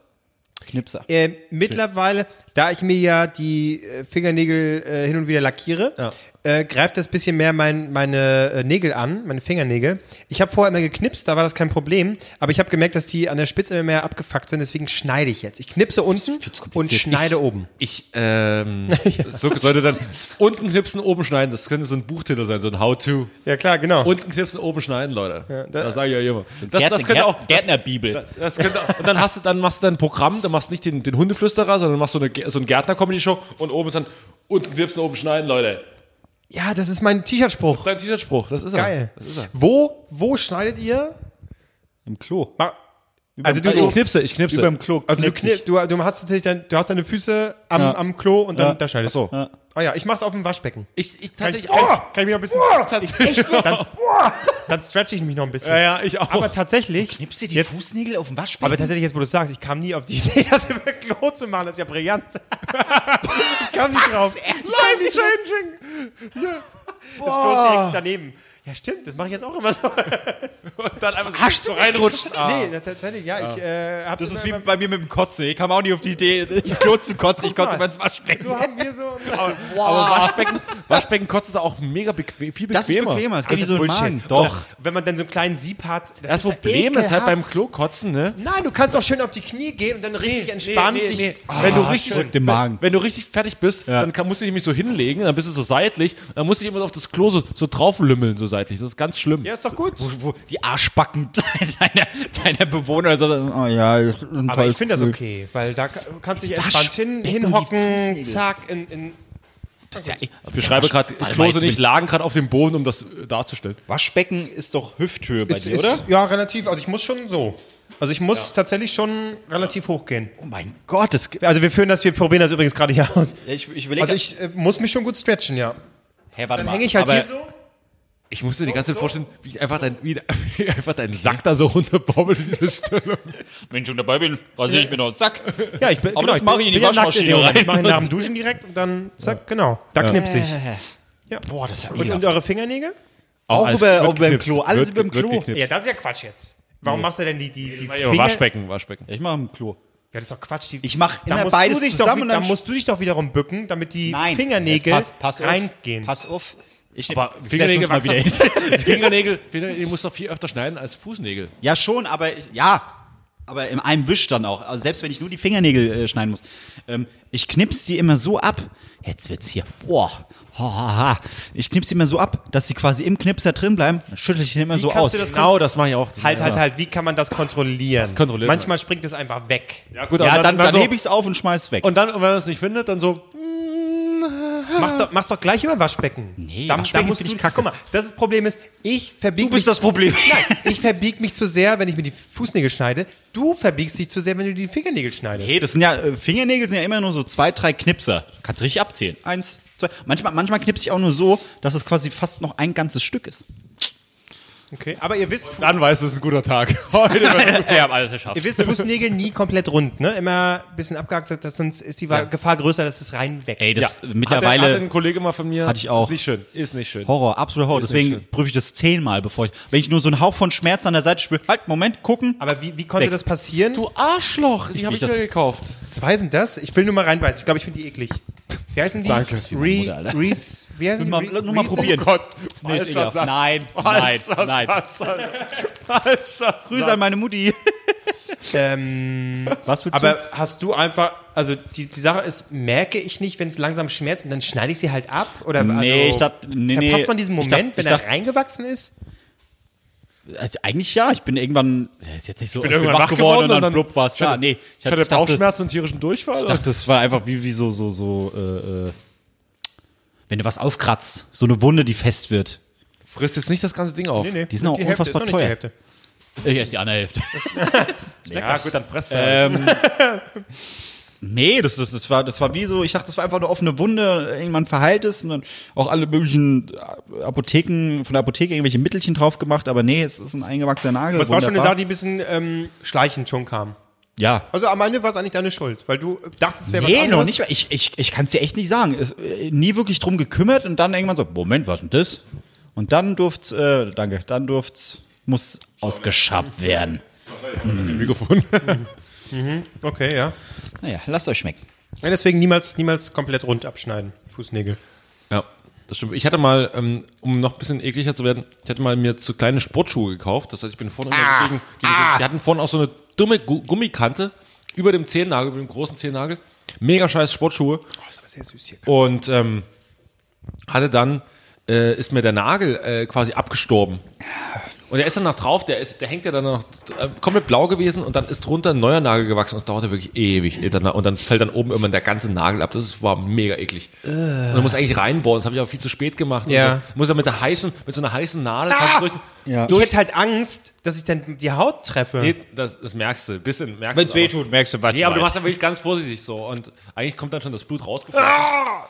Speaker 3: Knipser.
Speaker 2: Ähm, mittlerweile, da ich mir ja die äh, Fingernägel äh, hin und wieder lackiere,
Speaker 1: Ja.
Speaker 2: äh, greift das bisschen mehr mein, meine äh, Nägel an, meine Fingernägel. Ich habe vorher immer geknipst, da war das kein Problem, aber ich habe gemerkt, dass die an der Spitze immer mehr abgefuckt sind, deswegen schneide ich jetzt. Ich knipse unten und schneide oben.
Speaker 1: Ich, ähm, so sollte dann unten knipsen, oben schneiden. Das könnte so ein Buchtitel sein, so ein How-To.
Speaker 2: Ja klar, genau.
Speaker 1: Unten knipsen, oben schneiden, Leute.
Speaker 2: da-
Speaker 1: das sage ich ja immer. Das, das könnte auch,
Speaker 3: Gärtnerbibel.
Speaker 1: das könnte, und dann hast du, dann machst du dein Programm, dann machst du nicht den, den Hundeflüsterer, sondern machst so eine, Gär- so eine Gärtner-Comedy-Show und oben ist dann unten knipsen, oben schneiden, Leute.
Speaker 2: ja, das ist mein T-Shirt-Spruch.
Speaker 1: Dein T-Shirt-Spruch, das ist er.
Speaker 2: Geil.
Speaker 1: Das ist er.
Speaker 2: Wo, wo schneidet ihr?
Speaker 3: Im Klo.
Speaker 2: Ma- Also du,
Speaker 1: Ich
Speaker 2: du,
Speaker 1: knipse, ich knipse.
Speaker 3: Überm Klo.
Speaker 2: also du,
Speaker 3: knipst sich.
Speaker 2: knip, du, du hast tatsächlich dein, du hast deine Füße am,
Speaker 3: Ja.
Speaker 2: am Klo und dann
Speaker 3: Ja.
Speaker 2: da schneidest du.
Speaker 1: Ach so.
Speaker 3: Ja.
Speaker 2: Oh ja, ich mach's auf dem Waschbecken.
Speaker 1: Ich, ich
Speaker 2: Kann ich,
Speaker 1: tatsächlich
Speaker 2: kann,
Speaker 1: auch.
Speaker 2: kann ich mich noch ein bisschen. tatsächlich, dann, dann stretch ich mich noch ein bisschen.
Speaker 1: Ja, ja, ich auch.
Speaker 2: Aber tatsächlich.
Speaker 3: Knipst dir die
Speaker 2: jetzt,
Speaker 3: Fußnägel auf dem Waschbecken?
Speaker 2: aber tatsächlich, jetzt wo du es sagst, ich kam nie auf die Idee, das über Klo zu machen. Das ist ja brillant. ich kam nicht drauf. Live Changing! Ja. Das Klo ist direkt daneben. ja stimmt, das mache ich jetzt auch immer so.
Speaker 1: Und dann einfach so, so reinrutschen.
Speaker 2: Nee, das- tatsächlich, ja, ich äh, hab
Speaker 9: Das ist wie
Speaker 2: immer-
Speaker 9: bei mir mit dem Kotzen. Ich kam auch nie auf die Idee, ins Klo zu kotzen. Ich kotze
Speaker 2: mal.
Speaker 9: immer ins Waschbecken.
Speaker 2: So haben wir so.
Speaker 1: Aber Waschbecken, Waschbecken kotzt ist auch mega bequem, viel bequemer. Also
Speaker 3: Das ist bequemer, es geht wie so ein Magen.
Speaker 2: Doch. Wenn man dann so einen kleinen Sieb hat.
Speaker 1: Das
Speaker 2: ist ja
Speaker 1: Problem ist halt
Speaker 2: ekelhaft.
Speaker 1: beim Klo kotzen, ne?
Speaker 2: Nein, du kannst auch schön auf die Knie gehen und dann richtig entspannt
Speaker 1: nee, nee,
Speaker 2: dich. Oh,
Speaker 1: nee. wenn du richtig,
Speaker 10: drückt den Magen.
Speaker 1: Wenn, wenn du richtig fertig bist, dann kann, musst du dich nämlich so hinlegen, dann bist du so seitlich, dann musst du dich immer auf das Klo so, so drauflümmeln, so seitlich. Das ist ganz schlimm.
Speaker 2: Ja, ist doch gut.
Speaker 3: Wo die Arschbacken deiner, deiner Bewohner so. Oh ja, ein
Speaker 2: Aber ich finde das okay, weil da ka- kannst du dich entspannt hin, hinhocken, zack, in, in
Speaker 3: Das ist ja,
Speaker 1: Ich beschreibe gerade,
Speaker 3: Warte mal,
Speaker 1: Klose
Speaker 3: jetzt
Speaker 1: nicht
Speaker 3: bin-
Speaker 1: lagen gerade auf dem Boden, um das äh, darzustellen.
Speaker 9: Waschbecken ist doch Hüfthöhe bei dir,
Speaker 2: Ist-
Speaker 9: oder?
Speaker 2: Ist, ja, relativ. Also ich muss schon so. Also ich muss tatsächlich schon relativ hoch gehen.
Speaker 9: Oh mein Gott, das gibt.
Speaker 2: Also wir führen das, wir probieren das übrigens gerade hier aus.
Speaker 9: Ich, ich überlege.
Speaker 2: Also ich äh, muss mich schon gut stretchen, ja.
Speaker 9: hey, warte
Speaker 2: Dann hänge ich halt
Speaker 9: aber
Speaker 2: hier so.
Speaker 1: Ich musste die ganze Zeit vorstellen, wie ich einfach, dein, wie, wie einfach deinen Sack da so runterbobbelt in diese Stellung.
Speaker 11: Wenn ich schon dabei bin, rasiere ich mir noch einen Sack.
Speaker 2: Ja, ich bin,
Speaker 3: genau,
Speaker 11: Aber das
Speaker 2: ich
Speaker 11: mache
Speaker 2: bin-
Speaker 11: ich in die
Speaker 2: bin ja nackt
Speaker 11: Waschmaschine
Speaker 2: dem Moment.
Speaker 11: rein.
Speaker 2: Ich mache mir nach dem Duschen direkt und dann zack, genau. Da knips ich.
Speaker 9: Boah, das ist ja
Speaker 2: Und, und
Speaker 9: ekelhaft.
Speaker 2: eure Fingernägel?
Speaker 1: Auch,
Speaker 9: alles über- auch über dem Klo, alles über dem Klo.
Speaker 2: Ja, das ist ja Quatsch jetzt. Warum machst du denn die, die, die Finger?
Speaker 1: Waschbecken, Waschbecken.
Speaker 9: Ich mache im Klo.
Speaker 2: Ja, das ist doch Quatsch. Die,
Speaker 9: Ich mach
Speaker 2: da
Speaker 9: immer
Speaker 2: musst
Speaker 9: beides
Speaker 2: du dich
Speaker 9: zusammen und
Speaker 2: doch,
Speaker 9: dann
Speaker 2: Da musst du dich doch wiederum bücken, damit die
Speaker 9: Nein.
Speaker 2: Fingernägel
Speaker 9: Jetzt pass- pass auf.
Speaker 2: reingehen.
Speaker 9: Pass auf. Ich
Speaker 1: Aber
Speaker 9: setz uns
Speaker 1: Fingernägel
Speaker 9: mal wieder hin.
Speaker 1: Fingernägel, Fingernägel musst du doch viel öfter schneiden als Fußnägel.
Speaker 3: ja schon, aber ich- ja. Aber in einem Wisch dann auch. Also selbst wenn ich nur die Fingernägel äh, schneiden muss. Ähm, ich knips die immer so ab. Jetzt wird's hier. Boah. Ha, ha, ha. Ich knips die immer so ab, dass sie quasi im Knipser drin bleiben. Dann schüttel ich den immer so
Speaker 2: kannst
Speaker 3: aus.
Speaker 2: du das-
Speaker 1: Genau, das mache ich auch.
Speaker 2: Halt, halt, halt, wie kann man das kontrollieren? Das
Speaker 1: kontrolliert man.
Speaker 2: Manchmal springt es einfach weg.
Speaker 1: Ja, gut,
Speaker 3: ja,
Speaker 1: aber
Speaker 3: dann, dann
Speaker 1: so-
Speaker 3: hebe ich's auf und schmeiß weg.
Speaker 1: Und dann, wenn man es nicht findet, dann so.
Speaker 2: Mach doch, mach's doch gleich über Waschbecken.
Speaker 3: Nee,
Speaker 2: da,
Speaker 3: Waschbecken
Speaker 2: da musst
Speaker 3: find
Speaker 2: du,
Speaker 3: ich kacke.
Speaker 2: Guck mal, das ist- Problem ist, ich verbiege
Speaker 9: Du bist das Problem.
Speaker 2: Nein, ich verbiege mich zu sehr, wenn ich mir die Fußnägel schneide. Du verbiegst dich zu sehr, wenn du die Fingernägel schneidest.
Speaker 3: Hey, das sind ja, äh, Fingernägel sind ja immer nur so zwei, drei Knipser. Kannst richtig abzählen. Eins, zwei. Manchmal, manchmal knipse ich auch nur so, dass es quasi fast noch ein ganzes Stück ist.
Speaker 2: Okay, aber ihr wisst,
Speaker 1: Dann weißt du, es ist ein guter Tag. Heute wird's-
Speaker 11: Wir haben alles geschafft.
Speaker 2: ihr wisst Fußnägel nie komplett rund, ne? Immer ein bisschen abgehackt, das sonst ist die Wa- Gefahr größer, dass es reinwächst.
Speaker 3: Ey, das
Speaker 1: Hatte, hatte
Speaker 3: mittlerweile
Speaker 1: ein Kollege mal von mir.
Speaker 3: Hatte ich auch.
Speaker 1: Ist nicht schön. Ist nicht schön.
Speaker 3: Horror, absoluter Horror.
Speaker 1: Ist
Speaker 3: Deswegen
Speaker 1: nicht schön.
Speaker 3: prüfe ich das zehnmal, bevor ich. Wenn ich nur so einen Hauch von Schmerz an der Seite spüre, halt, Moment, gucken.
Speaker 2: aber wie, wie konnte
Speaker 3: Weg.
Speaker 2: das passieren?
Speaker 1: Du Arschloch, die habe ich
Speaker 3: das-
Speaker 1: mir gekauft.
Speaker 2: Zwei sind das? Ich will nur mal reinbeißen. Ich glaube, ich finde die eklig. Wie heißen die?
Speaker 1: Danke.
Speaker 2: Re, Reese. Wie heißen die?
Speaker 3: Mal-
Speaker 2: Re-
Speaker 3: nur mal
Speaker 2: Reese's?
Speaker 3: probieren.
Speaker 1: Oh Gott,
Speaker 3: Nee, ist ekelhaft. Nein, nein, nein.
Speaker 1: Grüße
Speaker 3: Grüße an meine Mutti.
Speaker 2: Ähm,
Speaker 3: Was willst
Speaker 2: aber hast du einfach, also die, die Sache ist, merke ich nicht, wenn es langsam schmerzt und dann schneide ich sie halt ab? Oder also,
Speaker 3: Nee, ich dachte- nee, nee.
Speaker 2: Verpasst man diesen
Speaker 3: Ich
Speaker 2: Moment,
Speaker 3: dachte-
Speaker 2: wenn
Speaker 3: ich
Speaker 2: er
Speaker 3: dachte-
Speaker 2: reingewachsen ist?
Speaker 3: du? Also eigentlich ja, ich bin irgendwann. Ja, Ist jetzt nicht so. Ich bin,
Speaker 1: irgendwann wach geworden und dann-
Speaker 3: blub was. Ja, nee.
Speaker 1: Ich hatte
Speaker 3: dachte-
Speaker 1: Bauchschmerzen und tierischen Durchfall.
Speaker 3: Ich dachte, das war einfach wie, wie so, so, so, äh, äh, wenn du was aufkratzt, so eine Wunde, die fest wird.
Speaker 1: frisst jetzt nicht das ganze Ding auf.
Speaker 3: Die sind auch
Speaker 2: die Hälfte ist
Speaker 3: unfassbar
Speaker 2: noch nicht die
Speaker 3: teuer.
Speaker 2: Hälfte.
Speaker 3: Ich esse die andere Hälfte.
Speaker 1: Ja, gut, dann
Speaker 2: Äh,
Speaker 1: frisst er.
Speaker 3: Ähm, nee, das, das, das, war, das war wie so, ich dachte, das war einfach eine offene Wunde, irgendwann verheilt ist und dann auch alle möglichen Apotheken, von der Apotheke irgendwelche Mittelchen drauf gemacht, aber nee, es ist ein eingewachsener Nagel.
Speaker 2: Aber es war schon eine
Speaker 3: wunderbar.
Speaker 2: Sache, die ein bisschen ähm, schleichend schon kam.
Speaker 3: Ja.
Speaker 2: Also am Ende war es eigentlich deine Schuld, weil du äh, dachtest, es wäre was
Speaker 3: Nee,
Speaker 2: anderes.
Speaker 3: noch nicht mal. Ich, ich, ich kann es dir echt nicht sagen. Es, äh, nie wirklich drum gekümmert und dann irgendwann so, Moment, was denn das? Und dann durft's, äh, danke, dann durft's, muss ausgeschabt werden.
Speaker 1: Mikrofon.
Speaker 2: Okay, ja.
Speaker 3: Naja, lasst euch schmecken.
Speaker 2: ja. Deswegen niemals, niemals komplett rund abschneiden, Fußnägel.
Speaker 1: Ja, das stimmt. Ich hatte mal, ähm, um noch ein bisschen ekliger zu werden, ich hatte mal mir zu kleine Sportschuhe gekauft. Das heißt, ich bin vorne immer gegen, gegen so, die hatten vorne auch so eine dumme Gu- Gummikante über dem Zehennagel, über dem großen Zehennagel. Mega scheiß Sportschuhe. Und ähm, hatte dann, äh, ist mir der Nagel äh, quasi abgestorben. Und der ist dann noch drauf, der, ist, der hängt ja dann noch äh, komplett blau gewesen und dann ist drunter ein neuer Nagel gewachsen und es dauerte wirklich ewig. ehe dann- Und dann fällt dann oben immer der ganze Nagel ab. Das ist, war mega eklig. Und du musst eigentlich reinbohren, das habe ich aber viel zu spät gemacht.
Speaker 2: Ja.
Speaker 1: Und so. Muss ja mit der heißen, mit so einer heißen Nadel kannst du durch.
Speaker 3: Ja.
Speaker 2: Ich hätte halt Angst, dass ich dann die Haut treffe.
Speaker 1: Nee, das, das merkst du, bisschen merkst
Speaker 11: Wenn es
Speaker 1: du. aber.
Speaker 11: wehtut, merkst du, was
Speaker 1: Nee, aber du
Speaker 11: weiß.
Speaker 1: machst dann wirklich ganz vorsichtig so und eigentlich kommt dann schon das Blut rausgeflogen.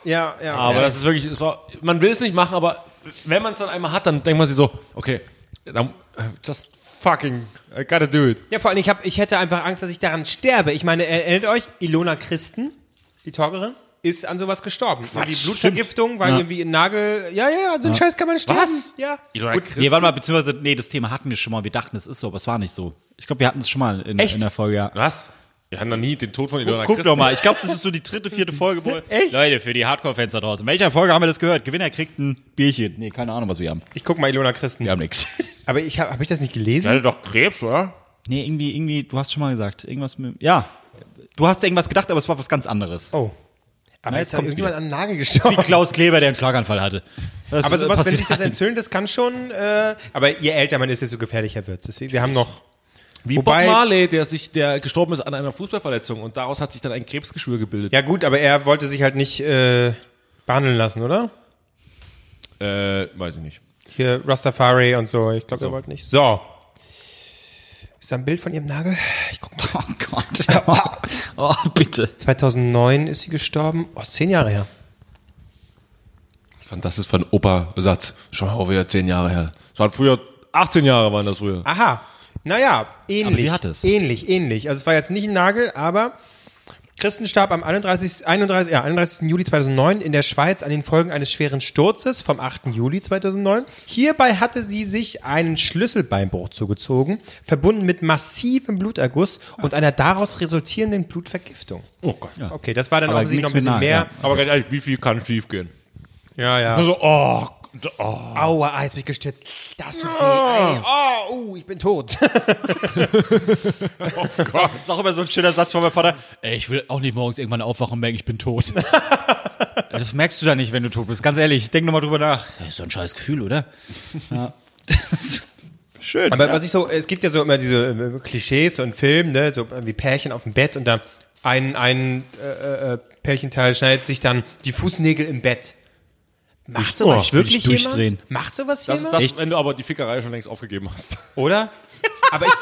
Speaker 2: Ja, ja.
Speaker 1: Aber das ist wirklich, es war, man will es nicht machen, aber wenn man es dann einmal hat, dann denkt man sich so, okay, dann, äh, just fucking, I gotta do it.
Speaker 2: Ja, vor allem, ich, hab, ich hätte einfach Angst, dass ich daran sterbe. Ich meine, er- erinnert euch, Ilona Christen, die Torgerin, ist an sowas gestorben. Quatsch, die Blutvergiftung, weil irgendwie ein Nagel. Ja, ja, ja, so ein Scheiß kann man sterben.
Speaker 4: Was?
Speaker 2: Ja.
Speaker 1: Ilona
Speaker 4: Gut,
Speaker 1: Christen-
Speaker 3: Nee, warte mal, beziehungsweise, nee, das Thema hatten wir schon mal. Wir dachten, es ist so, aber es war nicht so. Ich glaube, wir hatten es schon mal in, in der Folge, ja.
Speaker 1: Was? Wir haben noch nie den Tod von Ilona
Speaker 4: Guck
Speaker 1: Christen-
Speaker 4: doch mal, ich glaube, das ist so die dritte, vierte Folge. wo- Leute, für die Hardcore-Fans da draußen. In welcher Folge haben wir das gehört? Gewinner kriegt ein Bierchen. Nee, keine Ahnung, was wir haben.
Speaker 2: Ich guck mal Ilona Christen.
Speaker 4: Wir haben nichts.
Speaker 2: Aber ich habe hab ich das nicht gelesen?
Speaker 1: Der hatte doch Krebs, oder?
Speaker 3: Nee, irgendwie, irgendwie, du hast schon mal gesagt. Irgendwas mit. Ja.
Speaker 4: Du hast irgendwas gedacht, aber es war was ganz anderes.
Speaker 2: Oh. Aber
Speaker 4: Na, jetzt
Speaker 2: jetzt ist halt da
Speaker 4: kommt's
Speaker 2: irgendjemand an den Nagel
Speaker 4: Wie
Speaker 2: gestorben.
Speaker 4: Klaus Kleber, der einen Schlaganfall hatte. Das,
Speaker 2: Aber
Speaker 3: Also
Speaker 4: äh,
Speaker 2: sowas, wenn
Speaker 4: passiert
Speaker 2: sich das
Speaker 4: allen.
Speaker 2: entzündet, das kann schon. Äh, aber je älter man ist, desto gefährlicher wird's. Deswegen, wir haben noch.
Speaker 1: Wie
Speaker 2: Wobei-
Speaker 1: Bob Marley, der sich, der gestorben ist an einer Fußballverletzung und daraus hat sich dann ein Krebsgeschwür gebildet.
Speaker 2: Ja, gut, aber er wollte sich halt nicht äh, behandeln lassen, oder?
Speaker 1: Äh, weiß ich nicht.
Speaker 2: Hier Rastafari und so. Ich glaube, er wollte nicht. So. Ist da ein Bild von ihrem Nagel? Ich guck mal.
Speaker 3: Oh Gott. Oh, oh bitte.
Speaker 2: 2009 ist sie gestorben. Oh, zehn Jahre her.
Speaker 1: Das ist von- Das ist von Opa-Satz. Schon auch wieder zehn Jahre her. Das waren früher, 18 Jahre waren das früher.
Speaker 2: Aha. Naja, ähnlich.
Speaker 3: sie hat es.
Speaker 2: Ähnlich, ähnlich. Also es war jetzt nicht ein Nagel, aber Christen starb am 31, 31, ja, 31. Juli 2009 in der Schweiz an den Folgen eines schweren Sturzes vom 8. Juli 2009. Hierbei hatte sie sich einen Schlüsselbeinbruch zugezogen, verbunden mit massivem Bluterguss und einer daraus resultierenden Blutvergiftung.
Speaker 1: Oh Gott.
Speaker 2: Okay, das war dann
Speaker 3: Aber
Speaker 2: offensichtlich noch ein
Speaker 3: nichts
Speaker 2: bisschen
Speaker 3: mit
Speaker 2: mehr.
Speaker 3: Nagel,
Speaker 1: Aber ganz ehrlich, wie viel kann schief gehen?
Speaker 2: Ja, ja.
Speaker 1: Also, oh, oh.
Speaker 2: Aua, ah, jetzt bin ich gestürzt. Das tut weh.
Speaker 3: Ah.
Speaker 2: Ei. Oh, uh, ich bin tot.
Speaker 4: Das ist auch immer so ein schöner Satz von meinem Vater. Ey, ich will auch nicht morgens irgendwann aufwachen und merken, ich bin tot.
Speaker 3: Das merkst du da nicht, wenn du tot bist. Ganz ehrlich, denk nochmal drüber nach. Das ist so ein scheiß Gefühl, oder?
Speaker 2: Aber was ich so, es gibt ja so immer diese äh, Klischees und Filme, ne, so wie Pärchen auf dem Bett und dann ein, ein äh, äh, Pärchenteil schneidet sich dann die Fußnägel im Bett. Macht sowas
Speaker 3: ich würd
Speaker 2: wirklich
Speaker 3: nicht durchdrehen.
Speaker 2: jemand? Macht sowas
Speaker 1: Das ist
Speaker 2: jemand?
Speaker 1: das, wenn du aber die Fickerei schon längst aufgegeben hast.
Speaker 2: Oder? Aber ich,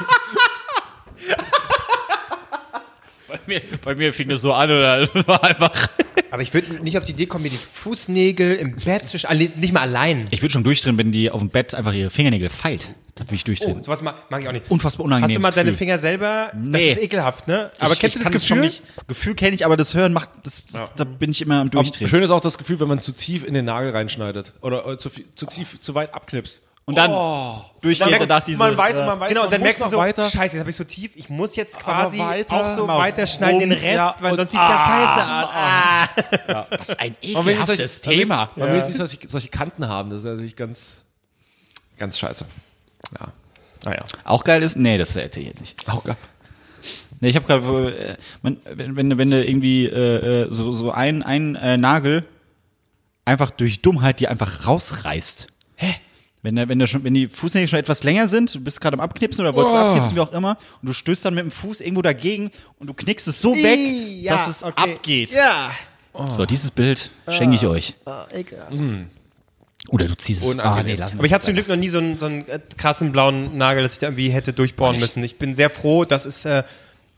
Speaker 4: bei, mir, bei mir fing das so an oder das war einfach.
Speaker 2: aber ich würde nicht auf die Idee kommen, mir die Fußnägel im Bett zwischen, alle- nicht mal allein.
Speaker 3: Ich würde schon durchdrehen, wenn die auf dem Bett einfach ihre Fingernägel feilt. Da würde ich durchdrehen.
Speaker 2: Oh, sowas ma- mag ich auch nicht.
Speaker 3: Unfassbar
Speaker 2: Hast du
Speaker 3: unangenehm.
Speaker 2: mal deine Finger selber?
Speaker 3: Nee.
Speaker 2: Das ist ekelhaft, ne? Aber kennst du das Gefühl?
Speaker 3: Gefühl kenne ich, aber das Hören macht, das, da bin ich immer am Durchdrehen.
Speaker 1: Schön ist auch das Gefühl, wenn man zu tief in den Nagel reinschneidet oder äh, zu, viel, zu tief, zu weit abknipst.
Speaker 3: Und dann durchgeht
Speaker 1: Man-
Speaker 3: danach diese.
Speaker 1: man weiß, man weiß,
Speaker 2: Genau,
Speaker 1: man
Speaker 2: dann
Speaker 1: muss
Speaker 2: merkst du
Speaker 1: noch
Speaker 2: so,
Speaker 1: weiter.
Speaker 2: scheiße, jetzt habe ich so tief, ich muss jetzt quasi
Speaker 1: weiter,
Speaker 2: auch so
Speaker 1: mal
Speaker 2: weiterschneiden den
Speaker 1: rum,
Speaker 2: Rest,
Speaker 1: ja,
Speaker 2: weil
Speaker 1: und-
Speaker 2: sonst sieht ja scheiße aus. Ah.
Speaker 3: was ein
Speaker 1: Man will nicht
Speaker 3: ekelhaftes
Speaker 1: solche-
Speaker 3: Thema.
Speaker 1: Man will jetzt nicht solche, solche Kanten haben. Das ist natürlich ganz, ganz scheiße. Ja. Naja.
Speaker 3: Auch geil ist, nee, das hätte ich jetzt nicht.
Speaker 1: Auch geil.
Speaker 3: Nee, ich habe gerade, äh, man- wenn, wenn, wenn du irgendwie äh, äh, so, so ein, ein äh, Nagel einfach durch Dummheit dir einfach rausreißt. Hä? Wenn, der- wenn, der schon, wenn die Fußnägel schon etwas länger sind, du bist gerade am Abknipsen oder wolltest
Speaker 1: Oh.
Speaker 3: abknipsen, wie auch immer, und du stößt dann mit dem Fuß irgendwo dagegen und du knickst es so weg, dass es abgeht.
Speaker 2: Ja.
Speaker 1: Oh.
Speaker 3: So, dieses Bild schenke ich euch.
Speaker 1: Hm.
Speaker 3: Oder du ziehst es. Ah, nee, lass
Speaker 2: Aber ich hatte zum Glück noch nie so einen, so einen äh, krassen blauen Nagel, dass ich da irgendwie hätte durchbohren müssen. Ich bin sehr froh, das ist äh,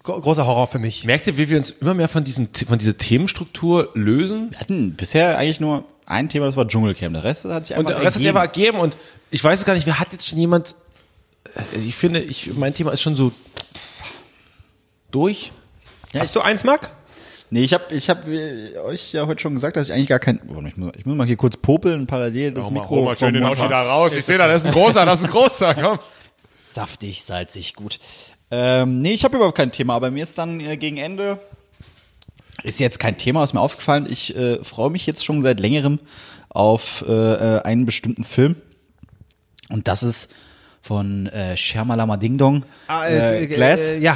Speaker 2: gro großer Horror für mich.
Speaker 1: Merkt ihr, wie wir uns immer mehr von, diesen, von dieser Themenstruktur lösen?
Speaker 3: Wir hatten bisher eigentlich nur ein Thema, das war Dschungelcamp. Der Rest hat sich
Speaker 1: Und
Speaker 3: einfach
Speaker 1: der Rest hat sich
Speaker 3: ergeben.
Speaker 1: einfach ergeben und ich weiß es gar nicht, wer hat jetzt schon jemand. Äh, Ich finde, ich, mein Thema ist schon so durch.
Speaker 2: Hast du eins, Marc?
Speaker 3: Nee, ich habe ich hab, äh, euch ja heute schon gesagt, dass ich eigentlich gar kein. Warte mal, Ich muss, ich muss mal hier kurz popeln, parallel das Mikro. vom Mund machen.
Speaker 1: raus. Ich sehe da, das ist ein großer, das ist ein großer. Komm.
Speaker 3: Saftig, salzig, gut. Ähm, nee, ich habe überhaupt kein Thema, aber mir ist dann äh, gegen Ende. Ist jetzt kein Thema, ist mir aufgefallen. Ich äh, freue mich jetzt schon seit längerem auf äh, äh, einen bestimmten Film. Und das ist von äh, Shyamalama Ding Dong. äh, Glass.
Speaker 2: Ah, Äh, ja.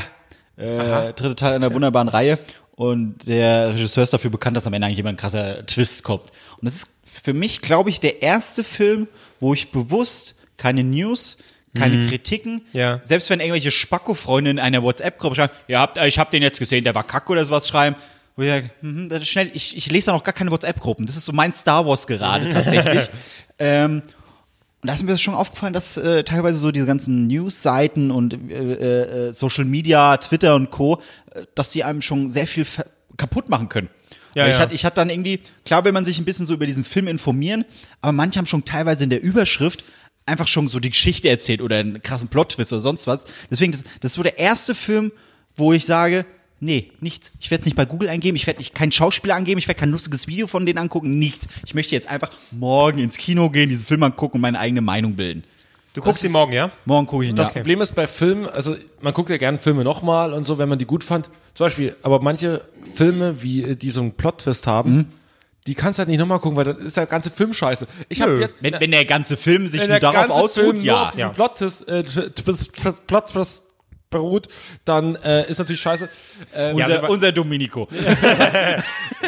Speaker 3: äh, dritte Teil einer wunderbaren Reihe. Und der Regisseur ist dafür bekannt, dass am Ende eigentlich immer ein krasser Twist kommt. Und das ist für mich, glaube ich, der erste Film, wo ich bewusst keine News, keine Kritiken,
Speaker 2: Ja.
Speaker 3: selbst wenn irgendwelche Spacko-Freunde in einer WhatsApp-Gruppe schreiben, ihr habt, ich hab den jetzt gesehen, der war kacke oder sowas schreiben, wo ich sage, mhm, das ist schnell, ich, ich lese da noch gar keine WhatsApp-Gruppen. Das ist so mein Star Wars gerade tatsächlich. ähm, und da ist mir das schon aufgefallen, dass äh, teilweise so diese ganzen News-Seiten und äh, äh, Social Media, Twitter und Co., äh, dass die einem schon sehr viel ver- kaputt machen können.
Speaker 2: Ja,
Speaker 3: Weil ich,
Speaker 2: ja.
Speaker 3: hatte, ich hatte dann irgendwie, klar will man sich ein bisschen so über diesen Film informieren, aber manche haben schon teilweise in der Überschrift einfach schon so die Geschichte erzählt oder einen krassen Plot-Twist oder sonst was. Deswegen, das, das ist so der erste Film, wo ich sage, Nee, nichts. Ich werde es nicht bei Google eingeben, ich werde nicht keinen Schauspieler angeben, ich werde kein lustiges Video von denen angucken, nichts. Ich möchte jetzt einfach morgen ins Kino gehen, diesen Film angucken und meine eigene Meinung bilden.
Speaker 2: Du guckst ihn morgen, ja?
Speaker 3: Morgen gucke ich ihn
Speaker 1: Das
Speaker 3: ja.
Speaker 1: Problem ist bei Filmen, also man guckt ja gerne Filme nochmal und so, wenn man die gut fand. Zum Beispiel, aber manche Filme, wie, äh, die so einen Plot-Twist haben,
Speaker 4: Mhm.
Speaker 1: die kannst du halt nicht nochmal gucken, weil dann ist der ganze Film scheiße. Ich habe jetzt.
Speaker 4: Wenn, wenn der ganze Film sich nur
Speaker 1: der
Speaker 4: darauf
Speaker 1: ganze
Speaker 4: ausruht,
Speaker 1: Film nur
Speaker 4: ja.
Speaker 1: auf diesem Plot-Twist äh, Tw- Tw- Tw- Plot-Twist beruht, dann äh, ist natürlich scheiße. Ähm,
Speaker 4: Unser,
Speaker 2: aber-
Speaker 4: unser Domenico.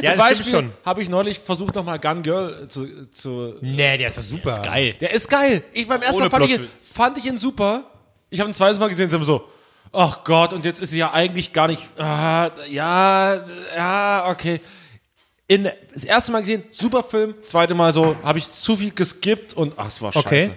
Speaker 2: Ja,
Speaker 1: zum Beispiel habe ich neulich versucht, nochmal Gun Girl zu, zu
Speaker 2: Nee, der ist doch super. Ist geil.
Speaker 1: Der ist geil. Ich beim ersten
Speaker 2: Ohne
Speaker 1: Mal fand ich, ihn-
Speaker 2: Plot-Twist.
Speaker 1: fand ich ihn super. Ich habe ihn zweites Mal gesehen, sie haben so, ach Gott, und jetzt ist sie ja eigentlich gar nicht. Ah, ja, ja, okay. In, das erste Mal gesehen, super Film. Zweite Mal so, habe ich zu viel geskippt und ach, es war scheiße.
Speaker 2: Okay.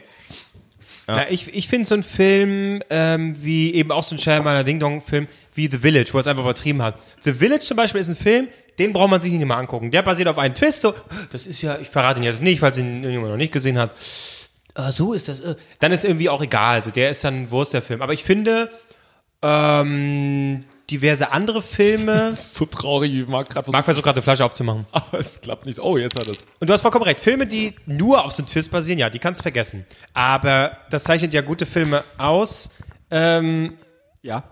Speaker 2: Ja, ich ich finde so einen Film, ähm, wie eben auch so ein Shyamalan Ding Dong Film, wie The Village, wo er es einfach übertrieben hat. The Village zum Beispiel ist ein Film, den braucht man sich nicht mal angucken. Der basiert auf einem Twist, so, das ist ja, ich verrate ihn jetzt nicht, falls ihn irgendjemand noch nicht gesehen hat. Ah, so ist das. äh. Dann ist irgendwie auch egal. Also der ist dann Wurst der Film. Aber ich finde, ähm, diverse andere Filme.
Speaker 1: Das ist so traurig, ich mag gerade
Speaker 2: Marc versucht gerade eine Flasche aufzumachen.
Speaker 1: aber es klappt nicht. Oh, jetzt hat es.
Speaker 2: Und du hast vollkommen recht. Filme, die nur auf so einen Twist basieren, ja, die kannst du vergessen. Aber das zeichnet ja gute Filme aus, ähm,
Speaker 8: Ja.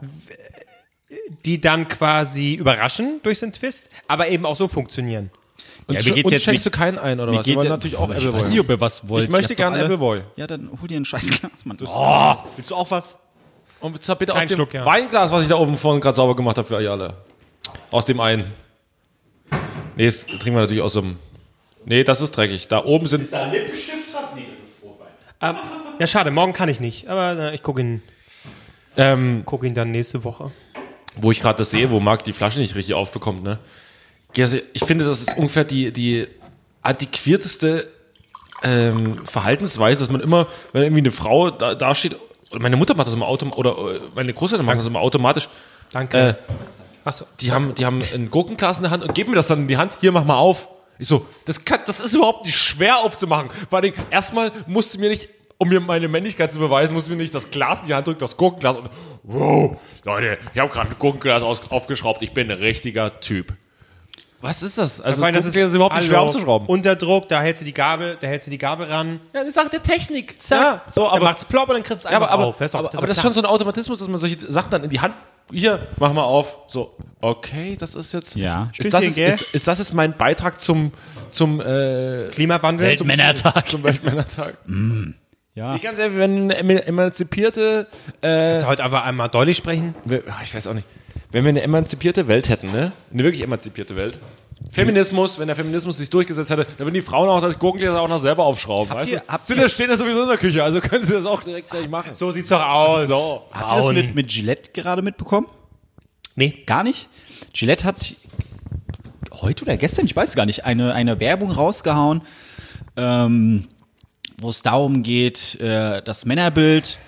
Speaker 2: die dann quasi überraschen durch so einen Twist, aber eben auch so funktionieren.
Speaker 1: Und,
Speaker 4: mir
Speaker 1: sch-
Speaker 4: geht's
Speaker 1: und
Speaker 4: jetzt
Speaker 1: schenkst du keinen ein oder was? Wir
Speaker 4: geht-
Speaker 1: wollen natürlich auch Appleboy.
Speaker 4: nicht, ob ihr was wollt.
Speaker 1: Ich möchte
Speaker 4: Ich hab
Speaker 1: gerne Appleboy.
Speaker 3: Ja, dann hol dir einen Scheißglas, Mann.
Speaker 4: Oh, Willst du auch was?
Speaker 1: Und zwar bitte aus
Speaker 2: Kleinen
Speaker 1: dem
Speaker 2: Schluck, ja.
Speaker 1: Weinglas, was ich da oben vorne gerade sauber gemacht habe für euch alle. Aus dem einen. Nee, das trinken wir natürlich aus dem. Nee, das ist dreckig. Da oben sind.
Speaker 2: Ja, schade, morgen kann ich nicht, aber äh, ich gucke ihn,
Speaker 1: Ähm,
Speaker 2: guck ihn dann nächste Woche.
Speaker 1: wo ich gerade das sehe, wo Marc die Flasche nicht richtig aufbekommt, ne? Also, Ich finde, das ist ungefähr die, die antiquierteste ähm, Verhaltensweise, dass man immer, wenn irgendwie eine Frau da, da steht, oder meine Mutter macht das immer automatisch, oder äh, meine Großeltern machen das immer automatisch, Äh,
Speaker 2: Danke. Achso.
Speaker 1: die haben, die haben ein Gurkenglas in der Hand und geben mir das dann in die Hand. Hier, mach mal auf. Ich so, das, kann, das ist überhaupt nicht schwer aufzumachen. Vor allem, erstmal musst du mir nicht, um mir meine Männlichkeit zu beweisen, musst du mir nicht das Glas in die Hand drücken, das Gurkenglas. Und, wow, Leute, ich habe gerade ein Gurkenglas aus, aufgeschraubt. Ich bin ein richtiger Typ. Was ist also das? Also,
Speaker 2: Weil das ist
Speaker 1: Gurkenglas überhaupt nicht schwer
Speaker 2: Hallo.
Speaker 1: aufzuschrauben.
Speaker 2: Unter Druck, da hältst du die Gabel, da hältst du die Gabel ran.
Speaker 1: ja, das sagt der Technik.
Speaker 2: Zack,
Speaker 1: ja, so,
Speaker 2: dann
Speaker 1: aber,
Speaker 2: macht's plopp und dann kriegst du es
Speaker 1: ja,
Speaker 2: einfach
Speaker 1: aber, aber,
Speaker 2: auf. Das ist doch-
Speaker 1: aber,
Speaker 2: ist
Speaker 1: aber
Speaker 2: doch
Speaker 1: das ist schon
Speaker 2: klar.
Speaker 1: so ein Automatismus, dass man solche Sachen dann in die Hand, hier, mach mal auf. So, okay, das ist jetzt.
Speaker 3: Ja.
Speaker 1: Ist das,
Speaker 2: Stößchen,
Speaker 1: ist,
Speaker 2: gell?
Speaker 1: ist, ist das jetzt mein Beitrag zum, zum, äh,
Speaker 2: Klimawandel.
Speaker 1: zum
Speaker 3: Männertag.
Speaker 1: Zum Weltmännertag?
Speaker 2: Mm.
Speaker 3: Ja.
Speaker 1: Ich ganz ehrlich, wenn eine emanzipierte, äh,
Speaker 2: Kannst du heute einfach einmal deutlich sprechen?
Speaker 1: wir- ach, ich weiß auch nicht, wenn wir eine emanzipierte Welt hätten, ne? Eine wirklich emanzipierte Welt. Feminismus, wenn der Feminismus sich durchgesetzt hätte, dann würden die Frauen auch das Gurkengläser auch noch selber aufschrauben, weißt
Speaker 2: ihr-
Speaker 1: du? Sind das, stehen das sowieso in der Küche, also können sie das auch direkt gleich machen.
Speaker 2: So sieht's doch aus.
Speaker 1: So.
Speaker 3: Habt ihr das mit, mit Gillette gerade mitbekommen?
Speaker 2: Nee.
Speaker 3: Gar nicht? Gillette hat heute oder gestern, ich weiß gar nicht, eine, eine Werbung rausgehauen, ähm, wo es darum geht, äh, das Männerbild,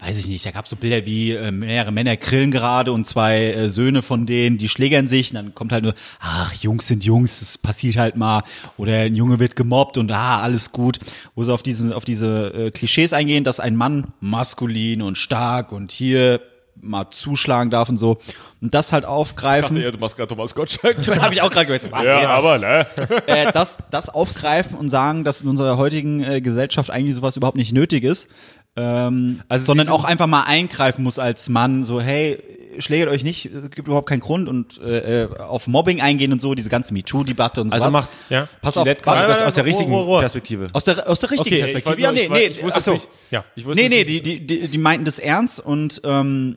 Speaker 3: weiß ich nicht, da gab es so Bilder wie äh, mehrere Männer grillen gerade und zwei äh, Söhne von denen, die schlägern sich und dann kommt halt nur, ach, Jungs sind Jungs, das passiert halt mal. Oder ein Junge wird gemobbt und ah, alles gut. Wo sie auf, diesen, auf diese äh, Klischees eingehen, dass ein Mann maskulin und stark und hier mal zuschlagen darf und so. Und das halt aufgreifen.
Speaker 1: Ja, du machst gerade Thomas Gottschalk.
Speaker 3: Habe ich auch gerade gehört. So, ah, nee,
Speaker 1: aber, ne?
Speaker 3: äh, das, das aufgreifen und sagen, dass in unserer heutigen äh, Gesellschaft eigentlich sowas überhaupt nicht nötig ist, ähm,
Speaker 1: Also
Speaker 3: sondern
Speaker 1: sie sind-
Speaker 3: auch einfach mal eingreifen muss als Mann, so hey, schlägert euch nicht, es gibt überhaupt keinen Grund und äh, äh, auf Mobbing eingehen und so, diese ganze MeToo-Debatte und so.
Speaker 1: Also macht,
Speaker 2: Ja.
Speaker 3: pass auf,
Speaker 1: Gillette
Speaker 3: warte,
Speaker 1: quasi das
Speaker 3: das
Speaker 1: aus der
Speaker 2: Ruhe,
Speaker 1: richtigen
Speaker 2: Ruhe, Ruhe.
Speaker 1: Perspektive.
Speaker 3: aus der, aus der richtigen
Speaker 1: Okay, ich
Speaker 3: Perspektive.
Speaker 1: wollte
Speaker 3: Ja,
Speaker 1: nur-
Speaker 3: nee,
Speaker 1: ich wollte-
Speaker 3: nee,
Speaker 1: ich wusste
Speaker 3: ach so.
Speaker 1: es nicht.
Speaker 2: Ja.
Speaker 1: Ich wusste
Speaker 3: Nee,
Speaker 1: es
Speaker 3: nee,
Speaker 1: nicht. äh,
Speaker 3: die, die, die, die meinten das ernst und ähm,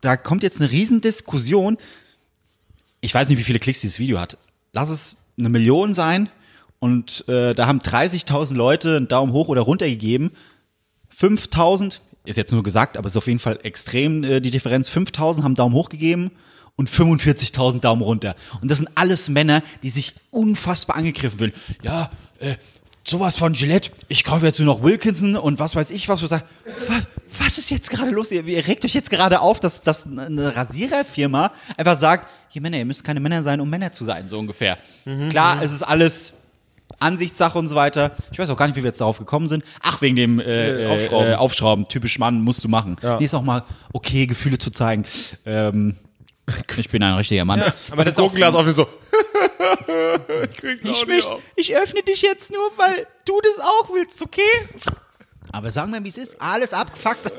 Speaker 3: da kommt jetzt eine Riesendiskussion. Ich weiß nicht, wie viele Klicks dieses Video hat. Lass es eine Million sein und äh, da haben 30.000 Leute einen Daumen hoch oder runter gegeben. 5.000, ist jetzt nur gesagt, aber ist auf jeden Fall extrem äh, die Differenz. 5.000 haben Daumen hoch gegeben und 45.000 Daumen runter. Und das sind alles Männer, die sich unfassbar angegriffen fühlen. Ja, äh, sowas von Gillette, ich kaufe jetzt nur noch Wilkinson und was weiß ich was. Und sag, was, was ist jetzt gerade los? Ihr, ihr regt euch jetzt gerade auf, dass, dass eine Rasiererfirma einfach sagt, ihr Männer, ihr müsst keine Männer sein, um Männer zu sein, so ungefähr. Klar, es ist alles Ansichtssache und so weiter. Ich weiß auch gar nicht, wie wir jetzt darauf gekommen sind. Ach, wegen dem äh,
Speaker 1: Äh, Aufschrauben.
Speaker 3: Äh, Aufschrauben. Typisch Mann, musst du machen.
Speaker 1: Ja.
Speaker 3: Nee, ist auch mal okay, Gefühle zu zeigen. Ähm, Ich bin ein richtiger Mann.
Speaker 2: Aber das ist auch
Speaker 1: Glas offen so.
Speaker 3: Ich, öffne dich jetzt nur, weil du das auch willst, okay? Aber sag mir, wie es ist. Alles abgefuckt.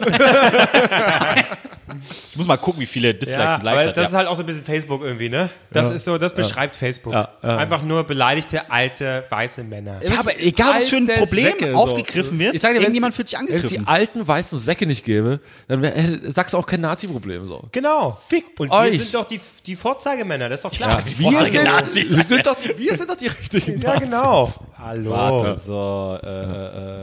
Speaker 4: Ich muss mal gucken, wie viele Dislikes
Speaker 2: Ja,
Speaker 4: und Likes
Speaker 2: weil
Speaker 4: hat.
Speaker 2: das
Speaker 4: Ja.
Speaker 2: ist halt auch so ein bisschen Facebook irgendwie, ne? Das ist so, das beschreibt Facebook.
Speaker 1: Ja, ja.
Speaker 2: Einfach nur beleidigte alte weiße Männer.
Speaker 3: Ja, aber egal, was für ein Problem aufgegriffen wird, irgendjemand fühlt sich
Speaker 1: Wenn es
Speaker 3: angegriffen.
Speaker 1: die alten weißen Säcke nicht gäbe, dann wär, hätte Sachsen auch kein Nazi-Problem. So.
Speaker 2: Genau. Fickt und
Speaker 1: euch.
Speaker 2: wir sind doch die, die Vorzeigemänner, das ist doch klar.
Speaker 1: Wir sind, wir, sind doch die, wir sind doch die richtigen
Speaker 2: Ja, genau. Hallo.
Speaker 1: so, äh,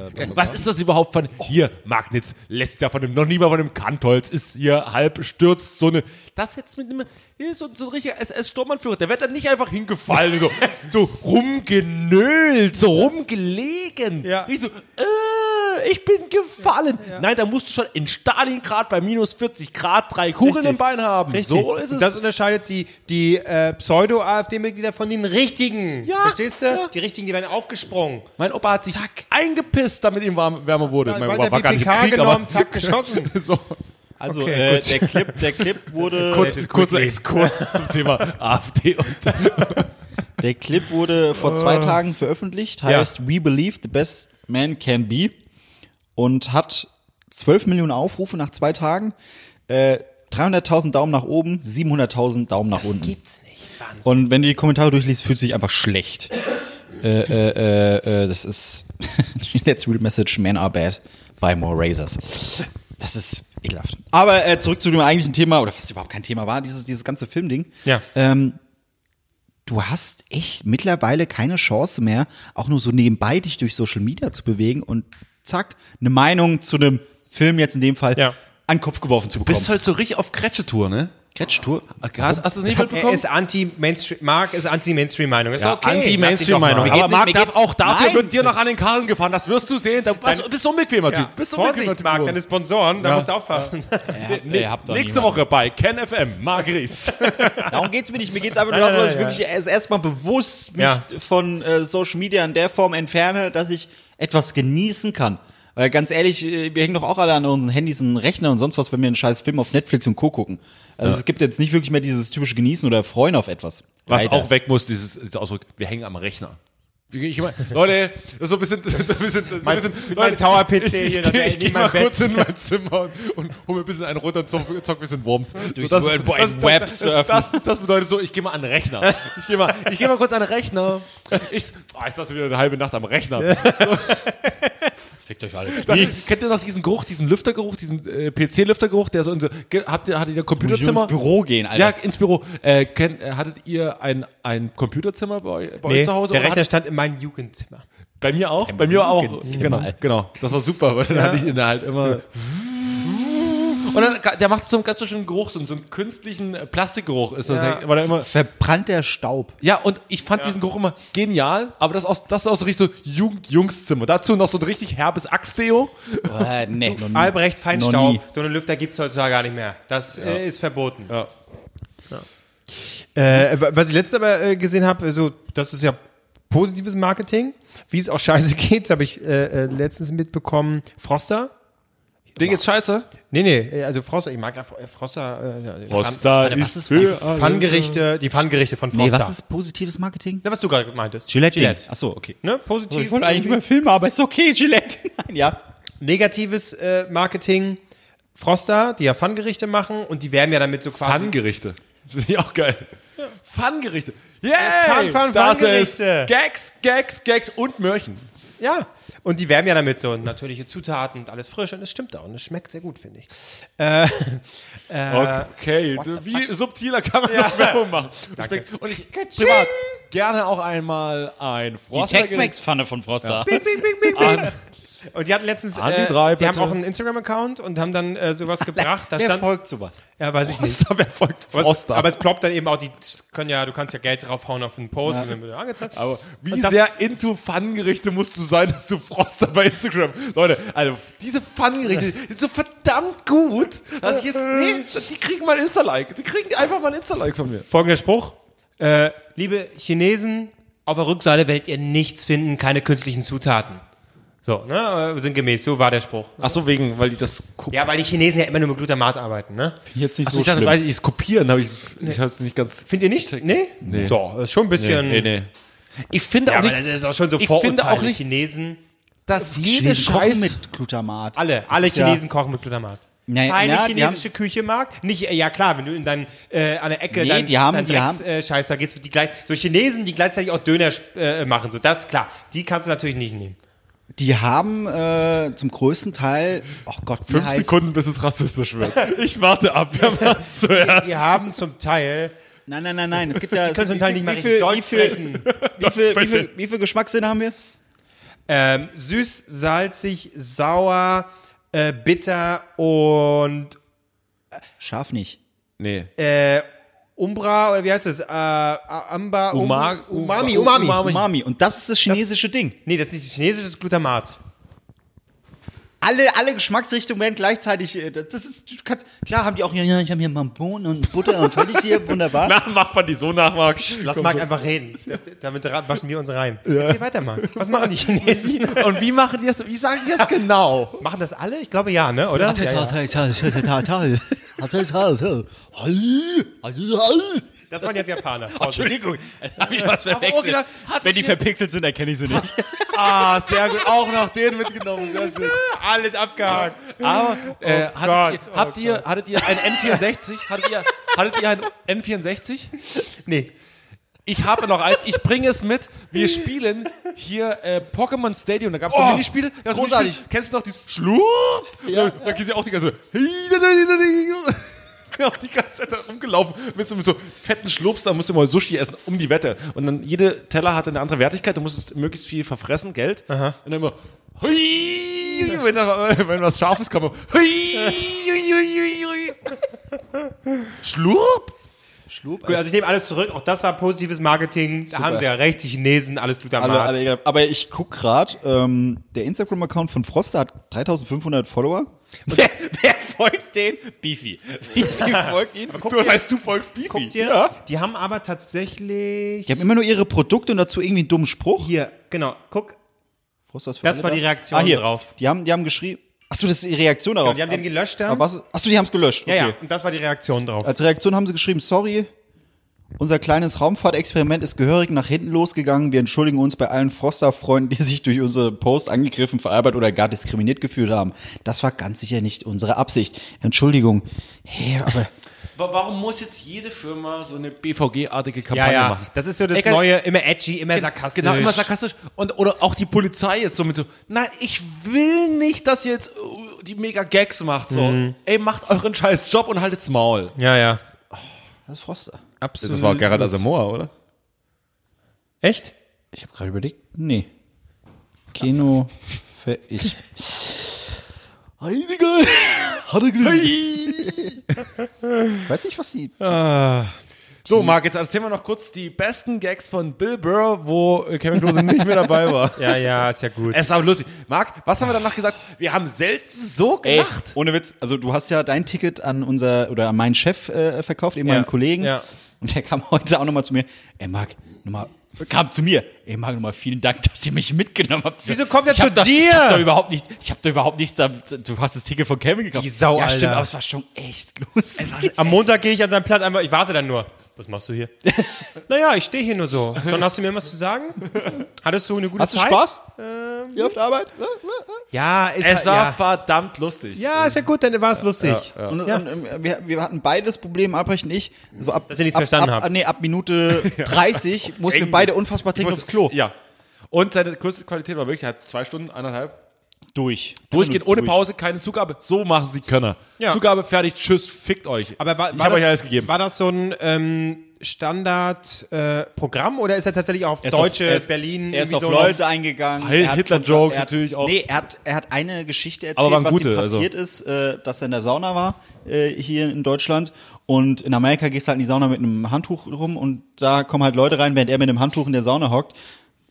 Speaker 1: äh, Was ist das überhaupt von. Hier, Magnitz, lässt ja von dem, noch nie mal von dem Kantholz, ist hier halb stürzt, so eine. Das jetzt mit einem. Hier ist so, so ein richtiger SS-Sturmanführer. Der wird dann nicht einfach hingefallen, so, so rumgenölt, so rumgelegen.
Speaker 2: Ja.
Speaker 1: Wie so, äh, ich bin gefallen. Nein, da musst du schon in Stalingrad bei minus 40 Grad drei Kugeln
Speaker 2: Richtig.
Speaker 1: im Bein haben. So ist es.
Speaker 2: Das unterscheidet die, die äh, Pseudo-AfD-Mitglieder von den richtigen.
Speaker 1: Ja,
Speaker 2: Verstehst du?
Speaker 1: ja.
Speaker 2: Die richtigen, die werden aufgesprungen.
Speaker 1: mein Opa hat sich eingepisst, damit ihm warm, wärmer wurde.
Speaker 2: Dann
Speaker 1: mein
Speaker 2: Walter
Speaker 1: Opa war gar nicht im
Speaker 2: PPK
Speaker 1: Krieg,
Speaker 2: genommen,
Speaker 1: aber
Speaker 2: zack, geschossen.
Speaker 1: so.
Speaker 4: Also
Speaker 2: Okay,
Speaker 4: äh, der Clip, der Clip wurde,
Speaker 1: Kurz, kurzer Exkurs zum Thema AfD und Äh.
Speaker 3: Der Clip wurde vor zwei Tagen veröffentlicht, heißt We Believe the Best Man Can Be und hat 12 Millionen Aufrufe nach zwei Tagen, äh, 300.000 Daumen nach oben, 700.000 Daumen nach unten.
Speaker 2: Gibt's nicht. Wahnsinn.
Speaker 3: Und wenn du die Kommentare durchliest, fühlt sich einfach schlecht. äh, äh, äh, äh, das ist Let's Real Message, Men are bad, buy more razors. Das ist ekelhaft. Aber äh, zurück zu dem eigentlichen Thema, oder was überhaupt kein Thema war, dieses, dieses ganze Filmding.
Speaker 2: Ja.
Speaker 3: Ähm, du hast echt mittlerweile keine Chance mehr, auch nur so nebenbei dich durch Social Media zu bewegen und zack, eine Meinung zu einem Film jetzt in dem Fall
Speaker 2: Ja.
Speaker 3: an den Kopf geworfen zu bekommen.
Speaker 1: heute so richtig auf Kretschetour, ne?
Speaker 3: Kretschtour.
Speaker 1: Hast, hast du es nicht
Speaker 2: Er
Speaker 1: mitbekommen?
Speaker 2: ist anti-Mainstream, Mark ist anti-Mainstream-Meinung. Ist
Speaker 1: Ja,
Speaker 2: okay.
Speaker 1: Anti-Mainstream-Meinung.
Speaker 2: Lass ihn doch
Speaker 1: Aber
Speaker 2: mal.
Speaker 1: Marc, darf auch dafür
Speaker 3: Nein.
Speaker 1: wird dir noch an den Karren gefahren. Das wirst du sehen. Du bist, bist so ein bequemer Typ.
Speaker 2: Ja.
Speaker 1: Bist so ein
Speaker 2: Vorsicht, Marc, deine Sponsoren, da
Speaker 1: Ja.
Speaker 2: musst du aufpassen.
Speaker 1: Nee, Nächste Woche bei KenFM, Marc Ries.
Speaker 3: Darum geht's mir nicht. Mir geht's einfach nur
Speaker 2: Nein,
Speaker 3: darum, dass ich
Speaker 2: nein,
Speaker 3: wirklich erst erstmal bewusst mich
Speaker 2: Ja.
Speaker 3: von äh, Social Media in der Form entferne, dass ich etwas genießen kann. Weil ganz ehrlich, äh, wir hängen doch auch alle an unseren Handys und Rechner und sonst was, wenn wir einen scheiß Film auf Netflix und Co. gucken. Also es gibt jetzt nicht wirklich mehr dieses typische Genießen oder Freuen auf etwas.
Speaker 1: Was
Speaker 3: Leider.
Speaker 1: auch weg muss, dieses, dieser Ausdruck, wir hängen am Rechner. Ich meine, Leute, das ist so ein bisschen, so ein bisschen, so ein
Speaker 2: Mein-
Speaker 1: bisschen
Speaker 2: mit meinem Tower-PC
Speaker 1: Ich, ich,
Speaker 2: hier,
Speaker 1: ich,
Speaker 2: das
Speaker 1: ich,
Speaker 2: ist
Speaker 1: gehe
Speaker 2: nicht
Speaker 1: mal
Speaker 2: mein
Speaker 1: kurz in mein Zimmer und, und hol mir ein bisschen einen runter und zock, zock ein bisschen Worms. So, das,
Speaker 4: World Wide
Speaker 1: das- das-
Speaker 4: Web
Speaker 1: das,
Speaker 4: surfen.
Speaker 1: Das, das bedeutet so, ich gehe mal an den Rechner. Ich gehe mal, ich gehe mal kurz an den Rechner. Ich, oh, ich saß wieder eine halbe Nacht am Rechner.
Speaker 4: Fickt euch alle.
Speaker 1: Dann, kennt ihr noch diesen Geruch, diesen Lüftergeruch, diesen äh, PC-Lüftergeruch, der so in so, ge- habt ihr,
Speaker 3: Muss
Speaker 1: hattet ihr ein
Speaker 3: ich nur
Speaker 1: Computerzimmer?
Speaker 3: ins Büro gehen, Alter.
Speaker 1: Ja, ins Büro. Äh, kennt, äh, hattet ihr ein, ein Computerzimmer bei, eu- bei euch zu Hause?
Speaker 2: der
Speaker 1: oder
Speaker 2: Rechner stand in meinem Jugendzimmer.
Speaker 1: Bei mir auch, bei mir auch.
Speaker 3: Jugendzimmer.
Speaker 1: Genau, genau. Das war super, weil dann hatte ich ihn da halt immer. Und dann, ka- der macht so einen ganz schönen Geruch, so einen- so einen künstlichen äh, Plastikgeruch ist das. Ja. War da immer.
Speaker 3: Verbrannter Staub.
Speaker 1: Ja, und ich fand diesen Geruch immer genial, aber das aus, das aus richtig so Jugend-Jungszimmer. Dazu noch so ein richtig herbes Axtdeo.
Speaker 3: Äh, nee, noch nie.
Speaker 2: Albrecht
Speaker 3: Noch nie.
Speaker 2: Feinstaub, so einen Lüfter gibt's heutzutage gar nicht mehr. Das äh, ist verboten.
Speaker 1: Ja.
Speaker 2: Äh, wa- was ich letztes aber äh, gesehen habe, so, das ist ja positives Marketing. Wie es auch scheiße geht, habe ich äh, äh, letztens mitbekommen. Froster?
Speaker 1: Den geht's scheiße.
Speaker 2: Nee, nee, äh, also Froster, ich mag ja Fro- äh, Froster. Äh,
Speaker 3: Warte, was ist, was,
Speaker 2: Fun- Pfannengerichte, die Pfannengerichte von
Speaker 3: nee,
Speaker 2: Froster.
Speaker 3: was ist positives Marketing?
Speaker 2: Na, was du gerade meintest.
Speaker 3: Ach so, okay.
Speaker 2: Ne? Positiv.
Speaker 3: Ich wollte eigentlich über Filme, aber ist okay, Gillette. Nein, ja.
Speaker 2: negatives äh, Marketing. Froster, die ja Pfannengerichte machen und die werden ja damit so quasi.
Speaker 1: Pfannengerichte. Das finde ich auch geil. Pfannengerichte. Yay!
Speaker 2: Äh, Pfann- Pfann-
Speaker 1: das ist
Speaker 2: Pfanngerichte.
Speaker 1: Gags, Gags, Gags und Mörchen.
Speaker 2: Ja, und die wärmen ja damit so natürliche Zutaten und alles frisch und es stimmt auch und es schmeckt sehr gut, finde ich. Äh,
Speaker 1: Okay, du- wie subtiler kann man noch Werbung machen? Das schmeckt- Und ich privat gerne auch einmal ein
Speaker 12: Die
Speaker 1: Froster. Ah,
Speaker 12: Tex-Mex-Pfanne von Froster.
Speaker 1: an.
Speaker 2: Und die hatten letztens,
Speaker 1: An die
Speaker 2: äh,
Speaker 1: drei,
Speaker 2: die haben
Speaker 1: bitte.
Speaker 2: auch einen Instagram-Account und haben dann äh, sowas gebracht. Da stand,
Speaker 3: folgt sowas?
Speaker 2: ja, weiß ich nicht.
Speaker 1: Froster, wer folgt
Speaker 2: Was-
Speaker 1: Froster?
Speaker 2: Aber es ploppt dann eben auch, die können ja, du kannst ja Geld draufhauen auf einen Post und dann wird er angezeigt.
Speaker 1: Aber wie
Speaker 2: Und das-
Speaker 1: sehr into Pfannengerichte musst du sein, dass du Froster bei Instagram. Leute, also diese Pfannengerichte sind so verdammt gut, dass ich jetzt. Nee, die kriegen mal ein Insta-Like. Die kriegen einfach mal ein Insta-Like von mir.
Speaker 2: Folgender Spruch. Äh, liebe Chinesen, auf der Rückseite werdet ihr nichts finden, keine künstlichen Zutaten. So, ne? äh, Sinngemäß, so war der Spruch.
Speaker 1: Ach so, wegen, weil die das kopieren.
Speaker 2: Ja, weil die Chinesen ja immer nur mit Glutamat arbeiten, ne?
Speaker 3: Jetzt nicht
Speaker 1: Achso, ich dachte, weil die es kopieren, habe ich, ich habe es nicht ganz.
Speaker 2: Findet ihr nicht? Nee?
Speaker 1: Nee.
Speaker 2: Doch, ist schon ein bisschen.
Speaker 1: nee. Ich finde
Speaker 2: Ja,
Speaker 1: auch
Speaker 2: aber
Speaker 1: nicht,
Speaker 2: das ist auch schon so
Speaker 1: Ich finde auch
Speaker 2: Vorurteile.
Speaker 1: nicht-
Speaker 2: Chinesen,
Speaker 1: dass jede
Speaker 3: Chinesen kochen
Speaker 1: Scheiß.
Speaker 3: mit Glutamat.
Speaker 2: alle, alle
Speaker 3: ist ja-
Speaker 2: Chinesen kochen mit Glutamat.
Speaker 3: Naja,
Speaker 2: Keine
Speaker 3: na, die
Speaker 2: chinesische Küche mag. Nicht, äh, ja klar, wenn du in dein, äh, an der Ecke
Speaker 3: Nee,
Speaker 2: dein,
Speaker 3: die haben-
Speaker 2: dein
Speaker 3: die haben-
Speaker 2: äh, Scheiß, da geht's die gleich. So Chinesen, die gleichzeitig auch Döner äh, machen, so das klar. Die kannst du natürlich nicht nehmen.
Speaker 3: Die haben äh, zum größten Teil, oh Gott, wie
Speaker 1: Fünf
Speaker 3: heißt-
Speaker 1: Sekunden, Hm, bis es rassistisch wird. Ich warte ab, wer macht's zuerst?
Speaker 2: Die haben zum Teil.
Speaker 3: Nein, nein, nein, nein. Es gibt ja.
Speaker 2: Die können zum Teil nicht mal
Speaker 3: wie viel,
Speaker 2: richtig
Speaker 3: wie viel,
Speaker 2: Deutsch sprechen.
Speaker 3: wie viel, wie viel, wie viel Geschmackssinn haben wir?
Speaker 2: Ähm, süß, salzig, sauer, äh, bitter und
Speaker 3: Scharf nicht.
Speaker 1: Nee.
Speaker 2: äh, Umbra oder wie heißt das? Äh, Amber,
Speaker 1: Uma-
Speaker 2: Um- Umami,
Speaker 1: Uma-
Speaker 2: Umami.
Speaker 1: Umami.
Speaker 3: Umami. Und das ist das chinesische Ding.
Speaker 2: Nee, das ist nicht chinesisch, das ist Glutamat.
Speaker 3: Alle, alle Geschmacksrichtungen werden gleichzeitig. äh, Das ist, du kannst, klar haben die auch, ja, ja, ich habe hier Mambon und Butter und völlig hier, wunderbar.
Speaker 1: Na, macht man die so nach, Marc.
Speaker 2: Lass
Speaker 1: Komm
Speaker 2: Marc
Speaker 1: schon.
Speaker 2: einfach reden. Das, damit ra- waschen wir uns rein. Erzähl weiter, Marc. Was machen die Chinesen?
Speaker 1: Und wie machen die das? Wie sagen die das genau?
Speaker 2: machen das alle? Ich glaube ja, ne? Oder? Ja, ja. Das waren jetzt Japaner.
Speaker 4: Entschuldigung, hab ich was verwechselt.
Speaker 1: original hat-
Speaker 4: Wenn die verpixelt sind, erkenne ich sie nicht.
Speaker 1: Ah, sehr gut. Auch noch den mitgenommen. Sehr schön.
Speaker 2: Alles abgehakt.
Speaker 1: Aber äh,
Speaker 2: Oh
Speaker 1: hattet,
Speaker 2: Gott,
Speaker 1: ihr,
Speaker 2: oh
Speaker 1: habt ihr, hattet ihr ein N64? Hattet ihr, hattet ihr ein N64?
Speaker 2: Nee.
Speaker 1: Ich habe noch eins. Ich bringe es mit. Wir spielen hier äh, Pokémon Stadium. Da gab es so Minispiele. Da gab's so
Speaker 3: großartig.
Speaker 1: Minispiele. Kennst du noch die Schlurp? Ja. Da geht sie auch die ganze... Auch die ganze Zeit da rumgelaufen. Mit so, mit so fetten Schlurps. Da musst du mal Sushi essen. Um die Wette. Und dann jede Teller hatte eine andere Wertigkeit. Du musstest möglichst viel verfressen. Geld. Und dann immer... Hui, wenn, da, wenn was Scharfes kommt. Hui, hui, hui, hui, hui. Schlurp?
Speaker 2: Gut, also ich nehme alles zurück. Auch das war positives Marketing. Da haben sie ja recht, die Chinesen, alles Glutamat.
Speaker 3: Alle, alle, egal. aber ich guck gerade, ähm, der Instagram-Account von Froster hat 3500 Follower.
Speaker 4: wer, wer folgt den? Beefy. Beefy folgt ihn.
Speaker 1: Du, das heißt, du folgst Beefy.
Speaker 2: Die, die haben aber tatsächlich...
Speaker 3: Die haben immer nur ihre Produkte und dazu irgendwie einen dummen Spruch.
Speaker 2: Hier, genau, guck.
Speaker 3: Froster ist für
Speaker 2: Das
Speaker 3: alle
Speaker 2: war
Speaker 3: da.
Speaker 2: die Reaktion
Speaker 3: ah, hier.
Speaker 2: drauf. Genau,
Speaker 3: Die haben, die haben geschrieben. Achso, das ist die Reaktion darauf.
Speaker 2: Die haben den gelöscht dann.
Speaker 3: Aber was, achso, die haben es gelöscht.
Speaker 2: ja,
Speaker 3: okay.
Speaker 2: ja, und das war die Reaktion drauf.
Speaker 3: Als Reaktion haben sie geschrieben, sorry, unser kleines Raumfahrtexperiment ist gehörig nach hinten losgegangen. Wir entschuldigen uns bei allen Froster-Freunden, die sich durch unsere Post angegriffen, verarbeitet oder gar diskriminiert gefühlt haben. Das war ganz sicher nicht unsere Absicht. Entschuldigung. Hey, aber
Speaker 1: Wa- Warum muss jetzt jede Firma so eine BVG-artige
Speaker 2: ja,
Speaker 1: Kampagne
Speaker 2: ja,
Speaker 1: machen?
Speaker 2: das ist so das
Speaker 1: Egal.
Speaker 2: Neue, immer edgy, immer sarkastisch.
Speaker 1: Genau, immer sarkastisch. Und, oder auch die Polizei jetzt so mit so, nein, ich will nicht, dass ihr jetzt uh, die mega Gags macht. So,
Speaker 2: Mhm.
Speaker 1: ey, macht euren scheiß Job und haltet's Maul.
Speaker 2: Ja, ja.
Speaker 3: das ist Froster.
Speaker 2: Absolut.
Speaker 1: Gerald Asamoah, oder?
Speaker 2: Echt?
Speaker 3: Ich habe gerade überlegt. Nee. Kino. Fe- Ich. Heiliger! Heiliger! Ich weiß nicht, was die.
Speaker 1: So, Marc, jetzt erzählen wir noch kurz die besten Gags von Bill Burr, wo äh, Kevin Klose nicht mehr dabei war.
Speaker 2: Ja, ja, ist ja gut.
Speaker 1: Es war lustig. Marc, was haben wir danach gesagt? Wir haben selten so gelacht.
Speaker 3: Ohne Witz, also du hast ja dein Ticket an unser oder an meinen Chef äh, verkauft, eben meinen Kollegen.
Speaker 2: ja.
Speaker 3: Und der kam heute auch nochmal zu mir. Ey, Marc, nochmal. Kam zu mir. Ey, Marc, nochmal vielen Dank, dass ihr mich mitgenommen habt.
Speaker 2: Wieso kommt er
Speaker 3: Ich hab
Speaker 2: zu
Speaker 3: da,
Speaker 2: dir?
Speaker 3: Ich hab da überhaupt, nicht, ich hab da überhaupt nichts. Da, du hast das Ticket von Kevin gekauft.
Speaker 2: Die Sau,
Speaker 3: Ja,
Speaker 2: Alter.
Speaker 3: stimmt, aber es war schon echt lustig.
Speaker 2: Am Montag gehe ich an seinen Platz einfach, ich warte dann nur. Was machst du hier? naja, ich stehe hier nur so. Schon hast du mir was zu sagen? Hattest du eine gute
Speaker 3: Hast du
Speaker 2: Zeit?
Speaker 3: Spaß? Hier auf der Arbeit?
Speaker 2: Ja, ist halt-
Speaker 1: Es war
Speaker 2: ja.
Speaker 1: verdammt lustig.
Speaker 2: ja, ist ja gut, dann war es lustig.
Speaker 3: Und, und, ähm, wir, wir hatten beides Problem, Albrecht und ich. So ab,
Speaker 2: Dass ihr nichts
Speaker 3: ab,
Speaker 2: verstanden
Speaker 3: ab,
Speaker 2: habt.
Speaker 3: Nee, ab Minute 30 mussten wir
Speaker 1: Englisch.
Speaker 3: beide unfassbar dringend aufs Klo.
Speaker 1: Ja. Und seine größte Qualität war wirklich, er hat zwei Stunden, anderthalb.
Speaker 3: Durch.
Speaker 1: Durchgehen,
Speaker 3: Einfach nur
Speaker 1: ohne Pause, keine Zugabe. So machen sie Könner.
Speaker 2: Ja.
Speaker 1: Zugabe fertig, tschüss, fickt euch.
Speaker 2: Aber war,
Speaker 1: ich
Speaker 2: war,
Speaker 1: habe euch
Speaker 2: das,
Speaker 1: alles gegeben.
Speaker 2: war das so ein ähm, Standard-Programm oder ist er tatsächlich auf
Speaker 3: ist auf-
Speaker 2: Deutsche,
Speaker 3: er ist-
Speaker 2: Berlin,
Speaker 3: Er ist
Speaker 2: irgendwie
Speaker 3: auf
Speaker 2: so
Speaker 3: Leute eingegangen.
Speaker 1: Heil-
Speaker 3: er hat
Speaker 1: Hitler-Jokes
Speaker 3: er hat-
Speaker 1: natürlich auch.
Speaker 3: Nee, er hat, er hat eine Geschichte erzählt,
Speaker 1: Aber waren
Speaker 3: was
Speaker 1: gute,
Speaker 3: ihm
Speaker 1: also.
Speaker 3: passiert ist, äh, dass er in der Sauna war, äh, hier in Deutschland. Und in Amerika gehst du halt in die Sauna mit einem Handtuch rum und da kommen halt Leute rein, während er mit einem Handtuch in der Sauna hockt.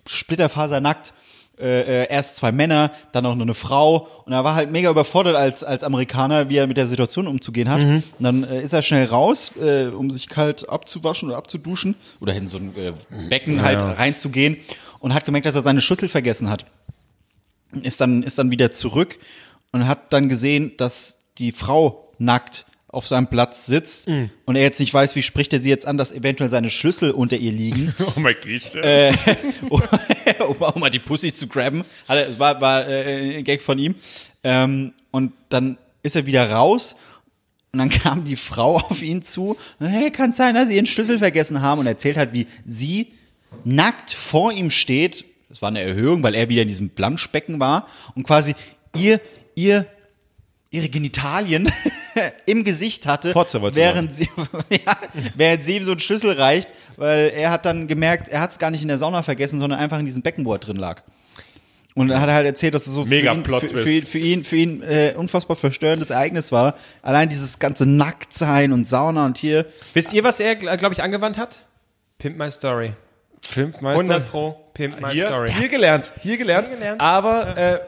Speaker 3: Splitterfasernackt. Äh, äh, erst zwei Männer, dann auch noch eine Frau. Und er war halt mega überfordert als, als Amerikaner, wie er mit der Situation umzugehen hat.
Speaker 1: Mhm.
Speaker 3: Und dann äh, ist er schnell raus, äh, um sich kalt abzuwaschen oder abzuduschen oder in so ein äh, Becken halt reinzugehen und hat gemerkt, dass er seine Schüssel vergessen hat. ist dann, ist dann wieder zurück und hat dann gesehen, dass die Frau nackt auf seinem Platz sitzt und er jetzt nicht weiß, wie spricht er sie jetzt an, dass eventuell seine Schlüssel unter ihr liegen,
Speaker 12: Oh mein Gott.
Speaker 2: Äh,
Speaker 3: um, um auch mal die Pussy zu grabben. Hat er- Es war, war äh, ein Gag von ihm. Ähm, und dann ist er wieder raus und dann kam die Frau auf ihn zu. Hey, kann sein, dass sie ihren Schlüssel vergessen haben und erzählt hat, wie sie nackt vor ihm steht. Das war eine Erhöhung, weil er wieder in diesem Planschbecken war und quasi ihr, ihr, ihre Genitalien im Gesicht hatte,
Speaker 2: Fotze wolltest du
Speaker 3: während sie, ja, während sie ihm so einen Schlüssel reicht, weil er hat dann gemerkt, er hat es gar nicht in der Sauna vergessen, sondern einfach in diesem Becken, wo er drin lag. Und dann hat er halt erzählt, dass es so
Speaker 12: Mega
Speaker 3: für ihn, für,
Speaker 12: Plot-Twist.
Speaker 3: für ihn, für ihn, für ihn äh, unfassbar verstörendes Ereignis war. Allein dieses ganze Nacktsein und Sauna und hier.
Speaker 2: Wisst ihr, was er, glaube ich, angewandt hat? Pimp My Story.
Speaker 1: Pimpmeister.
Speaker 2: 100 Pro Pimp My Story.
Speaker 1: Hier gelernt, hier gelernt.
Speaker 2: gelernt.
Speaker 1: Aber äh,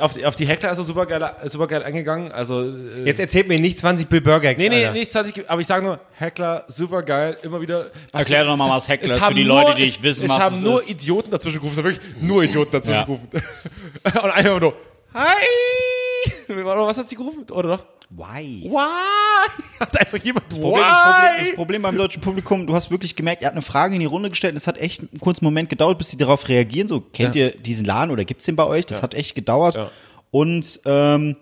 Speaker 1: auf, die, auf die Heckler ist er super geil, super geil eingegangen. Also, äh,
Speaker 2: Jetzt erzählt mir nicht 20 Bill Burger Hacks,
Speaker 1: nee, nee,
Speaker 2: Alter.
Speaker 1: nichts hat sich, aber ich sage nur, Heckler, super geil, immer wieder. Was-
Speaker 12: Erklär doch noch mal, was
Speaker 1: es
Speaker 12: Heckler ist
Speaker 1: haben
Speaker 12: für die Leute, die
Speaker 1: es-
Speaker 12: nicht wissen,
Speaker 1: es
Speaker 12: was
Speaker 1: haben
Speaker 12: es
Speaker 1: nur
Speaker 12: ist.
Speaker 1: Idioten dazwischen gerufen, es haben wirklich nur Idioten dazwischen gerufen. Und einer nur, hi! Oder Was hat sie gerufen? Oder doch?
Speaker 3: Why?
Speaker 1: Why? Hat einfach jemand
Speaker 3: Problem, das, Problem, das
Speaker 1: Why?
Speaker 3: Problem beim deutschen Publikum, du hast wirklich gemerkt, er hat eine Frage in die Runde gestellt und es hat echt einen kurzen Moment gedauert, bis die darauf reagieren. So, kennt ihr diesen Laden oder gibt's den bei euch? Das hat echt gedauert. Und ähm,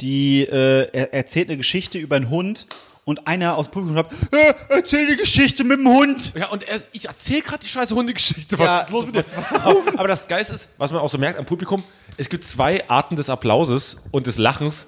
Speaker 3: die äh, er erzählt eine Geschichte über einen Hund und einer aus dem Publikum sagt, äh, erzähl die Geschichte mit dem Hund.
Speaker 1: Ja, und er, ich erzähle gerade die scheiße Hundegeschichte. Was
Speaker 3: Ja,
Speaker 1: ist los
Speaker 3: so-
Speaker 1: mit dir? Aber, aber das Geilste ist, was man auch so merkt am Publikum, es gibt zwei Arten des Applauses und des Lachens.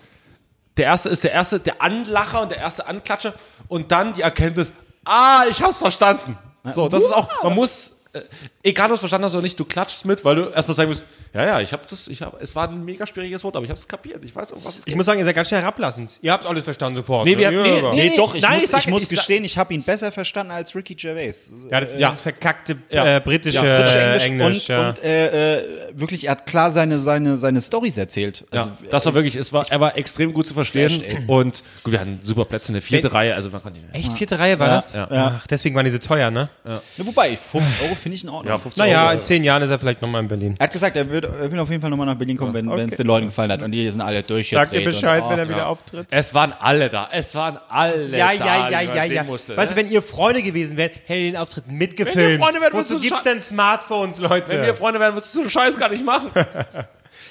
Speaker 1: Der erste ist der erste, der Anlacher und der erste Anklatscher. Und dann die Erkenntnis, ah, ich hab's verstanden. So, das ist auch, man muss, äh, egal ob du's verstanden hast oder nicht, du klatschst mit, weil du erstmal sagen musst, ja, ja, ich hab das, ich hab, es war ein mega schwieriges Wort, aber ich hab's kapiert. Ich weiß, um was es
Speaker 2: Ich
Speaker 1: geht.
Speaker 2: muss sagen, ihr seid ganz schön herablassend. Ihr habt alles verstanden sofort.
Speaker 1: Nee,
Speaker 2: ja,
Speaker 1: wir- nee,
Speaker 2: aber-
Speaker 1: nee.
Speaker 3: Nee, doch, ich
Speaker 1: nein,
Speaker 3: muss,
Speaker 1: ich sag-
Speaker 3: ich muss
Speaker 1: ich sag-
Speaker 3: gestehen, ich habe ihn besser verstanden als Ricky Gervais.
Speaker 2: ja das ist
Speaker 1: Ja.
Speaker 2: dieses verkackte
Speaker 1: Ja.
Speaker 2: äh, britische
Speaker 1: Ja, britische
Speaker 2: äh, Englisch.
Speaker 3: und,
Speaker 2: ja.
Speaker 3: und äh, äh, wirklich, er hat klar seine, seine, seine Stories erzählt. Also,
Speaker 1: ja, das war wirklich, es war, er war extrem gut zu verstehen und gut, wir hatten super Plätze in der vierten Reihe, also man konnte
Speaker 2: Echt, vierte Reihe war das?
Speaker 1: ja.
Speaker 2: Ach, deswegen waren die so teuer, ne?
Speaker 3: ne, wobei, 50 Euro finde ich in Ordnung.
Speaker 1: 15
Speaker 2: Naja,
Speaker 1: Euro.
Speaker 2: in zehn Jahren ist er vielleicht nochmal in Berlin.
Speaker 3: Er hat gesagt, er wird, er will auf jeden Fall nochmal nach Berlin kommen, wenn es den Leuten gefallen hat. Und die sind alle durch. Oh,
Speaker 2: wieder auftritt.
Speaker 1: also Es waren alle da. Es waren alle
Speaker 2: Ja,
Speaker 1: Äh, da.
Speaker 2: ja, ja,
Speaker 1: die man
Speaker 2: ja,
Speaker 1: sehen
Speaker 2: ja.
Speaker 1: Musste,
Speaker 2: weißt du,
Speaker 1: ne?
Speaker 2: wenn ihr Freunde gewesen wärt, hättet ihr den Auftritt mitgefilmt.
Speaker 1: Wenn wir Freunde wären,
Speaker 2: Wozu
Speaker 1: würdest du
Speaker 2: gibt's
Speaker 1: scha-
Speaker 2: denn Smartphones, Leute?
Speaker 1: wenn wir Freunde wären, würdest du so einen Scheiß gar nicht machen.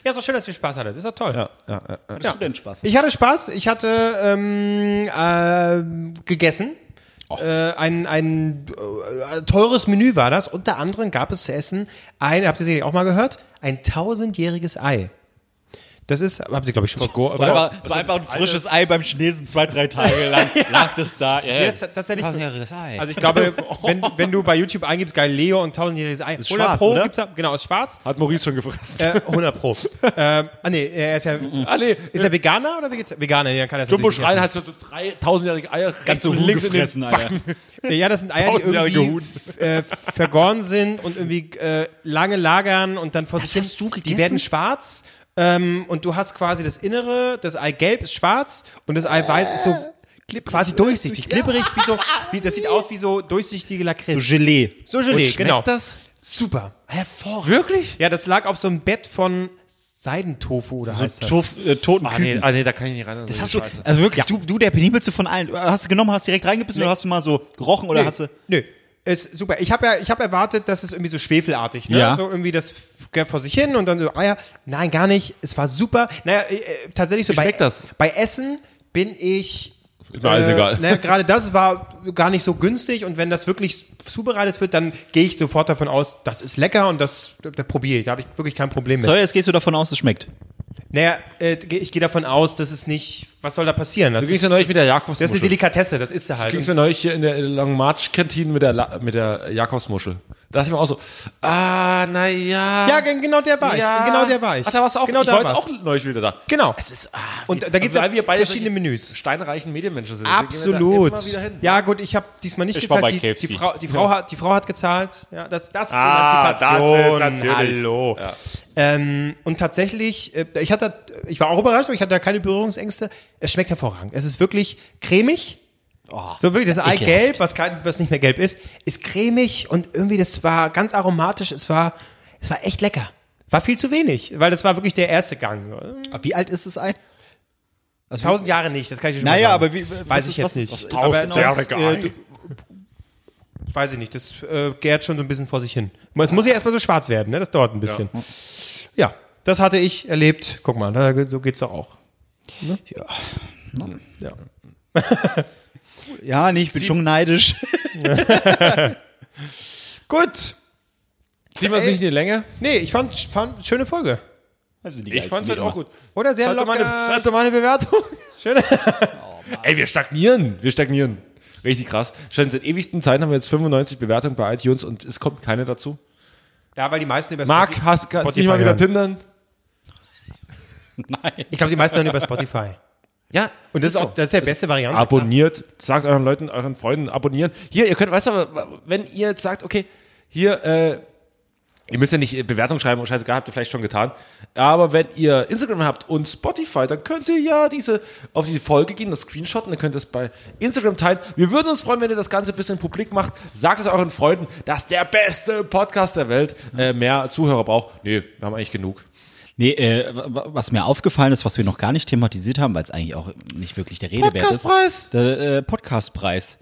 Speaker 2: ja, ist doch schön, dass ihr Spaß hattet. Ist doch toll.
Speaker 3: Hattest du denn Spaß?
Speaker 2: Ich hatte Spaß. Ich hatte ähm, ähm, gegessen. Äh, ein ein äh, teures Menü war das. Unter anderem gab es zu essen ein, habt ihr sicherlich auch mal gehört, ein tausendjähriges Ei. Das ist, habt ihr glaube ich schon mal gehört.
Speaker 4: Das war, das war einfach ein frisches Ei beim Chinesen zwei, drei Tage lang. Lag das da. Ja, ja.
Speaker 2: Das ist tatsächlich
Speaker 3: Tausendjähriges Ei.
Speaker 2: Also ich glaube, wenn, wenn du bei YouTube eingibst, geil Leo und tausendjähriges Ei. Ist
Speaker 3: schwarz,
Speaker 2: Pro
Speaker 3: oder?
Speaker 2: gibt's da, genau, ist schwarz.
Speaker 1: Hat Maurice schon gefressen.
Speaker 2: Äh, 100 Pro. ähm, ah nee, er ist ja,
Speaker 1: Ah, nee.
Speaker 2: ist er Veganer oder Vegetarier? Veganer, nee, dann kann er
Speaker 1: Jumbo
Speaker 2: natürlich
Speaker 1: Schrein
Speaker 2: nicht
Speaker 1: hat so drei tausendjährige Eier
Speaker 4: Ganz so links gefressen, Alter.
Speaker 2: essen. Ja, das sind Eier, die
Speaker 1: Tausendjährige
Speaker 2: irgendwie f- äh, vergoren sind und irgendwie äh, lange lagern und dann vor sich hin-
Speaker 3: hast du
Speaker 2: Die
Speaker 3: gegessen?
Speaker 2: werden schwarz ähm, und du hast quasi das Innere, das Eigelb ist schwarz und das Eiweiß ist so quasi durchsichtig, glibberig, wie so, wie, das sieht aus wie so durchsichtige Lakritz. So Gelee. So Gelee, genau.
Speaker 1: das?
Speaker 2: Super. Hervorragend.
Speaker 1: Wirklich?
Speaker 2: Ja, das lag auf so einem Bett von Seidentofu oder heißt das?
Speaker 3: Tof, äh, toten
Speaker 1: Ah nee,
Speaker 3: Küken.
Speaker 1: ah, nee, da kann ich nicht rein.
Speaker 3: Das hast du, also wirklich, du, du der penibelste von allen. Hast du genommen, hast direkt reingebissen oder hast du mal so gerochen oder
Speaker 2: Nö,
Speaker 3: hast du.
Speaker 2: Nö. Ist super. Ich habe ja, ich habe erwartet, dass es irgendwie so schwefelartig, ne?
Speaker 3: Ja.
Speaker 2: So irgendwie das f- geht vor sich hin und dann so, ah ja, nein, gar nicht. Es war super. Naja, äh, äh, tatsächlich so bei,
Speaker 1: schmeckt das?
Speaker 2: bei Essen bin ich. Ist
Speaker 1: mir alles egal.
Speaker 2: Ne, gerade das war gar nicht so günstig und wenn das wirklich zubereitet wird, dann gehe ich sofort davon aus, das ist lecker und das, da, da probiere ich. Da habe ich wirklich kein Problem mit.
Speaker 3: So, jetzt gehst du davon aus, es schmeckt.
Speaker 2: Naja, äh, ge- ich gehe davon aus, dass es nicht. Was soll da passieren? Das
Speaker 1: So ging's ja neulich
Speaker 2: das-
Speaker 1: mit der Jakobsmuschel.
Speaker 2: Das ist eine Delikatesse, das ist er halt.
Speaker 1: Ging es mir neulich hier in der Long March Kantine mit der, La mit der Jakobsmuschel. Da dachte ich mir auch so, ah, naja.
Speaker 2: ja, gen- genau der war ich. Genau der war ich.
Speaker 1: Ach, da warst du auch,
Speaker 2: genau
Speaker 1: ich war jetzt
Speaker 2: war's.
Speaker 1: auch neulich wieder da.
Speaker 2: Genau.
Speaker 1: ist, ah,
Speaker 2: Und da gibt's ja
Speaker 1: weil wir beide
Speaker 2: verschiedene
Speaker 1: solche
Speaker 2: Menüs.
Speaker 1: Steinreichen Medienmenschen sind.
Speaker 2: Absolut.
Speaker 1: Wir gehen da immer wieder hin.
Speaker 2: Ja, gut, ich habe diesmal nicht
Speaker 12: Ich war
Speaker 2: gezahlt.
Speaker 12: bei
Speaker 2: die, die,
Speaker 12: KFC.
Speaker 2: Frau, die, Frau hat, die Frau hat gezahlt. Ja, das, das ist
Speaker 1: Ah, das ist
Speaker 2: Emanzipation.
Speaker 1: natürlich.
Speaker 2: Hallo. Ähm, und tatsächlich, äh, ich hatte, ich war auch überrascht, aber ich hatte da keine Berührungsängste. Es schmeckt hervorragend. Es ist wirklich cremig. so wirklich, das Eigelb, was, kein- was nicht mehr gelb ist, ist cremig und irgendwie, das war ganz aromatisch. Es war, es war echt lecker. War viel zu wenig, weil das war wirklich der erste Gang.
Speaker 3: Wie alt ist es ein? Also,
Speaker 2: Tausend Jahre nicht, das kann ich dir schon
Speaker 3: Naja,
Speaker 2: mal
Speaker 3: aber
Speaker 2: sagen.
Speaker 3: wie,
Speaker 2: Weiß
Speaker 3: was
Speaker 2: ich
Speaker 3: ist- was
Speaker 2: jetzt
Speaker 3: ist
Speaker 2: nicht.
Speaker 3: das denn aus-
Speaker 2: äh, du- weiß ich nicht, das äh, gärt schon so ein bisschen vor sich hin. Es muss ja erstmal so schwarz werden, ne? das dauert ein bisschen. Ja, das hatte ich erlebt. Guck mal, da, so geht's doch auch.
Speaker 3: äh, Ja, nee, ich bin schon neidisch.
Speaker 2: Gut.
Speaker 1: Ziehen wir es nicht in die Länge?
Speaker 2: Nee, ich fand, fand schöne Folge.
Speaker 3: Also
Speaker 2: Ich fand's halt auch gut. Oder sehr
Speaker 1: Hatte mal, eine,
Speaker 2: locker.
Speaker 1: hatte mal eine Bewertung. Oh,
Speaker 2: Schön.
Speaker 1: Ey, wir stagnieren. Wir stagnieren. Richtig krass. Schon seit ewigsten Zeiten haben wir jetzt 95 Bewertungen bei iTunes und es kommt keine dazu.
Speaker 2: Ja, weil die meisten über
Speaker 1: Marc, hast, kannst du nicht mal wieder
Speaker 2: hören.
Speaker 1: tindern?
Speaker 2: Ich glaube, die meisten hören über Spotify. Ja, und das ist, auch, das ist der beste Variante.
Speaker 1: Abonniert. Sagt euren Leuten, euren Freunden, abonnieren. Hier, ihr könnt, weißt du, wenn ihr jetzt sagt, okay, hier, äh, ihr müsst ja nicht äh, Bewertung schreiben und scheißegal, habt ihr vielleicht schon getan. Aber wenn ihr Instagram habt und Spotify, dann könnt ihr ja diese, auf die Folge gehen, das Screenshotten, dann könnt ihr es bei Instagram teilen. Wir würden uns freuen, wenn ihr das Ganze ein bisschen publik macht. Sagt es euren Freunden, dass der beste Podcast der Welt äh, mehr Zuhörer braucht. Nee, wir haben eigentlich genug.
Speaker 3: Nee, äh, wa- wa- was mir aufgefallen ist, was wir noch gar nicht thematisiert haben, weil es eigentlich auch nicht wirklich der Rede wert
Speaker 1: Podcastpreis.
Speaker 3: ist. Der äh, Podcastpreis.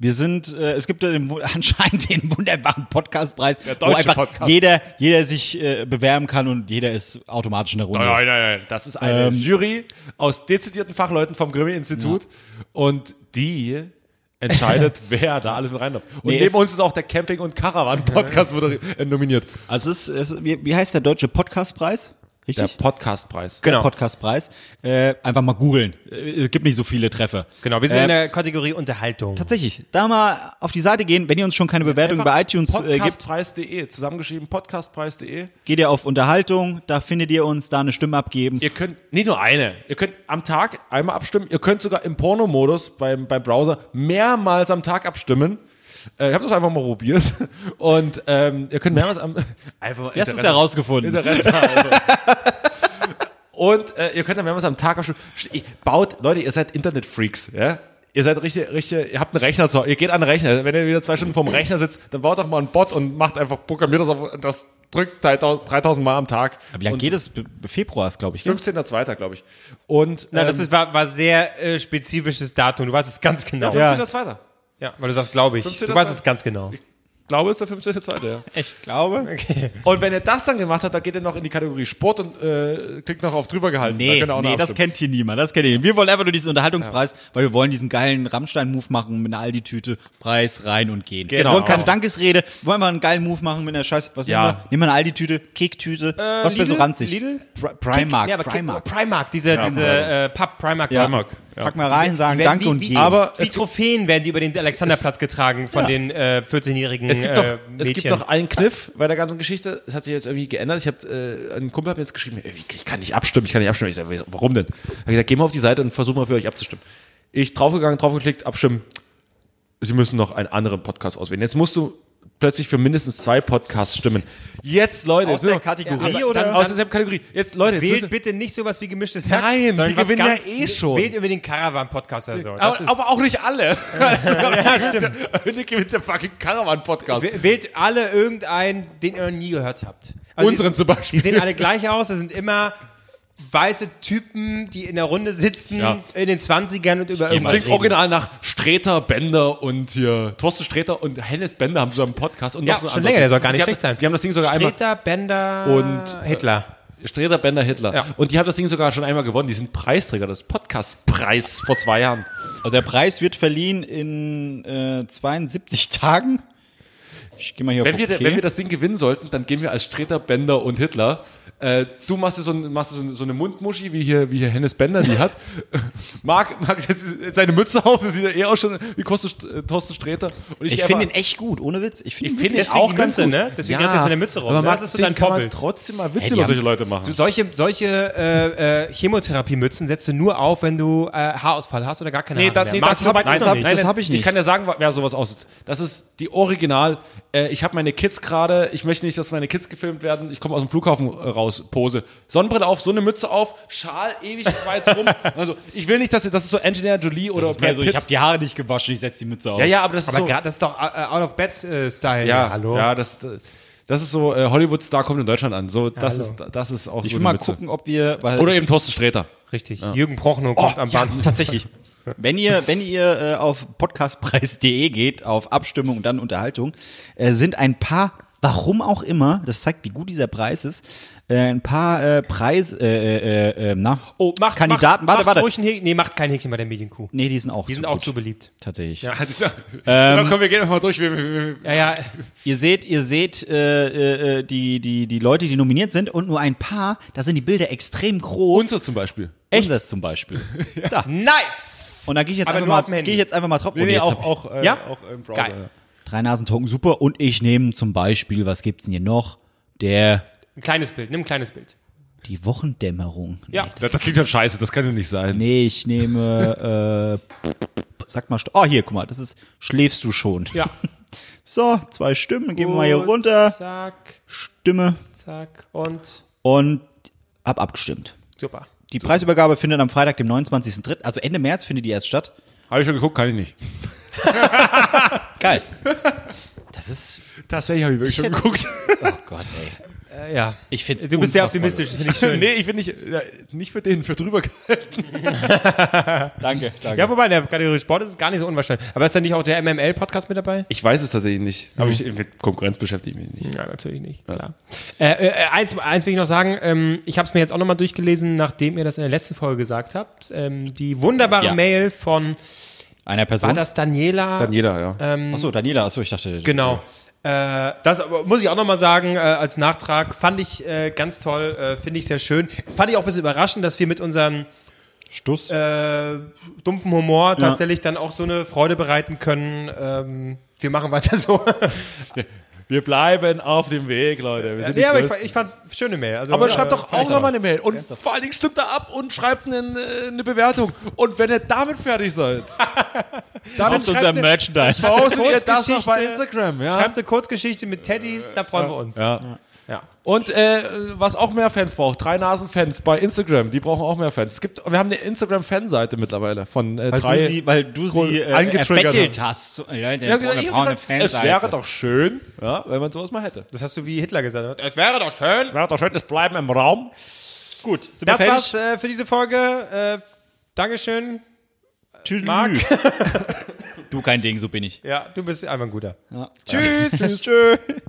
Speaker 3: Wir sind, äh, es gibt ja den, wu- anscheinend den wunderbaren Podcastpreis, wo
Speaker 1: deutsche
Speaker 3: einfach
Speaker 1: Podcast.
Speaker 3: jeder, jeder sich äh, bewerben kann und jeder ist automatisch in der Runde.
Speaker 1: Nein, nein, nein. Das ist eine
Speaker 3: Ähm.
Speaker 1: Jury aus dezidierten Fachleuten vom Grimme-Institut und die entscheidet, wer da alles mit rein darf. Und
Speaker 3: Nee,
Speaker 1: neben
Speaker 3: es-
Speaker 1: uns ist auch der Camping- und Caravan-Podcast moderi- äh, nominiert.
Speaker 3: Also es ist, es ist wie, wie heißt der deutsche Podcastpreis?
Speaker 1: Der
Speaker 3: Richtig?
Speaker 1: Podcastpreis.
Speaker 2: Genau.
Speaker 3: Podcastpreis. Äh, einfach mal googeln. Äh, Es gibt nicht so viele Treffer.
Speaker 2: Genau, wir sind
Speaker 3: Äh,
Speaker 2: in der Kategorie Unterhaltung.
Speaker 3: Tatsächlich, da mal auf die Seite gehen, wenn ihr uns schon keine Bewertung bei iTunes äh, gibt,
Speaker 1: Podcastpreis.de, zusammengeschrieben podcastpreis.de.
Speaker 3: geht ihr auf Unterhaltung, da findet ihr uns, da eine Stimme abgeben.
Speaker 1: Ihr könnt nicht nur eine, ihr könnt am Tag einmal abstimmen, ihr könnt sogar im Pornomodus beim, beim Browser mehrmals am Tag abstimmen. Äh, ich habe das einfach mal probiert und ähm, ihr könnt mehrmals am einfach mal
Speaker 3: Du hast es
Speaker 1: Interesse-
Speaker 3: herausgefunden.
Speaker 1: Interesse also. Und äh, ihr könnt dann, wenn wir es am Tag abschließen, baut, Leute, ihr seid Internetfreaks, ja? Ihr seid richtig, richtig, ihr habt einen Rechner zu Hause, ihr geht an den Rechner. Wenn ihr wieder zwei Stunden vorm Rechner sitzt, dann baut doch mal einen Bot und macht einfach, programmiert das auf, das drückt 3000, 3000 Mal am Tag.
Speaker 3: Wie lange
Speaker 1: Und
Speaker 3: geht es? Be- Be- Februar ist, glaube ich. gell?
Speaker 1: 15.02., glaube ich. Und,
Speaker 2: Na, das
Speaker 1: ähm,
Speaker 2: ist, war, war sehr äh, spezifisches Datum. Du weißt es ganz genau.
Speaker 1: 15.02.
Speaker 2: Ja, weil du sagst, glaube ich. Du
Speaker 1: 15.02.
Speaker 2: weißt es ganz genau.
Speaker 1: Ich glaube, es ist der 15.02., ja.
Speaker 2: Ich glaube. Okay.
Speaker 1: Und wenn ihr das dann gemacht habt, dann geht ihr noch in die Kategorie Sport und äh, klickt noch auf drüber gehalten.
Speaker 3: Nee,
Speaker 1: da könnt ihr auch
Speaker 3: nee
Speaker 1: noch
Speaker 3: das
Speaker 1: abstimmen.
Speaker 3: kennt hier niemand. Das kennt hier niemand. Wir wollen einfach nur diesen Unterhaltungspreis, weil wir wollen diesen geilen Rammstein-Move machen mit einer Aldi-Tüte, Preis rein und gehen.
Speaker 2: Genau.
Speaker 3: Wir wollen keine Dankesrede, wir wollen mal einen geilen Move machen mit einer Scheiß. Was
Speaker 1: Ja.
Speaker 3: nehmen wir? Nehmen wir eine Aldi-Tüte, Kicktüte, was wäre so
Speaker 2: Äh, Lidl?
Speaker 3: ranzig?
Speaker 2: Lidl?
Speaker 3: Pri Primark,
Speaker 2: Ja, aber Primark.
Speaker 3: Primark.
Speaker 2: Primark, diese, diese äh, Pub Primark.
Speaker 3: Ja.
Speaker 2: Primark.
Speaker 3: Pack mal rein, sagen
Speaker 2: Die werden
Speaker 3: Danke
Speaker 2: wie,
Speaker 3: und
Speaker 2: wie,
Speaker 3: gehen.
Speaker 1: Aber
Speaker 2: wie
Speaker 1: es gibt-
Speaker 2: Trophäen werden die über den Alexanderplatz getragen von
Speaker 3: Ja.
Speaker 2: den äh, 14-jährigen
Speaker 1: Es gibt,
Speaker 2: äh,
Speaker 1: noch, es
Speaker 2: Mädchen.
Speaker 1: gibt noch einen Kniff bei der ganzen Geschichte. Es hat sich jetzt irgendwie geändert. Ich habe äh, ein Kumpel hat mir jetzt geschrieben, ey, ich kann nicht abstimmen, ich kann nicht abstimmen. Ich sage, warum denn? Er hat gesagt, geh mal auf die Seite und versuch mal für euch abzustimmen. Ich draufgegangen, draufgeklickt, abstimmen. Sie müssen noch einen anderen Podcast auswählen. Jetzt musst du plötzlich für mindestens zwei Podcasts stimmen. Jetzt, Leute,
Speaker 2: Aus
Speaker 1: jetzt
Speaker 2: der
Speaker 1: müssen wir-
Speaker 2: Kategorie
Speaker 1: aber
Speaker 2: oder-
Speaker 1: dann, aus derselben Kategorie. Jetzt, Leute, jetzt
Speaker 2: Wählt
Speaker 1: müssen-
Speaker 2: bitte nicht sowas wie gemischtes
Speaker 1: Nein,
Speaker 2: sondern
Speaker 1: die
Speaker 2: was
Speaker 1: gewinnen ja
Speaker 2: ganz-
Speaker 1: eh schon.
Speaker 2: Wählt über den Caravan-Podcast oder so. Das
Speaker 1: aber,
Speaker 2: ist-
Speaker 1: aber auch nicht alle. Also, ja, stimmt. gewinnt der fucking Caravan-Podcast.
Speaker 2: W- Wählt alle irgendeinen, den ihr noch nie gehört habt. Also
Speaker 1: Unseren
Speaker 2: die,
Speaker 1: zum Beispiel.
Speaker 2: Die sehen alle gleich aus. Das sind immer weiße Typen, die in der Runde sitzen,
Speaker 1: Ja.
Speaker 2: in den 20ern und über
Speaker 1: Das
Speaker 2: irgendwas
Speaker 1: Also klingt
Speaker 2: reden.
Speaker 1: original nach Streter, Bender und hier. Thorsten Streter und Hennes Bender haben zusammen einen Podcast. Und
Speaker 2: Ja,
Speaker 1: noch so einen
Speaker 2: schon
Speaker 1: anderen
Speaker 2: länger, der soll
Speaker 1: Typ.
Speaker 2: gar nicht
Speaker 1: die
Speaker 2: schlecht
Speaker 1: haben,
Speaker 2: sein.
Speaker 1: Die haben das Ding sogar einmal.
Speaker 2: Streter, Bender
Speaker 1: Und, äh,
Speaker 2: Hitler.
Speaker 1: Streter, Bender, Hitler.
Speaker 2: Ja.
Speaker 1: Und die haben das Ding sogar schon einmal gewonnen. Die sind Preisträger des Podcastpreis vor zwei Jahren.
Speaker 3: Also der Preis wird verliehen in äh, 72 Tagen. Ich gehe mal hier
Speaker 1: Wenn,
Speaker 3: auf
Speaker 1: wir,
Speaker 3: okay.
Speaker 1: wenn wir das Ding gewinnen sollten, dann gehen wir als Streter, Bender und Hitler. Äh, du machst dir so, ein, machst dir so, ein- so eine Mundmuschi, wie hier, wie hier Hennes Bender die hat. Marc, Marc setzt seine Mütze auf, das sieht ja eher aus schon wie Kosten- Thorsten Streter. Und
Speaker 3: ich
Speaker 1: einfach-
Speaker 3: finde ihn echt gut, ohne Witz. Ich finde ihn
Speaker 1: finde
Speaker 2: Deswegen die Mütze, ne? Deswegen ja, jetzt mit der Mütze rum.
Speaker 1: Aber
Speaker 2: ne?
Speaker 1: Marc,
Speaker 2: das ist so dein
Speaker 1: kann man
Speaker 2: Vorbild.
Speaker 1: trotzdem mal Witze
Speaker 3: die
Speaker 1: über
Speaker 3: haben-
Speaker 1: solche Leute
Speaker 2: Du,
Speaker 1: machen.
Speaker 2: solche solche äh, äh, Chemotherapiemützen setzt du nur auf, wenn du äh, Haarausfall hast oder gar keine
Speaker 1: Nee,
Speaker 2: Haare
Speaker 1: das,
Speaker 2: mehr.
Speaker 1: nee,
Speaker 2: Marc,
Speaker 1: das,
Speaker 2: so
Speaker 1: hab,
Speaker 2: weit
Speaker 1: nein,
Speaker 2: ist
Speaker 1: das
Speaker 2: er
Speaker 1: hab-
Speaker 2: nicht.
Speaker 1: nein,
Speaker 3: das
Speaker 1: nein,
Speaker 3: hab ich nicht.
Speaker 1: Ich kann ja sagen, wer sowas aussitzt. Das ist die Original. Äh, ich habe meine Kids gerade, ich möchte nicht, dass meine Kids gefilmt werden. Ich komme aus dem Flughafen äh, raus, Pose. Sonnenbrille auf, so eine Mütze auf, Schal ewig weit rum. Also, ich will nicht, dass ihr, das ist so Engineer Jolie oder
Speaker 3: Das ist mehr
Speaker 1: Brad
Speaker 3: so, Also ich
Speaker 1: Pitt.
Speaker 3: habe die Haare nicht gewaschen, ich setze die Mütze auf.
Speaker 1: Ja, ja, aber das ist
Speaker 2: Aber
Speaker 1: so.
Speaker 2: gerade das ist doch äh, Out of Bed äh, Style.
Speaker 1: ja,
Speaker 2: hallo.
Speaker 1: Ja, das, äh, Das ist so, äh, Hollywood-Star kommt in Deutschland an. So, das,
Speaker 2: hallo.
Speaker 1: ist, das ist auch
Speaker 13: Ich
Speaker 1: so
Speaker 13: will
Speaker 1: eine
Speaker 13: mal
Speaker 1: Mütze.
Speaker 13: gucken, ob wir. Weil
Speaker 1: Oder eben Thorsten Sträter.
Speaker 2: Richtig. Jürgen Prochnow
Speaker 1: Oh,
Speaker 2: kommt am Band.
Speaker 13: Tatsächlich.
Speaker 3: Wenn ihr, wenn ihr äh, auf podcastpreis.de geht, auf Abstimmung und dann Unterhaltung, äh, sind ein paar, warum auch immer, das zeigt, wie gut dieser Preis ist, äh, ein paar äh, Preis, äh, äh, äh, na,
Speaker 2: Oh, macht,
Speaker 3: Kandidaten,
Speaker 2: macht, macht
Speaker 3: warte, warte.
Speaker 2: Ruhig ein Häkchen. Nee, macht kein Häkchen bei der Medienkuh.
Speaker 13: Nee, die sind auch
Speaker 2: Die sind
Speaker 13: zu
Speaker 2: auch
Speaker 13: gut.
Speaker 2: zu beliebt.
Speaker 13: Tatsächlich.
Speaker 1: Genau, komm, wir gehen nochmal durch. Wir, wir, wir.
Speaker 2: Ja, ja.
Speaker 3: Ihr seht, ihr seht äh, äh, äh, die, die, die Leute, die nominiert sind und nur ein paar, da sind die Bilder extrem groß.
Speaker 1: Unser zum Beispiel.
Speaker 3: Echt? das zum Beispiel.
Speaker 2: Nice!
Speaker 3: Und da gehe ich jetzt
Speaker 2: Aber nur auf
Speaker 3: einfach
Speaker 2: dem
Speaker 3: mal,
Speaker 2: Handy.
Speaker 3: gehe ich jetzt einfach mal drauf.
Speaker 1: Nee,
Speaker 3: Oh,
Speaker 1: nee,
Speaker 3: jetzt
Speaker 1: auch,
Speaker 3: hab-
Speaker 1: auch, äh,
Speaker 2: Ja?
Speaker 1: auch im Browser.
Speaker 2: Geil.
Speaker 3: Drei Nasentoken, super. Und ich nehme zum Beispiel, was gibt's denn hier noch? Der,
Speaker 2: Ein kleines Bild, nimm ein kleines Bild.
Speaker 3: die Wochendämmerung. Nee,
Speaker 2: Ja.
Speaker 1: Das, das klingt halt scheiße, das kann ja nicht sein.
Speaker 3: Nee, ich nehme, äh, sag mal, St- oh, hier, guck mal, das ist, schläfst du schon.
Speaker 2: Ja.
Speaker 3: So, zwei Stimmen, gehen wir mal hier
Speaker 2: Und
Speaker 3: runter.
Speaker 2: Zack,
Speaker 3: Stimme
Speaker 2: zack und
Speaker 3: und hab abgestimmt.
Speaker 2: super.
Speaker 3: Die Preisübergabe findet am Freitag, dem 29.03., also Ende März findet die erst statt.
Speaker 1: Habe ich schon geguckt, kann ich nicht.
Speaker 3: Geil. Das ist,
Speaker 1: Tatsächlich habe ich wirklich schon geguckt.
Speaker 3: oh Gott, ey.
Speaker 2: Äh, ja.
Speaker 3: Ich find's
Speaker 2: Du bist sehr
Speaker 3: unfassbar
Speaker 2: optimistisch, das finde ich schön.
Speaker 1: nee, ich bin nicht, ja, nicht für den, für drüber.
Speaker 3: Danke, danke.
Speaker 2: Ja, wobei, in der Kategorie Sport ist es gar nicht so unwahrscheinlich. Aber ist da nicht auch der MML-Podcast mit dabei?
Speaker 1: Ich weiß es tatsächlich nicht. Aber ich, mit Konkurrenz beschäftige ich mich nicht.
Speaker 2: Ja, natürlich nicht, klar. Äh, äh, eins, eins will ich noch sagen, ähm, ich habe es mir jetzt auch nochmal durchgelesen, nachdem ihr das in der letzten Folge gesagt habt. Ähm, die wunderbare
Speaker 3: Ja.
Speaker 2: Mail von,
Speaker 3: Einer
Speaker 2: war
Speaker 3: Person.
Speaker 2: das Daniela?
Speaker 1: Dann jeder, ja.
Speaker 13: Achso, Daniela, achso, ich dachte.
Speaker 2: Genau. Äh, das aber muss ich auch nochmal sagen, äh, als Nachtrag fand ich äh, ganz toll, äh, finde ich sehr schön. Fand ich auch ein bisschen überraschend, dass wir mit unserem
Speaker 13: Stuss.
Speaker 2: äh, dumpfen Humor tatsächlich dann auch so eine Freude bereiten können. Ähm, wir machen weiter so.
Speaker 1: Wir bleiben auf dem Weg, Leute. Wir sind
Speaker 2: nee,
Speaker 1: die
Speaker 2: aber ich,
Speaker 1: Größten.
Speaker 2: fa- ich fand's schöne Mail. Also,
Speaker 1: aber
Speaker 2: äh,
Speaker 1: schreibt doch
Speaker 2: fand
Speaker 1: auch
Speaker 2: ich
Speaker 1: nochmal eine Mail. Und vor allen Dingen stimmt er ab und schreibt eine, äh, eine Bewertung. Und wenn ihr damit fertig seid, dann
Speaker 2: Auf unserem
Speaker 1: Merchandise. Postet ihr das noch bei
Speaker 2: Kurzgeschichte.
Speaker 1: Instagram. Ja.
Speaker 2: Schreibt eine Kurzgeschichte mit Teddys, da freuen wir uns.
Speaker 1: Ja.
Speaker 2: Ja.
Speaker 1: Und äh, was auch mehr Fans braucht, drei Nasen-Fans bei Instagram, die brauchen auch mehr Fans. Es gibt, wir haben eine Instagram-Fan-Seite mittlerweile von äh,
Speaker 13: Weil
Speaker 1: drei.
Speaker 13: du sie, weil du sie äh,
Speaker 1: angetriggert
Speaker 13: erbettelt hast. Leute,
Speaker 1: ich
Speaker 13: wir
Speaker 1: hab
Speaker 13: brauchen
Speaker 1: gesagt, ich
Speaker 13: eine
Speaker 1: hab
Speaker 13: braune
Speaker 1: gesagt, es wäre
Speaker 13: Fanseite.
Speaker 1: doch schön, ja, wenn man sowas mal hätte.
Speaker 2: Das hast du wie Hitler gesagt. Es wäre doch schön.
Speaker 1: Wäre doch schön, das Bleiben im Raum.
Speaker 2: Gut, sind das
Speaker 13: fertig?
Speaker 2: war's äh, für diese Folge. Äh, Dankeschön. Tschüss, Marc.
Speaker 13: Du kein Ding, so bin ich.
Speaker 2: Ja, du bist einfach ein guter.
Speaker 13: Ja.
Speaker 2: Tschüss.
Speaker 13: Tschüss.